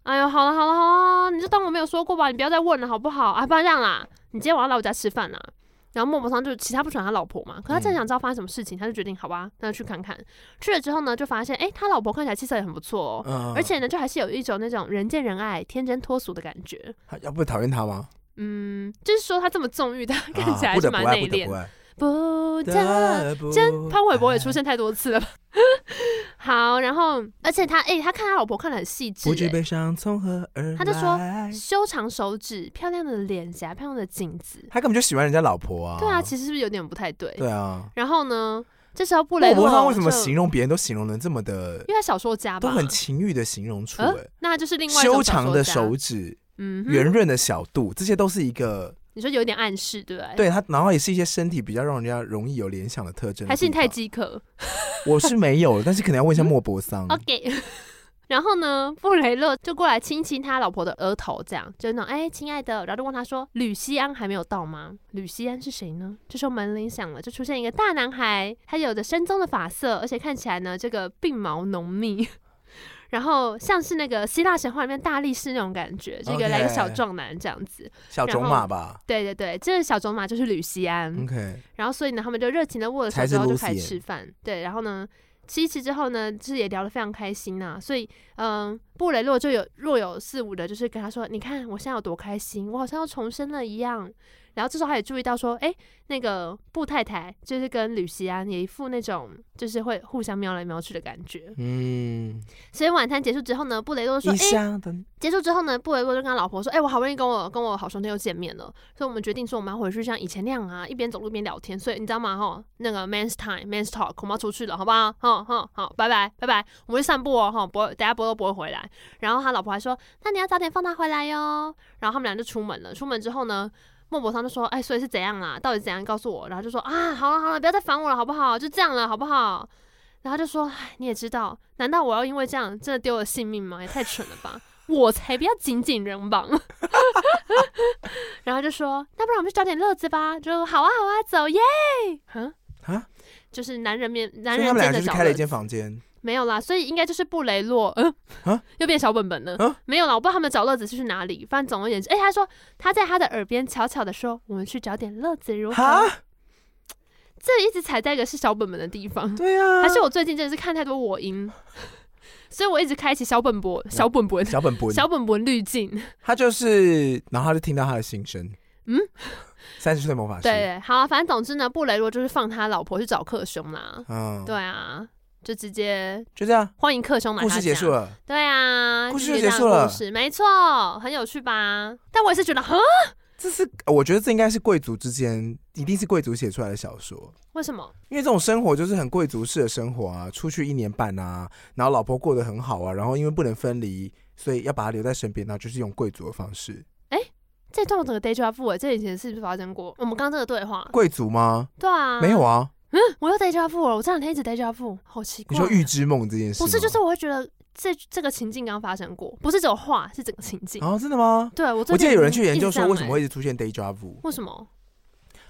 Speaker 2: 哎呦，好了好了好了，你就当我没有说过吧，你不要再问了好不好？啊，不然这样啦，你今天晚上来我家吃饭啦。”啊然后莫泊桑就其他不喜欢他老婆嘛，
Speaker 1: 嗯
Speaker 2: 可他真的想知道发生什么事情，他就决定好吧，那就去看看。去了之后呢，就发现哎，他老婆看起来气色也很不错哦，
Speaker 1: 嗯，
Speaker 2: 而且呢，就还是有一种那种人见人爱、天真脱俗的感觉。
Speaker 1: 他要不讨厌他吗？
Speaker 2: 嗯，就是说他这么纵欲，但他看
Speaker 1: 啊
Speaker 2: 起来还
Speaker 1: 不
Speaker 2: 是
Speaker 1: 得不
Speaker 2: 蛮
Speaker 1: 爱，
Speaker 2: 内
Speaker 1: 不得
Speaker 2: 敛
Speaker 1: 不。啊爱。
Speaker 2: 不得，
Speaker 1: 得不
Speaker 2: 真潘玮柏也
Speaker 1: 爱
Speaker 2: 出现太多次了吧？ 好，然后而且他哎，他看他老婆看得很细致
Speaker 1: 不知
Speaker 2: 欸，
Speaker 1: 悲伤从何而来。
Speaker 2: 他就说修长手指、漂亮的脸颊、漂亮的颈子。
Speaker 1: 他根本就喜欢人家老婆啊。
Speaker 2: 对啊，其实是不是有点不太对？
Speaker 1: 对啊。
Speaker 2: 然后呢，这时候布雷
Speaker 1: 莫
Speaker 2: 洛
Speaker 1: 泊桑为什么
Speaker 2: 就
Speaker 1: 形容别人都形容的这么的，
Speaker 2: 因为他小说家吧，
Speaker 1: 都很情欲的形容出
Speaker 2: 呃
Speaker 1: 哎，
Speaker 2: 那就是另外一种
Speaker 1: 修长的
Speaker 2: 小说
Speaker 1: 手
Speaker 2: 家，
Speaker 1: 指、
Speaker 2: 嗯
Speaker 1: 圆
Speaker 2: 哼，
Speaker 1: 润的小肚，这些都是一个
Speaker 2: 你说有点暗示，对不对？
Speaker 1: 对他，然后也是一些身体比较让人家容易有联想的特征的地方。
Speaker 2: 还是你太嗯饥渴
Speaker 1: 我是没有， 但是可能要问一下莫泊桑。
Speaker 2: ？OK。然 后呢，布雷勒就过来亲亲他老婆的额头，这样就是那种哎，亲爱的。然后就问他说：“吕西安还没有到吗？”吕西安是谁呢？这时候门铃响了，就出现一个大男孩，他有着深棕的发色，而且看起来呢，这个鬓毛浓密， 然后像是那个希腊神话里面大力士那种感觉，这个
Speaker 1: OK
Speaker 2: 来一个小壮男这样子。
Speaker 1: 小种马吧
Speaker 2: 对对对，这个小种马就是吕西安。
Speaker 1: ，OK，
Speaker 2: 然后所以呢，他们就热情的握了手
Speaker 1: 才是
Speaker 2: 之后就开始
Speaker 1: Lucy
Speaker 2: 吃饭。对，然后呢，吃一吃之后呢，就是也聊得非常开心呐、所以，嗯，布雷洛就有若有似无的，就是跟他说：“你看我现在有多开心，我好像要重生了一样。”然后这时候他也注意到说：“哎，那个布太太就是跟吕西安也一副那种就是会互相瞄来瞄去的感觉。
Speaker 1: 嗯，”
Speaker 2: 所以晚餐结束之后呢，布雷洛就说：“
Speaker 1: 一
Speaker 2: 哎，
Speaker 1: 下的
Speaker 2: 结束之后呢，布雷洛就跟他老婆说：“哎、我好不容易跟我跟我好兄弟又见面了，所以我们决定说我们要回去像以前那样啊，一边走路一边聊天。所以你知道吗？哈，那个 man's time man's talk，我们要出去了，好不好？哈哈，好，拜拜拜拜，我们去散步哦，哈，不会，等下波都不会回来。然后他老婆还说：那你要早点放他回来哟。然后他们俩就出门了。出门之后呢？”莫泊桑就说：“哎、所以是怎样啊？到底怎样？告诉我。”然后就说：“啊，好了好了，不要再烦我了，好不好？就这样了，好不好？”然后就说：“哎，你也知道，难道我要因为这样真的丢了性命吗？也太蠢了吧！我才不要紧紧人亡。然后就说，那不然我们去找点乐子吧。就说好啊好啊，走耶！嗯
Speaker 1: 啊，
Speaker 2: 就是男人面男
Speaker 1: 所以
Speaker 2: 人
Speaker 1: 他们俩
Speaker 2: 间
Speaker 1: 就
Speaker 2: 的
Speaker 1: 是
Speaker 2: 找
Speaker 1: 开了
Speaker 2: 乐
Speaker 1: 一间
Speaker 2: 子，
Speaker 1: 房间，
Speaker 2: 没有啦，所以应该就是布雷洛，嗯、
Speaker 1: 啊
Speaker 2: 又变小本本了，
Speaker 1: 啊
Speaker 2: 没有啦，我不知道他们找乐子是去哪里，反正总而言之，哎、他说他在他的耳边悄悄的说，我们去找点乐子如何？
Speaker 1: 哈，
Speaker 2: 这一直踩在一个是小本本的地方，
Speaker 1: 对啊，
Speaker 2: 还是我最近真的是看太多我音， 所以我一直开启小本本小本本
Speaker 1: 嗯小本啊本，
Speaker 2: 小本本滤镜。
Speaker 1: 他就是，然后他就听到他的心声，
Speaker 2: 嗯，
Speaker 1: 三十岁魔法师，
Speaker 2: 对，好、啊，反正总之呢，布雷洛就是放他老婆去找克兄 啦。
Speaker 1: 嗯，
Speaker 2: 对啊，就直接
Speaker 1: 就这样，
Speaker 2: 欢迎克兄来他
Speaker 1: 故
Speaker 2: 家。
Speaker 1: 事结束。了，
Speaker 2: 对啊，
Speaker 1: 故事
Speaker 2: 就是
Speaker 1: 就结
Speaker 2: 这样
Speaker 1: 束
Speaker 2: 的
Speaker 1: 了
Speaker 2: 故事没错，很有趣吧？但我也是觉得，啊哼，
Speaker 1: 这是呃我觉得这应该是贵族之间，一定是贵族写出来的小说。
Speaker 2: 为什么？
Speaker 1: 因为这种生活就是很贵族式的生活啊，出去一年半啊，然后老婆过得很好啊，然后因为不能分离，所以要把她留在身边，那就是用贵族的方
Speaker 2: 嗯
Speaker 1: 式。
Speaker 2: 这段我整个 deja vu，了这以前是不是发生过？我们刚刚这个对话，
Speaker 1: 贵族吗？
Speaker 2: 对啊，
Speaker 1: 没有
Speaker 2: 啊，
Speaker 1: 啊，
Speaker 2: 我又 deja vu 了，我这两天一直 deja vu，好奇
Speaker 1: 你
Speaker 2: 怪。
Speaker 1: 说预知梦这件事吗
Speaker 2: 不是，就是我会觉得这这个情境刚发生过，不是只有话，是整个情境。
Speaker 1: 啊，真的吗？
Speaker 2: 对我最
Speaker 1: 我记
Speaker 2: 近
Speaker 1: 得有人去研究
Speaker 2: 一直
Speaker 1: 说
Speaker 2: 这样
Speaker 1: 为什么
Speaker 2: 欸
Speaker 1: 会一直出现 deja vu，
Speaker 2: 为什么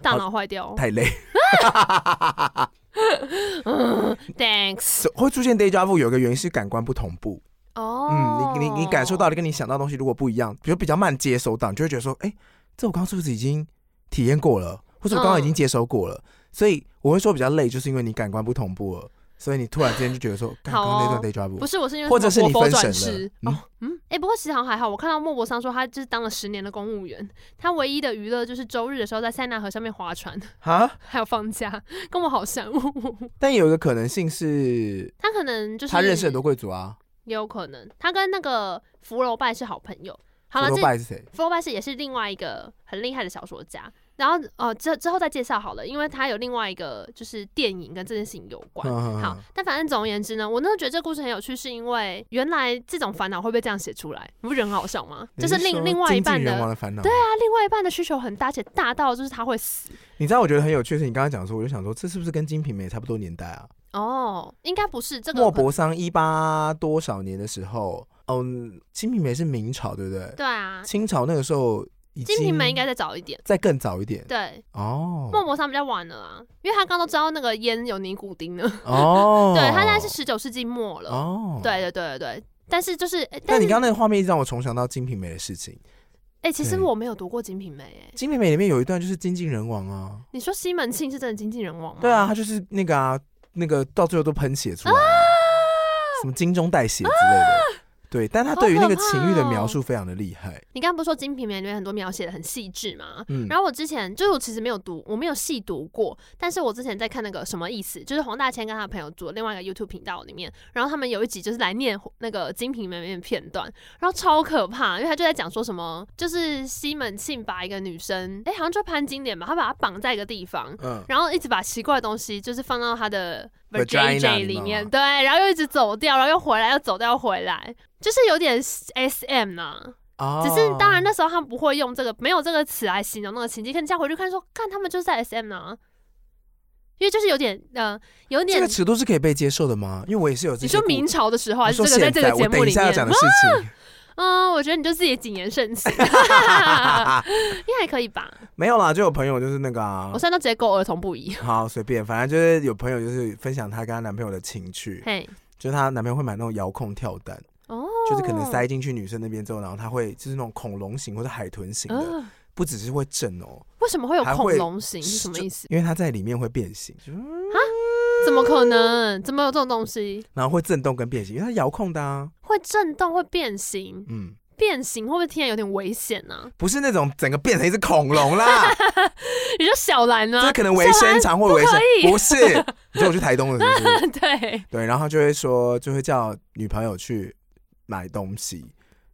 Speaker 2: 大
Speaker 1: 好
Speaker 2: 脑坏掉
Speaker 1: 太累，
Speaker 2: ？Thanks。
Speaker 1: So- 会出现 deja vu 有一个原因是感官不同步。
Speaker 2: 哦
Speaker 1: 嗯，，你你你感受到的跟你想到的东西如果不一样，比如比较慢接收到，你就会觉得说，哎、这我刚刚是不是已经
Speaker 2: 嗯
Speaker 1: 体验过了，或者我刚刚已经接收过了？所以我会说比较累，就是因为你感官不同步了。所以你突然之间就觉得说，干刚
Speaker 2: 好
Speaker 1: 刚那
Speaker 2: 哦
Speaker 1: 段 day job，
Speaker 2: 不是，我是因为
Speaker 1: 或者
Speaker 2: 什么
Speaker 1: 是你
Speaker 2: 活佛
Speaker 1: 分
Speaker 2: 转
Speaker 1: 神了
Speaker 2: 世哦，嗯，哎、不过其实好像还好，我看到莫泊桑说他就是当了十年的公务员，他唯一的娱乐就是周日的时候在塞纳河上面划船，
Speaker 1: 哈，
Speaker 2: 还有放假，跟我好像。
Speaker 1: 但有一个可能性是，
Speaker 2: 他可能就是
Speaker 1: 他认识很多，贵族啊。
Speaker 2: 也有可能他跟那个福楼拜是好朋友。好
Speaker 1: 福
Speaker 2: 了，
Speaker 1: 楼
Speaker 2: 这
Speaker 1: 拜是谁？
Speaker 2: 福楼拜是也是另外一个很厉害的小说家。然后呃，之之后再介绍好了，因为他有另外一个就是电影跟这件事情有关。好
Speaker 1: 好，
Speaker 2: 但反正总而言之呢，我那时候觉得这故事很有趣，是因为原来这种烦恼会被这样写出来，你不觉得很好笑吗？就是另另外一半
Speaker 1: 人亡的
Speaker 2: 的，
Speaker 1: 烦恼。
Speaker 2: 对啊，另外一半的需求很大，而且大到就是他会死
Speaker 1: 你知道我觉得很有趣的是，你刚刚讲说，我就想说，这是不是跟《金瓶梅》差不多年代啊？
Speaker 2: 哦，应该不是这个
Speaker 1: 莫
Speaker 2: 可能
Speaker 1: 泊桑一八多少年的时候，嗯，《金瓶梅》是明朝，对不对？
Speaker 2: 对啊，
Speaker 1: 清朝那个时候已经
Speaker 2: 金瓶梅应该再早一点，
Speaker 1: 再更早一点
Speaker 2: 对，
Speaker 1: 哦
Speaker 2: 莫泊桑比较晚了啊，因为他刚都知道那个烟有尼古丁了，
Speaker 1: 哦，
Speaker 2: 对他大概是十九世纪末了，
Speaker 1: 哦，
Speaker 2: 对对对对对。但是就是，诶但
Speaker 1: 但
Speaker 2: 是
Speaker 1: 你刚刚那个画面一直让我重想到《金瓶梅》的事情，
Speaker 2: 哎、其实
Speaker 1: 对
Speaker 2: 我没有读过《金瓶梅》哎
Speaker 1: 《金瓶梅》里面有一段就是精尽人亡啊，
Speaker 2: 你说西门庆是真的经纪人王吗？
Speaker 1: 对啊，他就是那个啊，那个到最后都喷血
Speaker 2: 啊
Speaker 1: 出来，什么金钟带血之类的。对，但他对于那个情欲的
Speaker 2: 哦
Speaker 1: 描述非常的厉害。
Speaker 2: 你刚刚不是说《金瓶梅》里面很多描写的很细致吗？
Speaker 1: 嗯，
Speaker 2: 然后我之前就是我其实没有读，我没有细读过，但是我之前在看那个什么意思，就是黄大千跟他的朋友组的另外一个 YouTube 频道里面，然后他们有一集就是来念那个《金瓶梅》里面的片段，然后超可怕，因为他就在讲说什么，就是西门庆把一个女生，哎，好像就潘金莲吧，他把她绑在一个地方。
Speaker 1: 嗯，
Speaker 2: 然后一直把奇怪的东西就是放到他的
Speaker 1: Vagina 里
Speaker 2: 里
Speaker 1: 面
Speaker 2: 面，
Speaker 1: 吗
Speaker 2: 对，然后又一直走掉，然后又回来，又走掉又回来，就是有点 S M 啊呐、
Speaker 1: 哦
Speaker 2: 只是当然，那时候他们不会用这个没有这个词来形容那个情境，可你现在回去看说，看他们就是在 S M 啊，因为就是有点呃，有
Speaker 1: 这
Speaker 2: 点
Speaker 1: 个尺度是可以被接受的吗？因为我也是有这
Speaker 2: 你
Speaker 1: 些
Speaker 2: 说
Speaker 1: 故
Speaker 2: 明朝的时候还
Speaker 1: 你
Speaker 2: 是
Speaker 1: 说
Speaker 2: 这
Speaker 1: 现
Speaker 2: 个在这个
Speaker 1: 在
Speaker 2: 节
Speaker 1: 我
Speaker 2: 目
Speaker 1: 等一
Speaker 2: 里
Speaker 1: 下要讲的，
Speaker 2: 面啊
Speaker 1: 事情，
Speaker 2: 嗯，我觉得你就自己谨言慎行，应该还可以吧？
Speaker 1: 没有啦，就有朋友就是那个啊
Speaker 2: 我，现在都直接勾儿童不宜，
Speaker 1: 好随便，反正就是有朋友就是分享她跟她男朋友的情趣，
Speaker 2: 嘿，
Speaker 1: 就是她男朋友会买那种遥控跳蛋，
Speaker 2: 哦，
Speaker 1: 就是可能塞进去女生那边之后，然后他会就是那种恐龙型或者海豚型的，
Speaker 2: 啊
Speaker 1: 不只是会震哦，
Speaker 2: 为什么会有
Speaker 1: 还
Speaker 2: 恐
Speaker 1: 会
Speaker 2: 龙型是什么
Speaker 1: 就
Speaker 2: 意思？
Speaker 1: 因为它在里面会变形，就
Speaker 2: 怎么可能？怎么有这种东西？
Speaker 1: 然后会震动跟变形，因为它遥控的啊，
Speaker 2: 会震动，会变形，
Speaker 1: 嗯，
Speaker 2: 变形会不会听起来有点危险啊呢、
Speaker 1: 不是那种整个变成一只恐龙 啦，
Speaker 2: 你说小兰呢、
Speaker 1: 这可能围身长或围
Speaker 2: 不可以
Speaker 1: 身，不是，你说我去台东了是不是？
Speaker 2: 对，
Speaker 1: 对，然后就会说，就会叫女朋友去买东西，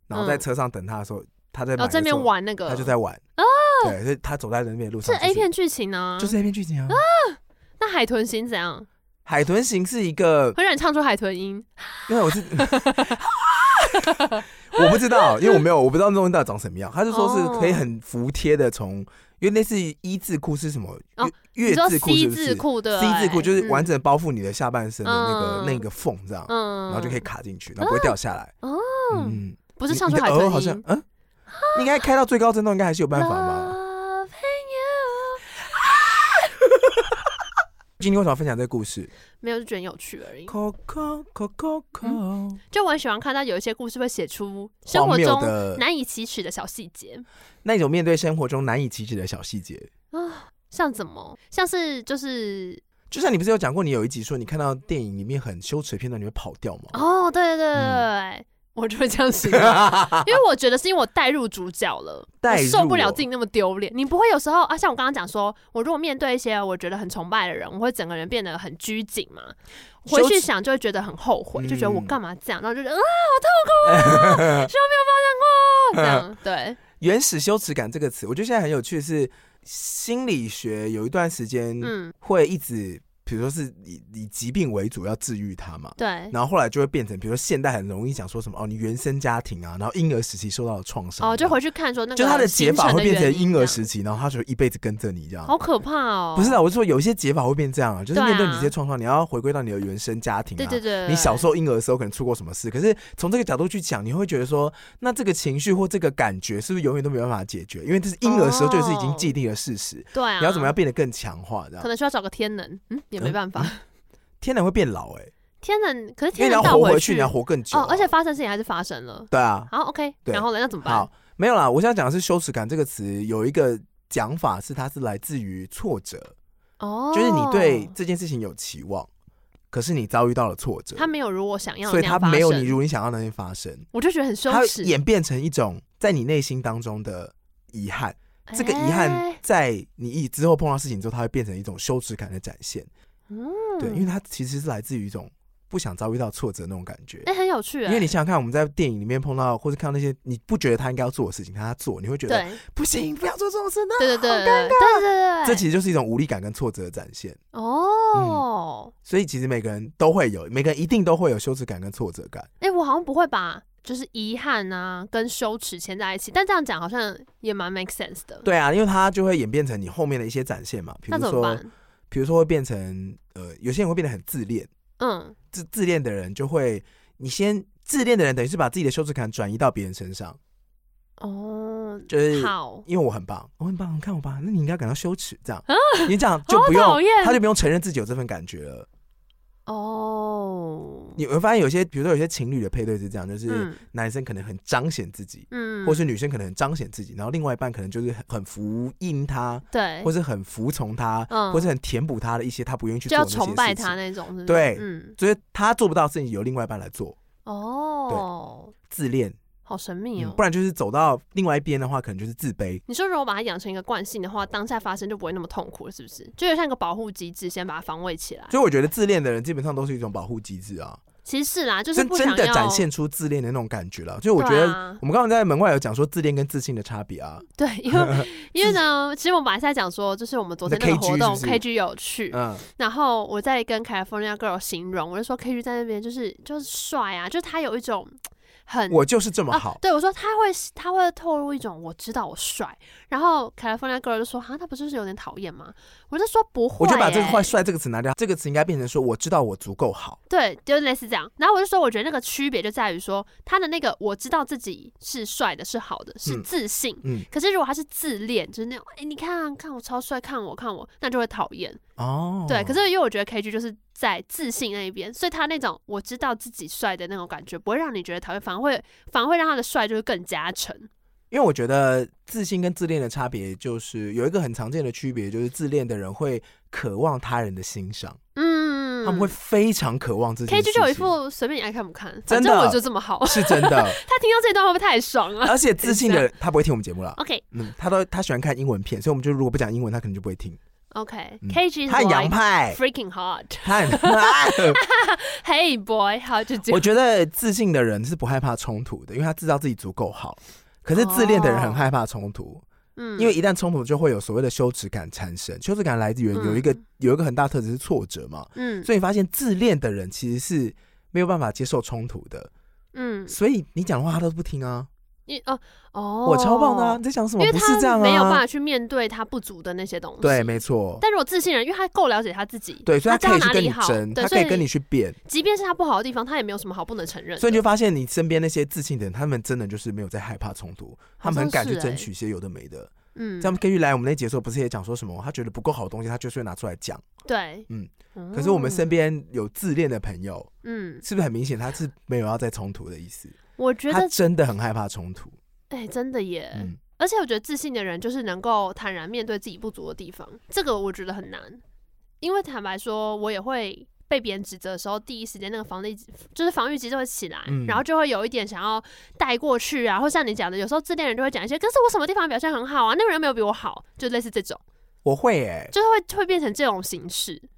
Speaker 1: 然后在
Speaker 2: 嗯
Speaker 1: 车上等他的时候，他在
Speaker 2: 然
Speaker 1: 买
Speaker 2: 后这
Speaker 1: 的时
Speaker 2: 边
Speaker 1: 候，
Speaker 2: 哦玩那个，
Speaker 1: 他就在玩，哦对，所以他走在人面的路
Speaker 2: 是
Speaker 1: 上，
Speaker 2: A 片剧情呢、
Speaker 1: 就是，就是 A 片剧情啊。
Speaker 2: 那海豚型怎样？
Speaker 1: 海豚型是一个，
Speaker 2: 会让你唱出海豚音？
Speaker 1: 因为我 是。我不知道，因为我没有，我不知道那东西到底长什么样。他是说
Speaker 2: 哦
Speaker 1: 是可以很服帖的从，因为那是一字裤是什么？
Speaker 2: 哦
Speaker 1: 月
Speaker 2: 你
Speaker 1: 月
Speaker 2: 说
Speaker 1: 字裤
Speaker 2: C
Speaker 1: 是不
Speaker 2: 字
Speaker 1: 是
Speaker 2: 裤对不对
Speaker 1: ？C 字裤就是完，
Speaker 2: 嗯
Speaker 1: 整包覆你的下半身的那个、
Speaker 2: 嗯
Speaker 1: 那个缝这样，
Speaker 2: 嗯
Speaker 1: 然后就可以卡进去，然后不会掉下来。
Speaker 2: 哦
Speaker 1: 嗯，
Speaker 2: 不是
Speaker 1: 你
Speaker 2: 唱
Speaker 1: 你
Speaker 2: 出
Speaker 1: 的
Speaker 2: 海
Speaker 1: 耳朵
Speaker 2: 豚
Speaker 1: 好像
Speaker 2: 音。啊
Speaker 1: 嗯，你应该开到最高震动，应该还是有办法吧？
Speaker 2: Loving you
Speaker 1: 今天为什么要分享这个故 事
Speaker 2: 没有，就觉得有趣而已。
Speaker 1: ？Coco Coco Coco，
Speaker 2: 就我很喜欢看到有一些故事会写出嗯生活
Speaker 1: 荒谬
Speaker 2: 中
Speaker 1: 的
Speaker 2: 难以启齿的小细节
Speaker 1: 那种面对生活中难以启齿的小细节。
Speaker 2: 啊，像怎么，像是就是
Speaker 1: 就像你不是有讲过，你有一集说你看到电影里面很羞耻的片段，你会跑掉吗？
Speaker 2: 哦，对对对对
Speaker 1: 嗯
Speaker 2: 对，我就会这样形容。 因为我觉得是因为我带入主角了，我
Speaker 1: 带入
Speaker 2: 受不了
Speaker 1: 哦
Speaker 2: 自己那么丢脸。你不会有时候啊，像我刚刚讲说，我如果面对一些我觉得很崇拜的人，我会整个人变得很拘谨嘛。回
Speaker 1: 羞
Speaker 2: 去
Speaker 1: 耻
Speaker 2: 想就会觉得很后悔，就觉得我
Speaker 1: 嗯
Speaker 2: 干嘛这样，然后就 觉得啊，好痛苦啊，希望没有发生过这样。对，
Speaker 1: 原始羞耻感这个词，我觉得现在很有趣的是，心理学有一段时间
Speaker 2: 嗯，
Speaker 1: 会一直，比如说是以以疾病为主要治愈它嘛。
Speaker 2: 对。
Speaker 1: 然后后来就会变成，比如说现代很容易讲说什么哦，你原生家庭啊，然后婴儿时期受到的创伤，
Speaker 2: 哦，就回去看说那个
Speaker 1: 就它的解法
Speaker 2: 形成
Speaker 1: 会变
Speaker 2: 原
Speaker 1: 成
Speaker 2: 因
Speaker 1: 婴
Speaker 2: 这
Speaker 1: 儿
Speaker 2: 样
Speaker 1: 时期，然后他就一辈子跟着你这样。
Speaker 2: 好可怕哦。
Speaker 1: 不是啊，我是说有一些解法会变这样啊，就是
Speaker 2: 对啊
Speaker 1: 面对你这些创伤，你要回归到你的原生家庭啊，
Speaker 2: 对对对，
Speaker 1: 你小时
Speaker 2: 候
Speaker 1: 候婴儿的时候可能出过什么事，可是从这个角度去讲，你会觉得说，那这个情绪或这个感觉是不是永远都没办法解决？因为这是婴儿的时候就是已经既定的事实，
Speaker 2: 对啊，
Speaker 1: 你要怎么样变得更强化？这样
Speaker 2: 可能需要找个天能，嗯，也没
Speaker 1: 嗯
Speaker 2: 办法。
Speaker 1: 天然会变老哎、欸
Speaker 2: 天能可
Speaker 1: 因
Speaker 2: 是
Speaker 1: 为
Speaker 2: 天
Speaker 1: 你要
Speaker 2: 能倒
Speaker 1: 活回
Speaker 2: 去，
Speaker 1: 你要活更久啊、
Speaker 2: 哦，而且发生事情还是发生了。
Speaker 1: 对啊，
Speaker 2: 好，OK，
Speaker 1: 对
Speaker 2: 然后呢，那怎么办
Speaker 1: 好？，没有啦，我想讲的是羞耻感这个词有一个讲法是它是来自于挫折，
Speaker 2: 哦，
Speaker 1: 就是你对这件事情有期望。可是你遭遇到了挫折，
Speaker 2: 他没有如我想要
Speaker 1: 所以
Speaker 2: 的那
Speaker 1: 他
Speaker 2: 样发
Speaker 1: 没有你
Speaker 2: 生，
Speaker 1: 如你想要的那些发生，
Speaker 2: 我就觉得很羞
Speaker 1: 它
Speaker 2: 耻。
Speaker 1: 演变成一种在你内心当中的遗憾。这个遗憾
Speaker 2: 哎，
Speaker 1: 在你以之后碰到事情之后，它会变成一种羞耻感的展现。
Speaker 2: 嗯，
Speaker 1: 对，因为它其实是来自于一种不想遭遇到挫折那种感觉。
Speaker 2: 哎、很有趣、哎
Speaker 1: 因为你想想看，我们在电影里面碰到或者看到那些你不觉得他应该要做的事情，他做，你会觉得
Speaker 2: 对
Speaker 1: 不行，不要做这种事呢。
Speaker 2: 哎对对对对对对对对，
Speaker 1: 这其实就是一种无力感跟挫折的展现。
Speaker 2: 哦，
Speaker 1: 所以其实每个人都会有，每个人一定都会有羞耻感跟挫折感。
Speaker 2: 哎、我好像不会把就是遗憾啊跟羞耻牵在一起，但这样讲好像也蛮 make sense 的。
Speaker 1: 对啊，因为它就会演变成你后面的一些展现嘛，比
Speaker 2: 那
Speaker 1: 如
Speaker 2: 怎么
Speaker 1: 说，
Speaker 2: 办？
Speaker 1: 比如说会变成呃，有些人会变得很自恋，
Speaker 2: 嗯，
Speaker 1: 自自恋的人就会，你先自恋的人等于是把自己的羞耻感转移到别人身上，
Speaker 2: 哦，
Speaker 1: 就是
Speaker 2: 好，
Speaker 1: 因为我很棒，我很棒，你看我吧，那你应该感到羞耻， 这样，因为这样就不
Speaker 2: 好讨
Speaker 1: 用，
Speaker 2: 厌
Speaker 1: 他就不用承认自己有这份感觉了。
Speaker 2: 哦，
Speaker 1: 你会发现有些，比如说有些情侣的配对是这样，就是
Speaker 2: 嗯
Speaker 1: 男生可能很彰显自己，
Speaker 2: 嗯，
Speaker 1: 或是女生可能很彰显自己，然后另外一半可能就是很很服膺他，
Speaker 2: 对
Speaker 1: 或，是很服从他，
Speaker 2: 哎嗯
Speaker 1: 或是很填补他的一些他不愿意去
Speaker 2: 就
Speaker 1: 做的那些事
Speaker 2: 要
Speaker 1: 情
Speaker 2: 崇拜他，那种，是不是
Speaker 1: 对
Speaker 2: 嗯，
Speaker 1: 所以他做不到的事情由另外一半来做，
Speaker 2: 哦，
Speaker 1: 自恋，
Speaker 2: 好神秘
Speaker 1: 嗯
Speaker 2: 哦。
Speaker 1: 不然就是走到另外一边的话，可能就是自卑。
Speaker 2: 你说如果把它养成一个惯性的话，当下发生就不会那么痛苦了，是不是？就有像一个保护机制，先把它防卫起来。
Speaker 1: 所以我觉得自恋的人基本上都是一种保护机制啊，
Speaker 2: 其实是啦，就是
Speaker 1: 真
Speaker 2: 不
Speaker 1: 真
Speaker 2: 想
Speaker 1: 的
Speaker 2: 要
Speaker 1: 展现出自恋的那种感觉了。所以我觉得
Speaker 2: 对啊
Speaker 1: 我们刚刚在门外有讲说自恋跟自信的差别啊，
Speaker 2: 对，因为 因为呢，其实我们本来是在讲说，就是我们昨天那个活动
Speaker 1: 你的 KG 是不是
Speaker 2: KG 有去，
Speaker 1: 嗯，
Speaker 2: 然后我在跟 California Girl 形容，我就说 KG 在那边就是就是帅啊，就是他有一种很
Speaker 1: 我就是这么
Speaker 2: 啊
Speaker 1: 好，
Speaker 2: 对我说他会他会透露一种我知道我帅，然后 California Girl 就说哈，他不就是有点讨厌吗？我就说不会、
Speaker 1: 我
Speaker 2: 欸，
Speaker 1: 就把这个“坏帅”这个词拿掉，这个词应该变成说我知道我足够好，
Speaker 2: 对，就类似这样。然后我就说，我觉得那个区别就在于说，他的那个我知道自己是帅的，是好的，是
Speaker 1: 嗯
Speaker 2: 自信。
Speaker 1: 嗯
Speaker 2: 可是如果他是自恋，就是那种，哎、你看看我超帅，看我看我，那就会讨厌。
Speaker 1: 哦，
Speaker 2: 对，可是因为我觉得 KG 就是在自信那一边，所以他那种我知道自己帅的那种感觉，不会让你觉得讨厌，反而会反而会让他的帅就是更加成。
Speaker 1: 因为我觉得自信跟自恋的差别，就是有一个很常见的区别，就是自恋的人会渴望他人的欣赏，
Speaker 2: 嗯，
Speaker 1: 他们会非常渴望自己。
Speaker 2: KG 就有一副随便你爱看不看，反
Speaker 1: 真
Speaker 2: 正
Speaker 1: 的
Speaker 2: 我就这么好。
Speaker 1: 是真的，
Speaker 2: 他听到这段会不会太爽啊
Speaker 1: 而且自信的人他不会听我们节目啦。
Speaker 2: ？OK
Speaker 1: 嗯，他都他喜欢看英文片，所以我们就如果不讲英文，他可能就不会听。
Speaker 2: OK，KG、
Speaker 1: 嗯
Speaker 2: KG is
Speaker 1: 他很
Speaker 2: like
Speaker 1: 洋 派，
Speaker 2: freaking hot。
Speaker 1: 他很
Speaker 2: Hey boy，好就这
Speaker 1: 我
Speaker 2: 样。
Speaker 1: 觉得自信的人是不害怕冲突的，因为他知道自己足够好。可是自恋的人很害怕冲突，
Speaker 2: 嗯
Speaker 1: 因为一旦冲突就会有所谓的羞耻感产生。羞耻感来自于
Speaker 2: 嗯
Speaker 1: 有一个有一个很大特质是挫折嘛，
Speaker 2: 嗯
Speaker 1: 所以你发现自恋的人其实是没有办法接受冲突的，
Speaker 2: 嗯，
Speaker 1: 所以你讲的话他都不听啊，
Speaker 2: 因为哦哦，
Speaker 1: 我超棒的啊，你在讲什
Speaker 2: 因
Speaker 1: 么？
Speaker 2: 为
Speaker 1: 不是这
Speaker 2: 他
Speaker 1: 样啊，
Speaker 2: 没有办法去面对他不足的那些东西。
Speaker 1: 对，。没错，
Speaker 2: 但如果自信人，因为他够了解他自己，
Speaker 1: 对，所以
Speaker 2: 他
Speaker 1: 他可以
Speaker 2: 知
Speaker 1: 去
Speaker 2: 道哪
Speaker 1: 跟
Speaker 2: 里
Speaker 1: 你
Speaker 2: 好，
Speaker 1: 争，
Speaker 2: 对，
Speaker 1: 他
Speaker 2: 所
Speaker 1: 可
Speaker 2: 以
Speaker 1: 以跟你，去辩，
Speaker 2: 即便是他不好的地方，他也没有什么好不能承认的。
Speaker 1: 所以你就发现你身边那些自信的人，他们真的就是没有在害怕冲突，他们很敢去
Speaker 2: 好像是欸
Speaker 1: 争取一些有的没的。
Speaker 2: 嗯，
Speaker 1: 这样根据来我们那节的时候，不是也讲说什么他觉得不够好的东西，他就是会拿出来讲。
Speaker 2: 对，
Speaker 1: 嗯
Speaker 2: 嗯
Speaker 1: 可是我们身，边有自恋的朋友，
Speaker 2: 嗯，
Speaker 1: 是不是很明显他是没有要再冲突的意思？
Speaker 2: 我觉
Speaker 1: 他
Speaker 2: 得
Speaker 1: 真的很害怕冲突。
Speaker 2: 哎，真的耶。
Speaker 1: 嗯，
Speaker 2: 而且我觉得自信的人就是能够坦然面对自己不足的地方，这个我觉得很难。因为坦白说，我也会被别人指责的时候，第一时间那个防御就是防御机就会起来，
Speaker 1: 嗯
Speaker 2: 然后就会有一点想要带过去啊，或像你讲的，有时候自恋人就会讲一些，可是我什么地方表现很好啊，那个人没有比我好，就类似这种，
Speaker 1: 我会哎、
Speaker 2: 就是会会变成这种形式。嗯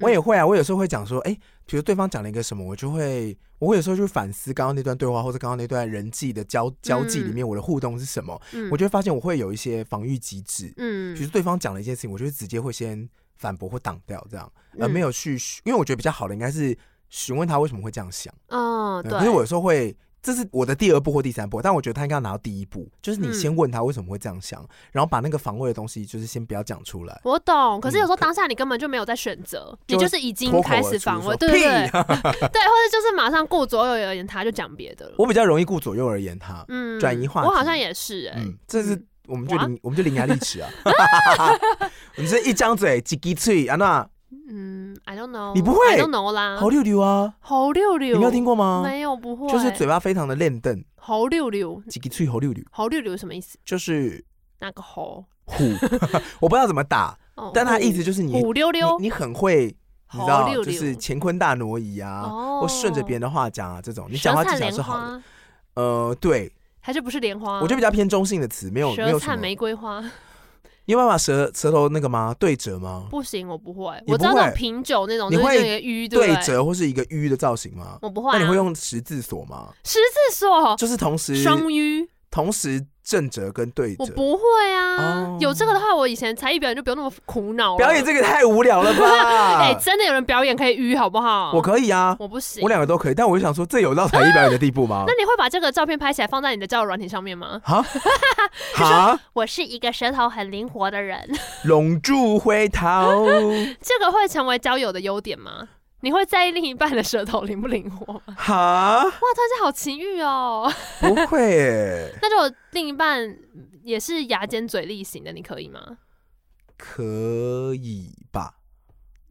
Speaker 1: 我也会啊，我有时候会讲说，哎、比如对方讲了一个什么，我就会，我会有时候去反思刚刚那段对话，或者刚刚那段人际的交交际里面我的互动是什么，
Speaker 2: 嗯，
Speaker 1: 我就会发现我会有一些防御机制，比
Speaker 2: 嗯
Speaker 1: 如对方讲了一件事情，我就会直接会先反驳或挡掉，这样，而
Speaker 2: 嗯
Speaker 1: 没有去询，因为我觉得比较好的应该是询问他为什么会这样想，
Speaker 2: 嗯，
Speaker 1: 嗯
Speaker 2: 对，
Speaker 1: 可是我有时候会。这是我的第二步或第三步，但我觉得他应该要拿到第一步，就是你
Speaker 2: 嗯
Speaker 1: 先问他为什么会这样想，然后把那个防卫的东西，就是先不要讲出来，
Speaker 2: 我懂，可是有时候
Speaker 1: 嗯可
Speaker 2: 当下你根本就没有在选择，你
Speaker 1: 就
Speaker 2: 就是已经
Speaker 1: 脱口
Speaker 2: 开
Speaker 1: 而
Speaker 2: 始
Speaker 1: 出
Speaker 2: 防
Speaker 1: 说
Speaker 2: 卫，对对对，
Speaker 1: 屁
Speaker 2: 对，或者就是马上顾左右而言他，就讲别的了。
Speaker 1: 我比较容易顾左右而言他，
Speaker 2: 嗯
Speaker 1: 转移话
Speaker 2: 我好
Speaker 1: 题
Speaker 2: 像也是哎、
Speaker 1: 嗯，这是
Speaker 2: 嗯
Speaker 1: 我们就
Speaker 2: 哇
Speaker 1: 伶我们就伶牙俐 齿啊，你这一张嘴几滴嘴啊那
Speaker 2: 嗯，I don't know，
Speaker 1: 你不会
Speaker 2: ，I don't know 啦，
Speaker 1: 好溜溜啊，
Speaker 2: 猴六
Speaker 1: 你
Speaker 2: 六，
Speaker 1: 没有听过吗？
Speaker 2: 嗯没有，不会，
Speaker 1: 就是嘴巴非常的练瞪，
Speaker 2: 猴六六，
Speaker 1: 几滴嘴好溜溜，
Speaker 2: 猴六六什么意思？
Speaker 1: 就是
Speaker 2: 那个猴？
Speaker 1: 虎，我不知道怎么打，
Speaker 2: 哦，
Speaker 1: 但它
Speaker 2: 虎
Speaker 1: 意思就是你
Speaker 2: 虎溜溜
Speaker 1: 你，你很会你知道
Speaker 2: 好溜，溜
Speaker 1: 就是乾坤大挪移啊，
Speaker 2: 哦，
Speaker 1: 或顺着别人的话讲啊，这种你讲话技巧是好的。
Speaker 2: 的，
Speaker 1: 呃，对，
Speaker 2: 还是不是莲花？
Speaker 1: 我觉得比较偏中性的词，没有没
Speaker 2: 嗯舌
Speaker 1: 有什
Speaker 2: 灿
Speaker 1: 么。
Speaker 2: 玫瑰花
Speaker 1: 你有办法把舌舌头那个吗？对折吗？
Speaker 2: 不行，我不会。
Speaker 1: 你
Speaker 2: 我知道那
Speaker 1: 不
Speaker 2: 种
Speaker 1: 会
Speaker 2: 品酒那种，
Speaker 1: 你
Speaker 2: 就是
Speaker 1: 会
Speaker 2: 那个鱼，对
Speaker 1: 对
Speaker 2: 不对？
Speaker 1: 折或是一个 U 的造型吗？
Speaker 2: 我不会啊。
Speaker 1: 那你会用十字锁吗？
Speaker 2: 十字锁、
Speaker 1: 就是同时
Speaker 2: 哦双鱼？
Speaker 1: 同时正折跟对
Speaker 2: 我
Speaker 1: 折。
Speaker 2: 不会啊
Speaker 1: 哦。
Speaker 2: 有这个的话，我以前才艺表演就不用那么苦恼了。
Speaker 1: 表演这个太无聊了
Speaker 2: 哎，哦
Speaker 1: 吧？
Speaker 2: 真的有人表演可以鱼，好不好？
Speaker 1: 我可以啊，
Speaker 2: 我不行
Speaker 1: 我。两个都可以，但我就想说，这有 到才艺表演的地步吗
Speaker 2: 那？你会把这个照片拍起来放在你的交友软体上面吗？
Speaker 1: 哈哈，
Speaker 2: 我是一个舌头很灵活的人，
Speaker 1: 龙柱回头。
Speaker 2: 这个会成为交友的优点吗？你会在意另一半的舌头灵不灵活吗？
Speaker 1: 哈，
Speaker 2: 哇，突然间好情欲哦！
Speaker 1: 不会耶，
Speaker 2: 那如果另一半也是牙尖嘴利型的，你可以吗？
Speaker 1: 可以吧？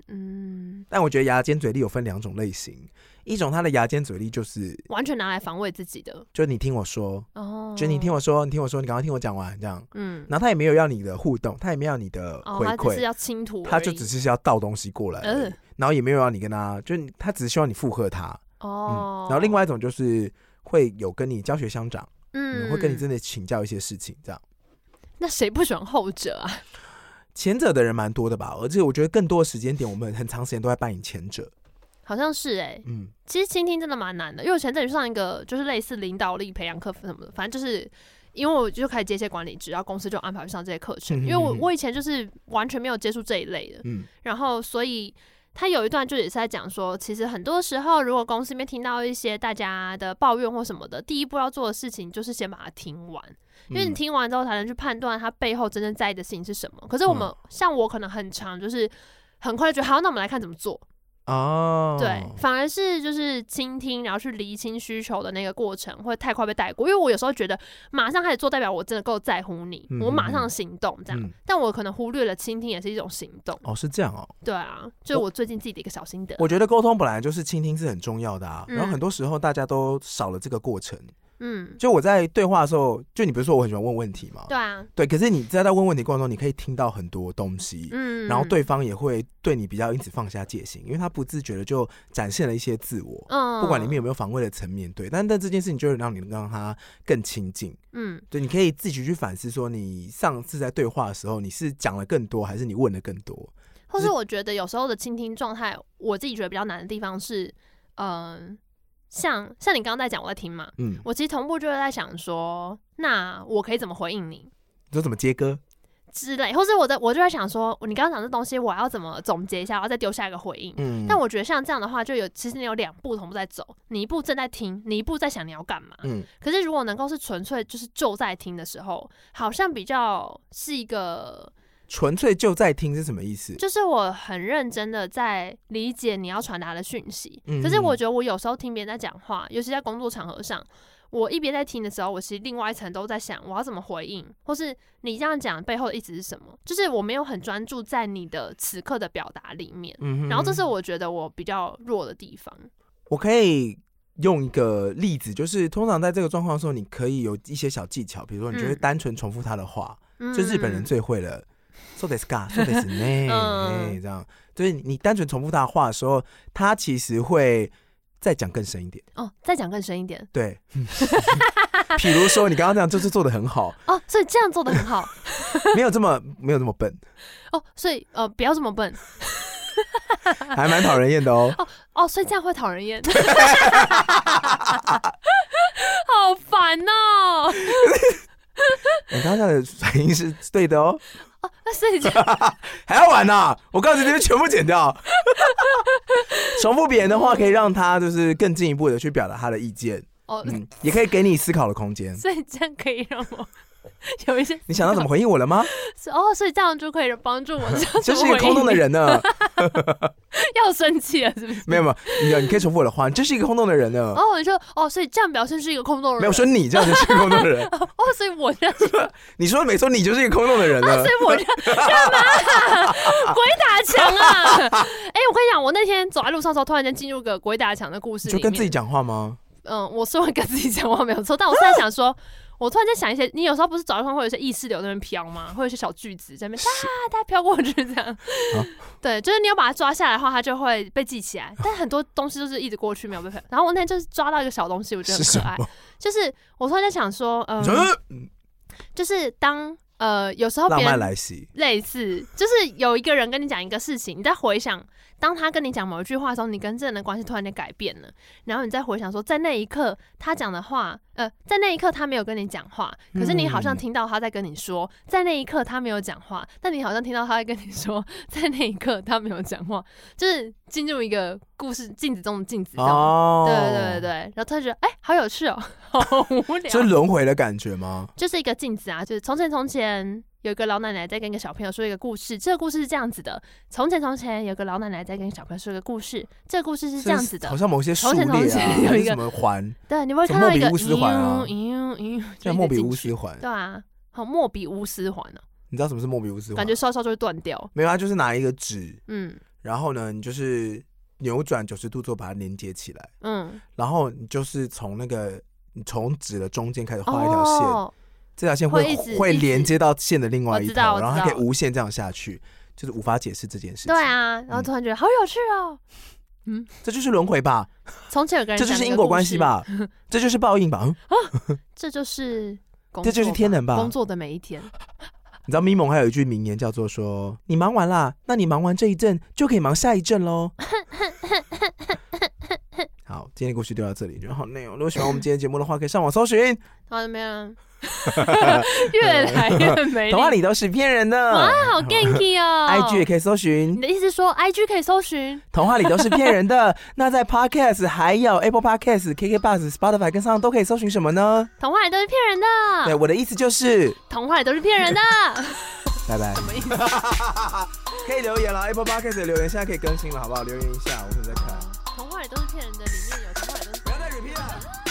Speaker 2: 嗯，
Speaker 1: 但我觉得牙尖嘴利有分两种类型，一种他的牙尖嘴利就是，
Speaker 2: 完全拿来防卫自己的
Speaker 1: 就你听我说，
Speaker 2: 哦。
Speaker 1: 就你听，我说，你听我说，你赶快听我讲完这样。
Speaker 2: 嗯，
Speaker 1: 然后他也没有要你的互动，他也没有要你的
Speaker 2: 哦，
Speaker 1: 回
Speaker 2: 他只是
Speaker 1: 馈，
Speaker 2: 要倾吐而已，
Speaker 1: 他就只是要倒东西过来而已
Speaker 2: 嗯，
Speaker 1: 然后也没有要你跟他，就你他只是希望你附和他。
Speaker 2: 哦
Speaker 1: 嗯，。然后另，外一种就是会有跟你教学相长，嗯，
Speaker 2: 嗯，
Speaker 1: 会跟你真的请教一些事情这样。
Speaker 2: 那谁不喜欢后者啊？
Speaker 1: 前者的人蛮多的吧，而且我觉得更多的时间点，我们很长时间都在扮演前者。
Speaker 2: 好像是哎、
Speaker 1: 嗯，
Speaker 2: 其实倾听真的蛮难的，因为我前阵子上一个就是类似领导力培养课什么的，反正就是因为我就开始接一些管理职，然后公司就安排我上这些课程，
Speaker 1: 嗯
Speaker 2: 因为我
Speaker 1: 嗯嗯
Speaker 2: 我以前就是完全没有接触这一类的，
Speaker 1: 嗯，
Speaker 2: 然后所以。他有一段就也是在讲说，其实很多时候，如果公司里面听到一些大家的抱怨或什么的，第一步要做的事情就是先把它听完，因为你
Speaker 1: 嗯
Speaker 2: 听完之后才能去判断他背后真正在意的事情是什么。可是我
Speaker 1: 嗯
Speaker 2: 们、像我可能很长，就是很快就觉得好，那我们来看怎么做，
Speaker 1: 哦，
Speaker 2: 对，反而是就是倾听，然后去厘清需求的那个过程会太快被带过，因为我有时候觉得马上开始做，代表我真的够在乎你，
Speaker 1: 嗯
Speaker 2: 我马
Speaker 1: 嗯
Speaker 2: 上
Speaker 1: 嗯
Speaker 2: 行动这样，
Speaker 1: 嗯
Speaker 2: 但我可能忽略了倾听也是一种行动，
Speaker 1: 哦，是这样哦。
Speaker 2: 对啊，就是我最近自己的一个小心得，
Speaker 1: 我觉得沟通本来就是倾听是很重要的啊，然后
Speaker 2: 嗯
Speaker 1: 很多时候大家都少了这个过程。
Speaker 2: 嗯，
Speaker 1: 就我在对话的时候，就你不是说我很喜欢问问题吗？
Speaker 2: 对啊，
Speaker 1: 对，可是你在在问问题过程中，你可以听到很多东西，
Speaker 2: 嗯，
Speaker 1: 然后，对方也会对你比较因此放下戒心，因为他不自觉的就展现了一些自我，
Speaker 2: 嗯，
Speaker 1: 不管里面有没有防卫的层面，对，但但这件事情就会让你让他更亲近。
Speaker 2: 嗯，
Speaker 1: 对，你可以自己去反思，说你上次在对话的时候，你是讲了更多，还是你问的更多？
Speaker 2: 或
Speaker 1: 是
Speaker 2: 是我觉得有时候的倾听状态，我自己觉得比较难的地方是，嗯、像像你刚刚在讲，我在听嘛，
Speaker 1: 嗯，
Speaker 2: 我其实同步就是在想说，那我可以怎么回应你？
Speaker 1: 你说怎么接歌？
Speaker 2: 之类，或是我在我就在想说，你刚刚讲这东西，我要怎么总结一下，然后再丢下一个回应。
Speaker 1: 嗯，
Speaker 2: 但我觉得像这样的话，就有其实你有两步同步在走，你一步正在听，你一步在想你要干嘛。
Speaker 1: 嗯
Speaker 2: 可是如果能够是纯粹就是就在听的时候，好像比较是一个，
Speaker 1: 纯粹就在听是什么意思？
Speaker 2: 就是我很认真的在理解你要传达的讯息。
Speaker 1: 嗯
Speaker 2: 可是我觉得我有时候听别人在讲话，尤其在工作场合上。我一边在听的时候，我其实另外一层都在想我要怎么回应，或是你这样讲背后的意思是什么？就是我没有很专注在你的此刻的表达里面，
Speaker 1: 嗯哼
Speaker 2: 然后这是我觉得我比较弱的地方。
Speaker 1: 我可以用一个例子，就是通常在这个状况的时候，你可以有一些小技巧，比如说你就会
Speaker 2: 嗯
Speaker 1: 单纯重复他的话，
Speaker 2: 嗯
Speaker 1: 就日本人最会了。so this guy, so this
Speaker 2: 嗯
Speaker 1: ne，这样，就是你单纯重复他的话的时候，他其实会再讲更深一点。
Speaker 2: 哦，再讲更深一点
Speaker 1: 对， 比如说你刚刚这样，就是做的很好，
Speaker 2: 哦，所以这样做的很好
Speaker 1: 没有这么没有这么笨，
Speaker 2: 哦，所以呃不要这么笨
Speaker 1: 还蛮讨人厌的哦。
Speaker 2: 哦，所以这样会讨 人厌， 好烦哦。
Speaker 1: 你刚刚这样的反应是对的哦，
Speaker 2: 哦，那所以这
Speaker 1: 还要玩呐、我告诉你，这边全部剪 掉。重复别人的话，可以让他就是更进一步的去表达他的意 见，
Speaker 2: 哦，
Speaker 1: 嗯，也可以给你思考的空间。
Speaker 2: 所以这样可以让我 有一些
Speaker 1: 你想到怎么回应我 了吗？
Speaker 2: 是哦，所以这样就可以 帮助我知道
Speaker 1: 就
Speaker 2: 怎
Speaker 1: 是
Speaker 2: 么
Speaker 1: 一个
Speaker 2: 回
Speaker 1: 空洞的
Speaker 2: 应。
Speaker 1: 人呢。
Speaker 2: 要生气了，是不 是？
Speaker 1: 没有没有，你有你可以重复我的话，你就是一个空洞的人呢。
Speaker 2: 哦，我就说哦，所以这样表现是一个空洞的人。
Speaker 1: 没有说你这样就是一个空洞的人，
Speaker 2: 哦，所以我这样是，所
Speaker 1: 你说没错，你就是一个空洞的人 呢。
Speaker 2: 以我这样干嘛、鬼打墙 啊！哎、我跟你讲，我那天走在路上的时候，突然间进入个鬼打墙的故事
Speaker 1: 你
Speaker 2: 里
Speaker 1: 就
Speaker 2: 面。
Speaker 1: 跟自己讲话吗？
Speaker 2: 嗯，我是会跟自己讲话没有错，但我是在想说，我突然在想一些，你有时候不是早上会有一些意识流在那边飘吗？会有一些小句子在那边哒哒飘过去这样。 对，就是你要把它抓下来的话，它就会被记起来。但很多东西就是一直过去没有被。然后我那天就是抓到一个小东西，我觉
Speaker 1: 是
Speaker 2: 得很
Speaker 1: 什
Speaker 2: 可爱。
Speaker 1: 么？
Speaker 2: 就是我突然在想说，嗯、
Speaker 1: 你说呃
Speaker 2: 就是当呃有时候
Speaker 1: 浪
Speaker 2: 别
Speaker 1: 漫
Speaker 2: 人
Speaker 1: 来袭，
Speaker 2: 类似，就是有一个人跟你讲一个事情，你在回想，当他跟你讲某一句话的时候，你跟这人的关系突然间改变了，然后你再回想说，在那一刻他讲的话，呃， 在那一刻他没有跟你讲话，可是你好像
Speaker 1: 嗯
Speaker 2: 听到他在跟你说，在那一刻他没有讲话，但你好像听到他在跟你说，在那一刻他没有讲话，就是进入一个故事镜子中的镜子这样。
Speaker 1: 哦，
Speaker 2: 对对对对，然后他就觉得哎、好有趣哦，好无聊。
Speaker 1: 就轮回的感觉吗？
Speaker 2: 就是一个镜子啊，就是从前从前有一个老奶奶在跟一个小朋友说一个故事，这个故事是这样子的。从前从前有个老奶奶在跟小朋友说一个故事，这个故事是这样子
Speaker 1: 好
Speaker 2: 的。
Speaker 1: 像某些数列
Speaker 2: 从前从
Speaker 1: 啊，
Speaker 2: 前有
Speaker 1: 还是
Speaker 2: 一个
Speaker 1: 什么环，
Speaker 2: 对，你会
Speaker 1: 什
Speaker 2: 看
Speaker 1: 么
Speaker 2: 到
Speaker 1: 莫
Speaker 2: 一
Speaker 1: 比
Speaker 2: 个
Speaker 1: 乌斯环啊
Speaker 2: 咦咦咦
Speaker 1: 像莫比乌，
Speaker 2: 就一直进去
Speaker 1: 斯环，
Speaker 2: 对啊，好莫比乌斯环呢、
Speaker 1: 你知道什么是莫比乌斯环？
Speaker 2: 感觉稍稍就会断掉。
Speaker 1: 没有，它就是拿一个纸，
Speaker 2: 嗯
Speaker 1: 然后呢，你就是扭转九十度之后把它连接起来，
Speaker 2: 嗯，
Speaker 1: 然后你就是从那个你从纸的中间开始画一条线，
Speaker 2: 哦，
Speaker 1: 这条线
Speaker 2: 会
Speaker 1: 会
Speaker 2: 一直一直
Speaker 1: 连接到线的另外一
Speaker 2: 我知道
Speaker 1: 头，
Speaker 2: 我知
Speaker 1: 然
Speaker 2: 道
Speaker 1: 后它可以无限这样下去，就是嗯无法解释这件事情。
Speaker 2: 对，啊，然后突然觉得、好有趣哦。
Speaker 1: 这就是轮回吧，
Speaker 2: 从前有个人，
Speaker 1: 这就是因果关系， 吧，这就是报应吧。嗯
Speaker 2: 这就是工
Speaker 1: 这就是
Speaker 2: 作
Speaker 1: 天能吧
Speaker 2: 工作的每 一天。
Speaker 1: 你知道咪蒙还有一句名言叫做说：“你忙完啦，那你忙完这一阵就可以忙下一阵 喽。”好，今天的故事就到这里，觉得好累哦。如果喜欢我们今天的节目的话，可以上网搜寻
Speaker 2: 好像没有， 越 来越
Speaker 1: “
Speaker 2: 没
Speaker 1: 童话
Speaker 2: 力。
Speaker 1: 里都是骗人的
Speaker 2: 哇，好 ganky 哦
Speaker 1: ”，IG 也可以搜
Speaker 2: 你
Speaker 1: 寻
Speaker 2: 的意思是说 IG 可以搜寻？
Speaker 1: “童话里都是骗人 的”。那在 Podcast 还有 Apple Podcast、KK Bus、Spotify 跟上都可以搜寻什么呢？
Speaker 2: 童话里都是骗人
Speaker 1: 对，
Speaker 2: 的，
Speaker 1: 我的意思就是，
Speaker 2: 童话里都是骗人的。
Speaker 1: 拜拜。 可以留言了，Apple Podcast 的留言现在可以更新了，好不好？留言一下，我们再看。
Speaker 2: 童话里都是骗人的，里面有童话里都是。
Speaker 1: 不要再 repeat 了。